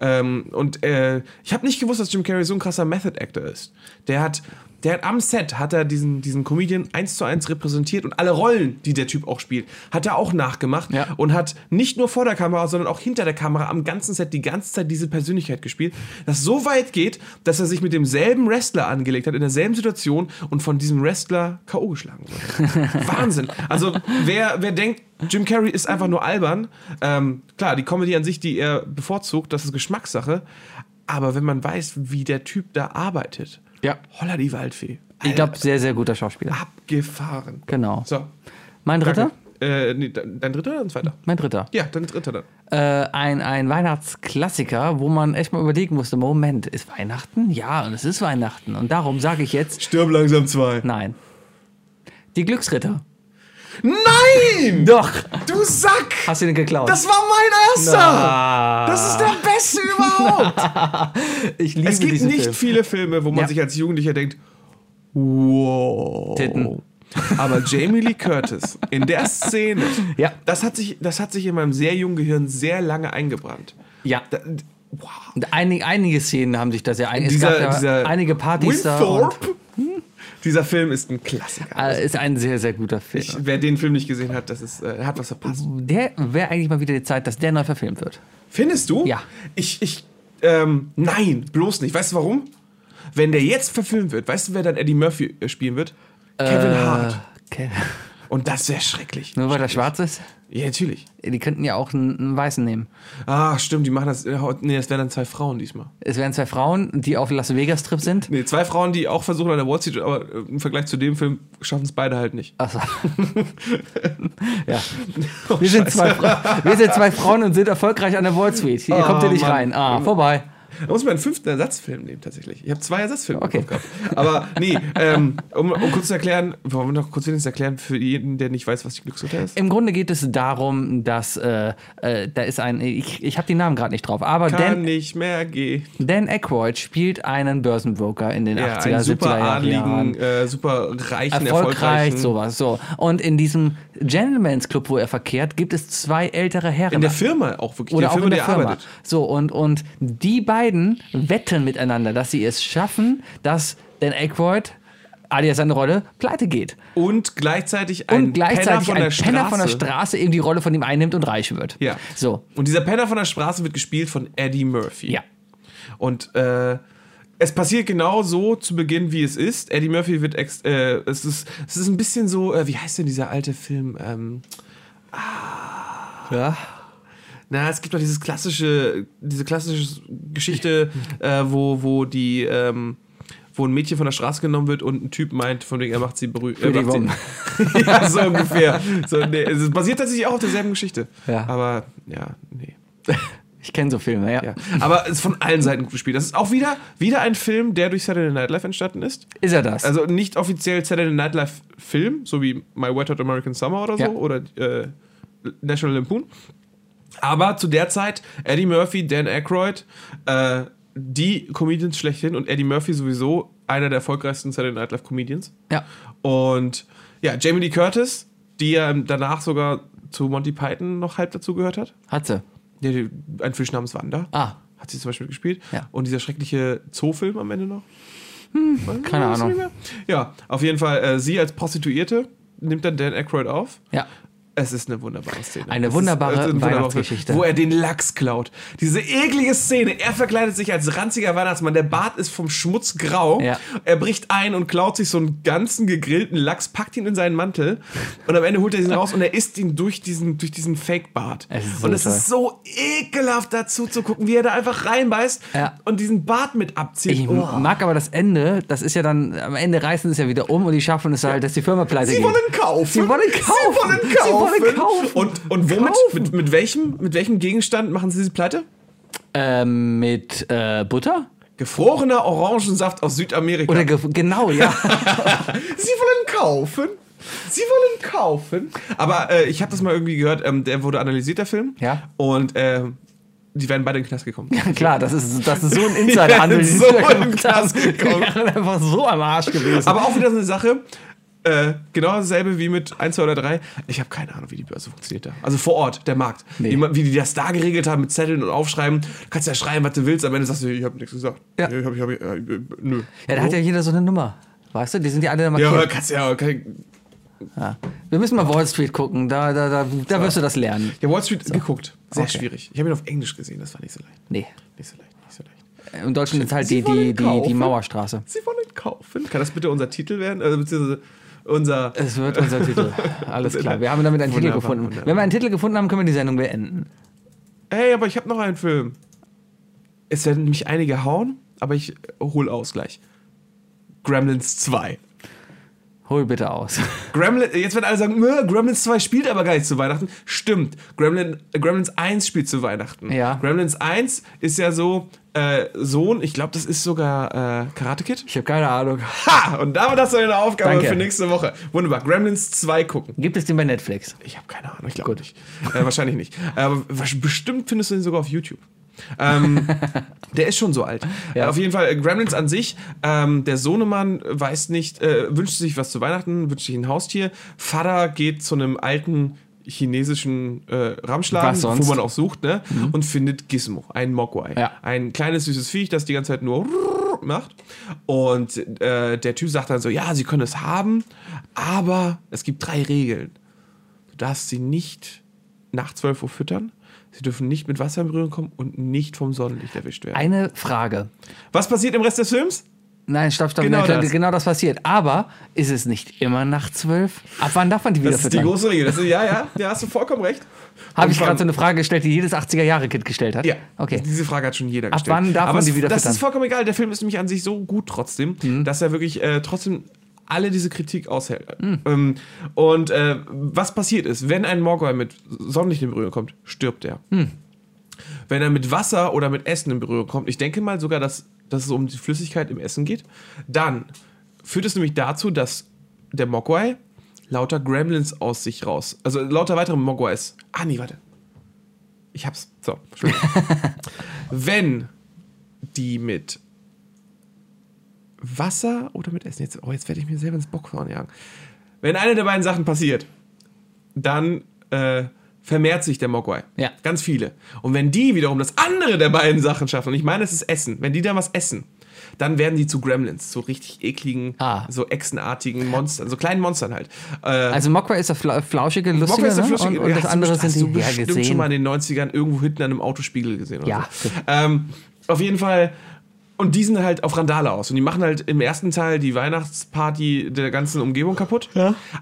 Speaker 3: Ähm, und äh, ich habe nicht gewusst, dass Jim Carrey so ein krasser Method Actor ist. Der hat, der hat am Set hat er diesen, diesen Comedian eins zu eins repräsentiert und alle Rollen, die der Typ auch spielt, hat er auch nachgemacht
Speaker 2: Ja.
Speaker 3: und hat nicht nur vor der Kamera, sondern auch hinter der Kamera am ganzen Set die ganze Zeit diese Persönlichkeit gespielt, das so weit geht, dass er sich mit demselben Wrestler angelegt hat, in derselben Situation und von diesem Wrestler K.O. geschlagen wurde. Wahnsinn. Also wer, wer denkt, Jim Carrey ist einfach nur albern, ähm, klar, die Comedy an sich, die er bevorzugt, das ist Geschmackssache, aber wenn man weiß, wie der Typ da arbeitet,
Speaker 2: Ja.
Speaker 3: holla die Waldfee.
Speaker 2: Ich glaube, sehr, sehr guter
Speaker 3: Ah,
Speaker 2: Schauspieler.
Speaker 3: Abgefahren.
Speaker 2: Genau.
Speaker 3: So.
Speaker 2: Mein dritter?
Speaker 3: Äh, nee, dein dein dritter oder dein zweiter?
Speaker 2: Mein dritter.
Speaker 3: Ja, dein dritter dann.
Speaker 2: Äh, ein, ein Weihnachtsklassiker, wo man echt mal überlegen musste: Moment, ist Weihnachten? Ja, und es ist Weihnachten. Und darum sage ich jetzt
Speaker 3: Stirb langsam zwei.
Speaker 2: nein. Die Glücksritter.
Speaker 3: Nein!
Speaker 2: Doch!
Speaker 3: Du Sack!
Speaker 2: Hast du den geklaut?
Speaker 3: Das war mein erster!
Speaker 2: ah,
Speaker 3: Das ist der beste überhaupt!
Speaker 2: ich liebe
Speaker 3: es gibt
Speaker 2: diesen
Speaker 3: nicht
Speaker 2: Film.
Speaker 3: viele Filme, wo man
Speaker 2: Ja.
Speaker 3: sich als Jugendlicher denkt, wow.
Speaker 2: Titten.
Speaker 3: Aber Jamie Lee Curtis in der Szene,
Speaker 2: Ja.
Speaker 3: das, hat sich, das hat sich in meinem sehr jungen Gehirn sehr lange eingebrannt.
Speaker 2: Ja.
Speaker 3: Da, wow.
Speaker 2: Und einig, einige Szenen haben sich da sehr ein. Es
Speaker 3: Dieser,
Speaker 2: gab ja
Speaker 3: dieser
Speaker 2: einige Partys
Speaker 3: Winthorpe, dieser Film ist ein Klassiker.
Speaker 2: da. Und, äh, ist ein sehr, sehr guter Film.
Speaker 3: Ich, wer den Film nicht gesehen hat, das ist, äh, hat was verpasst.
Speaker 2: der wäre eigentlich mal wieder die Zeit, dass der neu verfilmt wird.
Speaker 3: Findest du?
Speaker 2: Ja.
Speaker 3: Ich, ich, ähm, nein, bloß nicht. Weißt du warum? Wenn der jetzt verfilmt wird, weißt du, wer dann Eddie Murphy äh, spielen wird? Kevin Hart.
Speaker 2: Okay.
Speaker 3: Und das wäre schrecklich.
Speaker 2: Äh, Nur weil er schwarz ist?
Speaker 3: Ja, natürlich.
Speaker 2: Die könnten ja auch einen, einen Weißen nehmen.
Speaker 3: Ah, stimmt, die machen das. äh, haut- Nee, das wären dann zwei Frauen diesmal.
Speaker 2: Es wären zwei Frauen, die auf Las Vegas-Trip sind.
Speaker 3: Nee, zwei Frauen, die auch versuchen an der Wall Street, aber äh, im Vergleich zu dem Film schaffen es beide halt nicht.
Speaker 2: Achso. ja.
Speaker 3: Oh,
Speaker 2: wir, sind zwei Fra- wir sind zwei Frauen und sind erfolgreich an der Wall Street. Hier kommt ihr nicht
Speaker 3: Oh, Mann.
Speaker 2: rein. Ah, vorbei.
Speaker 3: Da muss man einen fünften Ersatzfilm nehmen, tatsächlich. Ich habe zwei Ersatzfilme
Speaker 2: Okay.
Speaker 3: im Kopf gehabt. Aber nee, ähm, um, um kurz zu erklären, wollen wir noch kurz wenigstens erklären für jeden, der nicht weiß, was die Glücksritter ist?
Speaker 2: Im Grunde geht es darum, dass äh, äh, da ist ein, ich, ich habe den Namen gerade nicht drauf, aber
Speaker 3: Kann
Speaker 2: Dan,
Speaker 3: nicht mehr gehen.
Speaker 2: Dan Aykroyd spielt einen Börsenbroker in den
Speaker 3: Ja,
Speaker 2: 80er,
Speaker 3: einen
Speaker 2: 70er
Speaker 3: super
Speaker 2: Jahren.
Speaker 3: adligen, äh, super reichen,
Speaker 2: Erfolgreich,
Speaker 3: erfolgreichen.
Speaker 2: sowas. So. Und in diesem Gentleman's Club, wo er verkehrt, gibt es zwei ältere Herren.
Speaker 3: In der Firma auch wirklich.
Speaker 2: oder auch in der
Speaker 3: er
Speaker 2: Firma. So, und, und die beiden wetten miteinander, dass sie es schaffen, dass Dan Aykroyd, alias seine Rolle, pleite geht.
Speaker 3: Und gleichzeitig ein
Speaker 2: Und gleichzeitig
Speaker 3: Penner von
Speaker 2: ein
Speaker 3: der
Speaker 2: Penner
Speaker 3: Straße.
Speaker 2: von der Straße eben die Rolle von ihm einnimmt und reich wird.
Speaker 3: Ja.
Speaker 2: So.
Speaker 3: Und dieser Penner von der Straße wird gespielt von Eddie Murphy.
Speaker 2: Ja.
Speaker 3: Und äh, es passiert genau so zu Beginn, wie es ist. Eddie Murphy wird ex äh, es ist es ist ein bisschen so, äh, wie heißt denn dieser alte Film? Ähm,
Speaker 2: Ja.
Speaker 3: Na, es gibt doch dieses klassische, diese klassische Geschichte, äh, wo, wo die, ähm, wo ein Mädchen von der Straße genommen wird und ein Typ meint, von wegen er macht sie berühmt.
Speaker 2: Für die Bomben.
Speaker 3: ja, so ungefähr. So, nee, es basiert tatsächlich auch auf derselben Geschichte.
Speaker 2: Ja.
Speaker 3: Aber ja, nee.
Speaker 2: Ich kenne so Filme, ja.
Speaker 3: Ja. Aber es ist von allen Seiten gut gespielt. Das ist auch wieder, wieder ein Film, der durch Saturday Night Live entstanden ist.
Speaker 2: Ist er das?
Speaker 3: Also nicht offiziell Saturday Night Live Film, so wie My Wet Hot American Summer oder so,
Speaker 2: Ja.
Speaker 3: oder äh, National Lampoon. Aber zu der Zeit Eddie Murphy, Dan Aykroyd, äh, die Comedians schlechthin und Eddie Murphy sowieso einer der erfolgreichsten Saturday Night Live Comedians.
Speaker 2: ja.
Speaker 3: Und ja, Jamie Lee Curtis, die ja danach sogar zu Monty Python noch halb dazugehört hat.
Speaker 2: Hat sie.
Speaker 3: Ja, die- Ein Fisch namens Wanda.
Speaker 2: Ah.
Speaker 3: Hat sie zum Beispiel gespielt.
Speaker 2: Ja. Hm,
Speaker 3: Und dieser schreckliche Zoofilm am Ende noch.
Speaker 2: Keine
Speaker 3: Weiß ich nicht
Speaker 2: Ahnung.
Speaker 3: mehr. Ja, auf jeden Fall, äh, sie als Prostituierte nimmt dann Dan Aykroyd auf.
Speaker 2: Ja.
Speaker 3: Es ist eine wunderbare Szene.
Speaker 2: Eine
Speaker 3: Es
Speaker 2: wunderbare
Speaker 3: es eine wunderbare
Speaker 2: Weihnachtsgeschichte.
Speaker 3: Wo er den Lachs klaut. Diese eklige Szene. Er verkleidet sich als ranziger Weihnachtsmann. Der Bart ist vom Schmutz grau.
Speaker 2: Ja.
Speaker 3: Er bricht ein und klaut sich so einen ganzen gegrillten Lachs, packt ihn in seinen Mantel und am Ende holt er ihn raus und er isst ihn durch diesen, durch diesen Fake-Bart.
Speaker 2: Es ist so
Speaker 3: Und es
Speaker 2: toll.
Speaker 3: ist so ekelhaft dazu zu gucken, wie er da einfach reinbeißt
Speaker 2: Ja.
Speaker 3: und diesen Bart mit abzieht.
Speaker 2: Ich
Speaker 3: Oh.
Speaker 2: mag aber das Ende, das ist ja dann, am Ende reißen sie es ja wieder um und die schaffen es halt, dass die Firma pleite
Speaker 3: Sie
Speaker 2: geht.
Speaker 3: wollen kaufen.
Speaker 2: Sie wollen kaufen.
Speaker 3: Sie wollen
Speaker 2: Sie
Speaker 3: kaufen.
Speaker 2: wollen kaufen.
Speaker 3: Und, und womit,
Speaker 2: Kaufen.
Speaker 3: Mit, mit, welchem, mit welchem Gegenstand machen Sie diese Pleite?
Speaker 2: Ähm, mit äh, Butter?
Speaker 3: Gefrorener Orangensaft aus Südamerika.
Speaker 2: Oder ge genau, ja.
Speaker 3: Sie wollen kaufen. Sie wollen kaufen. Aber äh, ich habe das mal irgendwie gehört, ähm, der wurde analysiert, der Film.
Speaker 2: Ja.
Speaker 3: Und ähm, die wären beide in den Knast gekommen.
Speaker 2: Klar, das ist, das ist so ein Insiderhandel,
Speaker 3: Die
Speaker 2: den
Speaker 3: wären
Speaker 2: sie
Speaker 3: so
Speaker 2: da
Speaker 3: in
Speaker 2: gemacht
Speaker 3: Knast
Speaker 2: haben.
Speaker 3: gekommen.
Speaker 2: Die wären einfach so am Arsch gewesen.
Speaker 3: Aber auch wieder so eine Sache. Äh, genau dasselbe wie mit 1, 2 oder 3. Ich habe keine Ahnung, wie die Börse funktioniert da. Also vor Ort, der Markt.
Speaker 2: Nee.
Speaker 3: Wie, man- wie die das da geregelt haben mit Zetteln und Aufschreiben. Du kannst ja schreiben, was du willst. Am Ende sagst du, ich habe nichts gesagt.
Speaker 2: Ja.
Speaker 3: Ich hab, ich hab, äh, nö.
Speaker 2: ja, da hat ja jeder so eine Nummer. Weißt du, die sind ja alle
Speaker 3: ja, aber
Speaker 2: markiert.
Speaker 3: kannst ja. Kann,
Speaker 2: Ja. Wir müssen mal Wall Street gucken, da, da, da, da wirst du das lernen.
Speaker 3: ich habe Wall Street geguckt. Sehr
Speaker 2: Okay.
Speaker 3: schwierig. Ich habe ihn auf Englisch gesehen. Das war nicht so leicht.
Speaker 2: Nee.
Speaker 3: Nicht so leicht, nicht so leicht.
Speaker 2: In Deutschland ist halt die,
Speaker 3: Sie wollen
Speaker 2: die, die, die
Speaker 3: kaufen.
Speaker 2: Mauerstraße.
Speaker 3: Sie wollen kaufen. Kann das bitte unser Titel werden? Also, beziehungsweise unser.
Speaker 2: Es wird unser Titel. Alles klar. Wir haben damit einen
Speaker 3: Wunderbar,
Speaker 2: Titel gefunden.
Speaker 3: wunderbar.
Speaker 2: Wenn wir einen Titel gefunden haben, können wir die Sendung beenden.
Speaker 3: Hey, aber ich habe noch einen Film. Es werden mich einige hauen, aber ich äh, hol aus gleich. Gremlins 2.
Speaker 2: Hol bitte aus.
Speaker 3: Gremlin, äh, jetzt werden alle sagen, "Nö, Gremlins 2 spielt aber gar nicht zu Weihnachten. Stimmt, Gremlin, äh, Gremlins 1 spielt zu Weihnachten.
Speaker 2: Ja.
Speaker 3: Gremlins 1 ist ja so, äh, Sohn, ich glaube, das ist sogar äh, Karate Kid.
Speaker 2: Ich habe keine Ahnung.
Speaker 3: Ha! Und damit hast du eine Aufgabe
Speaker 2: Danke.
Speaker 3: für nächste Woche. Wunderbar, Gremlins 2 gucken.
Speaker 2: Gibt es den bei Netflix?
Speaker 3: Ich habe keine Ahnung, ich glaube nicht. Äh, wahrscheinlich nicht. Aber wasch- bestimmt findest du ihn sogar auf YouTube. ähm, der ist schon so alt. Äh, Auf jeden Fall, äh, Gremlins an sich, ähm, der Sohnemann weiß nicht, äh, wünscht sich was zu Weihnachten, wünscht sich ein Haustier. Vater geht zu einem alten chinesischen äh, Ramschladen,
Speaker 2: Was sonst? Mhm.
Speaker 3: wo man auch sucht, ne? und findet Gizmo, einen Mogwai.
Speaker 2: Ja.
Speaker 3: Ein kleines süßes Viech, das die ganze Zeit nur macht. Und äh, der Typ sagt dann so: Ja, sie können es haben, aber es gibt drei Regeln. Du darfst sie nicht nach 12 Uhr füttern. Sie dürfen nicht mit Wasser in Berührung kommen und nicht vom Sonnenlicht erwischt werden.
Speaker 2: Eine Frage.
Speaker 3: Was passiert im Rest des Films?
Speaker 2: Nein, stopp, stopp.
Speaker 3: Genau
Speaker 2: Genau, nein,
Speaker 3: das.
Speaker 2: das. genau das passiert. Aber ist es nicht immer nach zwölf? Ab wann darf man die wieder
Speaker 3: Das ist die
Speaker 2: füttern?
Speaker 3: große Regel. Das ist, ja, ja, da hast du vollkommen recht.
Speaker 2: Habe ich
Speaker 3: Und
Speaker 2: gerade so
Speaker 3: wann-
Speaker 2: eine Frage gestellt, die jedes 80er-Jahre-Kind gestellt hat?
Speaker 3: Ja,
Speaker 2: Okay.
Speaker 3: diese Frage hat schon jeder gestellt.
Speaker 2: wann darf man
Speaker 3: es-
Speaker 2: die wieder
Speaker 3: Das ist
Speaker 2: füttern? Mhm.
Speaker 3: vollkommen egal. Der Film ist nämlich an sich so gut trotzdem, dass er wirklich äh, trotzdem alle diese Kritik aushält.
Speaker 2: Mhm.
Speaker 3: Ähm, und äh, was passiert ist, wenn ein Mogwai mit Sonnenlicht in Berührung kommt, stirbt er.
Speaker 2: Mhm.
Speaker 3: Wenn er mit Wasser oder mit Essen in Berührung kommt, ich denke mal sogar, dass, dass es um die Flüssigkeit im Essen geht, dann führt es nämlich dazu, dass der Mogwai lauter Gremlins aus sich raus, also lauter weitere Mogwais. Ah, nee, warte. Ich hab's. So, Entschuldigung. Wenn die mit Wasser oder mit Essen, jetzt, oh, jetzt werde ich mir selber ins Bockfahren jagen. Wenn eine der beiden Sachen passiert, dann äh, vermehrt sich der Mogwai.
Speaker 2: Ja.
Speaker 3: Ganz viele. Und wenn die wiederum das andere der beiden Sachen schaffen, und ich meine, es ist Essen, wenn die dann was essen, dann werden die zu Gremlins, zu richtig ekligen,
Speaker 2: Ah.
Speaker 3: so echsenartigen Monstern, so kleinen Monstern halt. Äh,
Speaker 2: Also Mogwai ist der fla- flauschige, lustige.
Speaker 3: Mogwai ist der
Speaker 2: ne?
Speaker 3: flüssige.
Speaker 2: Und, und das
Speaker 3: hast du
Speaker 2: andere
Speaker 3: best- hast
Speaker 2: sind
Speaker 3: du
Speaker 2: die ja,
Speaker 3: bestimmt schon
Speaker 2: gesehen.
Speaker 3: mal in den 90ern irgendwo hinten an einem Autospiegel gesehen. Oder
Speaker 2: Ja.
Speaker 3: So. Ähm, auf jeden Fall. Und die sind halt auf Randale aus. Und die machen halt im ersten Teil die Weihnachtsparty der ganzen Umgebung kaputt.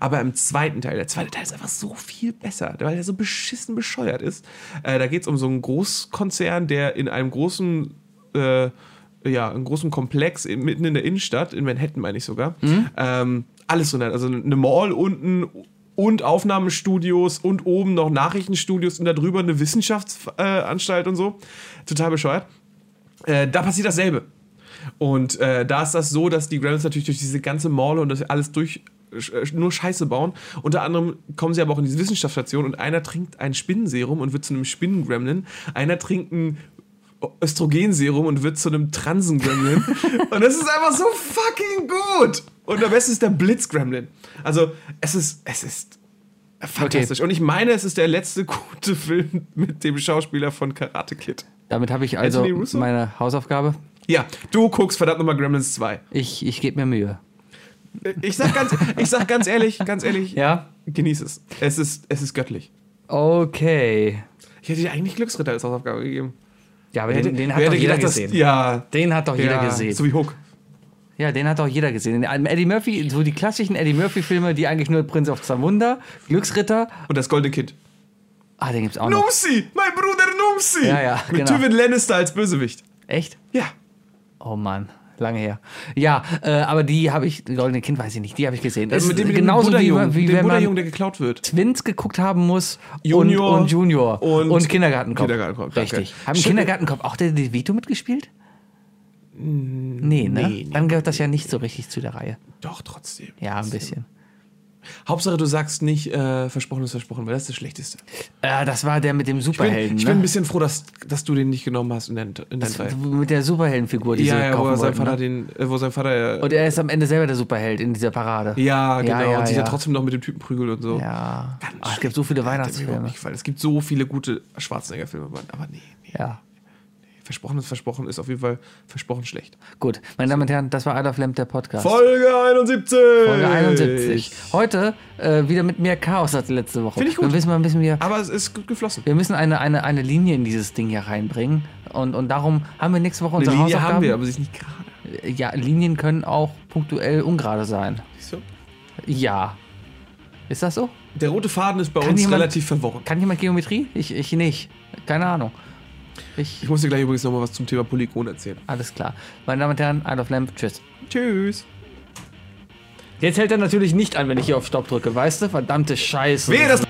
Speaker 3: Aber im zweiten Teil, der zweite Teil ist einfach so viel besser, weil der so beschissen bescheuert ist. Äh, da geht es um so einen Großkonzern, der in einem großen äh, ja, einen großen Komplex in, mitten in der Innenstadt, in Manhattan meine ich sogar. Ähm, alles drin hat. Also eine Mall unten, und Aufnahmestudios und oben noch Nachrichtenstudios und darüber eine Wissenschaftsanstalt äh, und so. Total bescheuert. Äh, da passiert dasselbe. Und äh, da ist das so, dass die Gremlins natürlich durch diese ganze Mall und das alles durch äh, nur Scheiße bauen. Unter anderem kommen sie aber auch in diese Wissenschaftsstation und einer trinkt ein Spinnenserum und wird zu einem Spinnengremlin. Einer trinkt ein Östrogenserum und wird zu einem Transengremlin. und das ist einfach so fucking gut. Und am besten ist der Blitzgremlin. Also es ist, es ist fantastisch. Und ich meine, es ist der letzte gute Film mit dem Schauspieler von Karate Kid.
Speaker 2: Damit habe ich also
Speaker 3: Anthony Russo?
Speaker 2: meine Hausaufgabe.
Speaker 3: Ja, du guckst verdammt nochmal Gremlins 2.
Speaker 2: Ich, ich gebe mir Mühe.
Speaker 3: Ich sag ganz, ich sag ganz ehrlich, ganz ehrlich,
Speaker 2: Ja?
Speaker 3: genieß es. Es ist, es ist göttlich.
Speaker 2: Okay.
Speaker 3: Ich hätte dir eigentlich Glücksritter als Hausaufgabe gegeben.
Speaker 2: Ja, aber
Speaker 3: Wer
Speaker 2: den,
Speaker 3: hätte-
Speaker 2: den
Speaker 3: wer
Speaker 2: hat doch
Speaker 3: hätte
Speaker 2: jeder
Speaker 3: gedacht, dass-
Speaker 2: gesehen.
Speaker 3: Ja,
Speaker 2: Den hat doch jeder
Speaker 3: ja,
Speaker 2: gesehen.
Speaker 3: So wie Hook.
Speaker 2: Ja, den hat auch jeder gesehen. Den Eddie Murphy, so die klassischen Eddie Murphy-Filme, die eigentlich nur Prinz of Zamunda, Glücksritter.
Speaker 3: Und das goldene Kind.
Speaker 2: Ah, den gibt's auch noch.
Speaker 3: Numsi! Mein Bruder Numsi!
Speaker 2: Ja, ja,
Speaker 3: Mit
Speaker 2: genau.
Speaker 3: Tywin Lannister als Bösewicht.
Speaker 2: Echt?
Speaker 3: Ja.
Speaker 2: Oh Mann, lange her. Ja, äh, aber die habe ich, Goldene Kind weiß ich nicht, die habe ich gesehen.
Speaker 3: Also
Speaker 2: Ist
Speaker 3: mit dem, mit dem
Speaker 2: genauso wie,
Speaker 3: Buddha-Jungen,
Speaker 2: wie
Speaker 3: dem
Speaker 2: wenn
Speaker 3: Buddha-Jungen,
Speaker 2: man
Speaker 3: der geklaut wird.
Speaker 2: Twins geguckt haben muss
Speaker 3: Junior
Speaker 2: und, und Junior
Speaker 3: und-
Speaker 2: Kindergartenkopf.
Speaker 3: Kindergartenkopf, danke.
Speaker 2: Richtig. Haben im
Speaker 3: Stimmt.
Speaker 2: Kindergartenkopf auch der DeVito mitgespielt? Nee, ne?
Speaker 3: Hm, nee,
Speaker 2: Dann gehört das ja nicht so richtig zu der Reihe.
Speaker 3: Doch, trotzdem.
Speaker 2: Ja, ein bisschen.
Speaker 3: Hauptsache, du sagst nicht, äh, versprochen ist versprochen, weil das ist das Schlechteste.
Speaker 2: Äh, das war der mit dem
Speaker 3: Ich bin,
Speaker 2: Superhelden.
Speaker 3: ich bin ein
Speaker 2: ne?
Speaker 3: bisschen froh, dass, dass du den nicht genommen hast in deinen, in deinen Teil.
Speaker 2: mit der Superheldenfigur, die
Speaker 3: Ja,
Speaker 2: sie
Speaker 3: ja, wo
Speaker 2: kaufen
Speaker 3: er sein
Speaker 2: wollten,
Speaker 3: Vater
Speaker 2: ne?
Speaker 3: den, äh, wo sein Vater ja.
Speaker 2: Und er ist am Ende selber der Superheld in dieser Parade.
Speaker 3: Ja, genau.
Speaker 2: ja,
Speaker 3: und sich ja.
Speaker 2: ja.
Speaker 3: trotzdem noch mit dem Typen prügelt und so.
Speaker 2: Ja.
Speaker 3: Ganz
Speaker 2: Ah, es gibt so viele
Speaker 3: Hat mir überhaupt
Speaker 2: Weihnachtsfilme.
Speaker 3: nicht gefallen. Es gibt so viele gute Schwarzenegger-Filme, Mann. aber nee, nee.
Speaker 2: Ja.
Speaker 3: Versprochen ist versprochen, ist auf jeden Fall versprochen schlecht.
Speaker 2: Gut, meine Damen und Herren, das war Adolf Lemp, der Podcast.
Speaker 3: Folge 71!
Speaker 2: Folge 71. Heute äh, wieder mit mehr Chaos als letzte Woche.
Speaker 3: Finde ich gut.
Speaker 2: Wir müssen mal ein bisschen mehr,
Speaker 3: Aber es ist gut geflossen.
Speaker 2: wir müssen eine, eine, eine Linie in dieses Ding hier reinbringen. Und, und darum haben wir nächste Woche
Speaker 3: Eine
Speaker 2: unsere
Speaker 3: Linie haben
Speaker 2: Hausaufgaben.
Speaker 3: wir, aber sie ist nicht gerade.
Speaker 2: Ja, Linien können auch punktuell ungerade sein.
Speaker 3: Siehst du?
Speaker 2: Ja. Ist das so?
Speaker 3: Der rote Faden ist bei
Speaker 2: Kann
Speaker 3: uns
Speaker 2: jemand-
Speaker 3: relativ verworren.
Speaker 2: Kann jemand Geometrie? Ich, ich nicht. Keine Ahnung. Ich,
Speaker 3: Ich muss dir gleich übrigens nochmal was zum Thema Polygon erzählen.
Speaker 2: alles klar. Meine Damen und Herren, Adolf Lemp, tschüss.
Speaker 3: Tschüss.
Speaker 2: Jetzt hält er natürlich nicht an, wenn ich hier auf Stopp drücke, weißt du? Verdammte Scheiße.
Speaker 3: Wehe, das.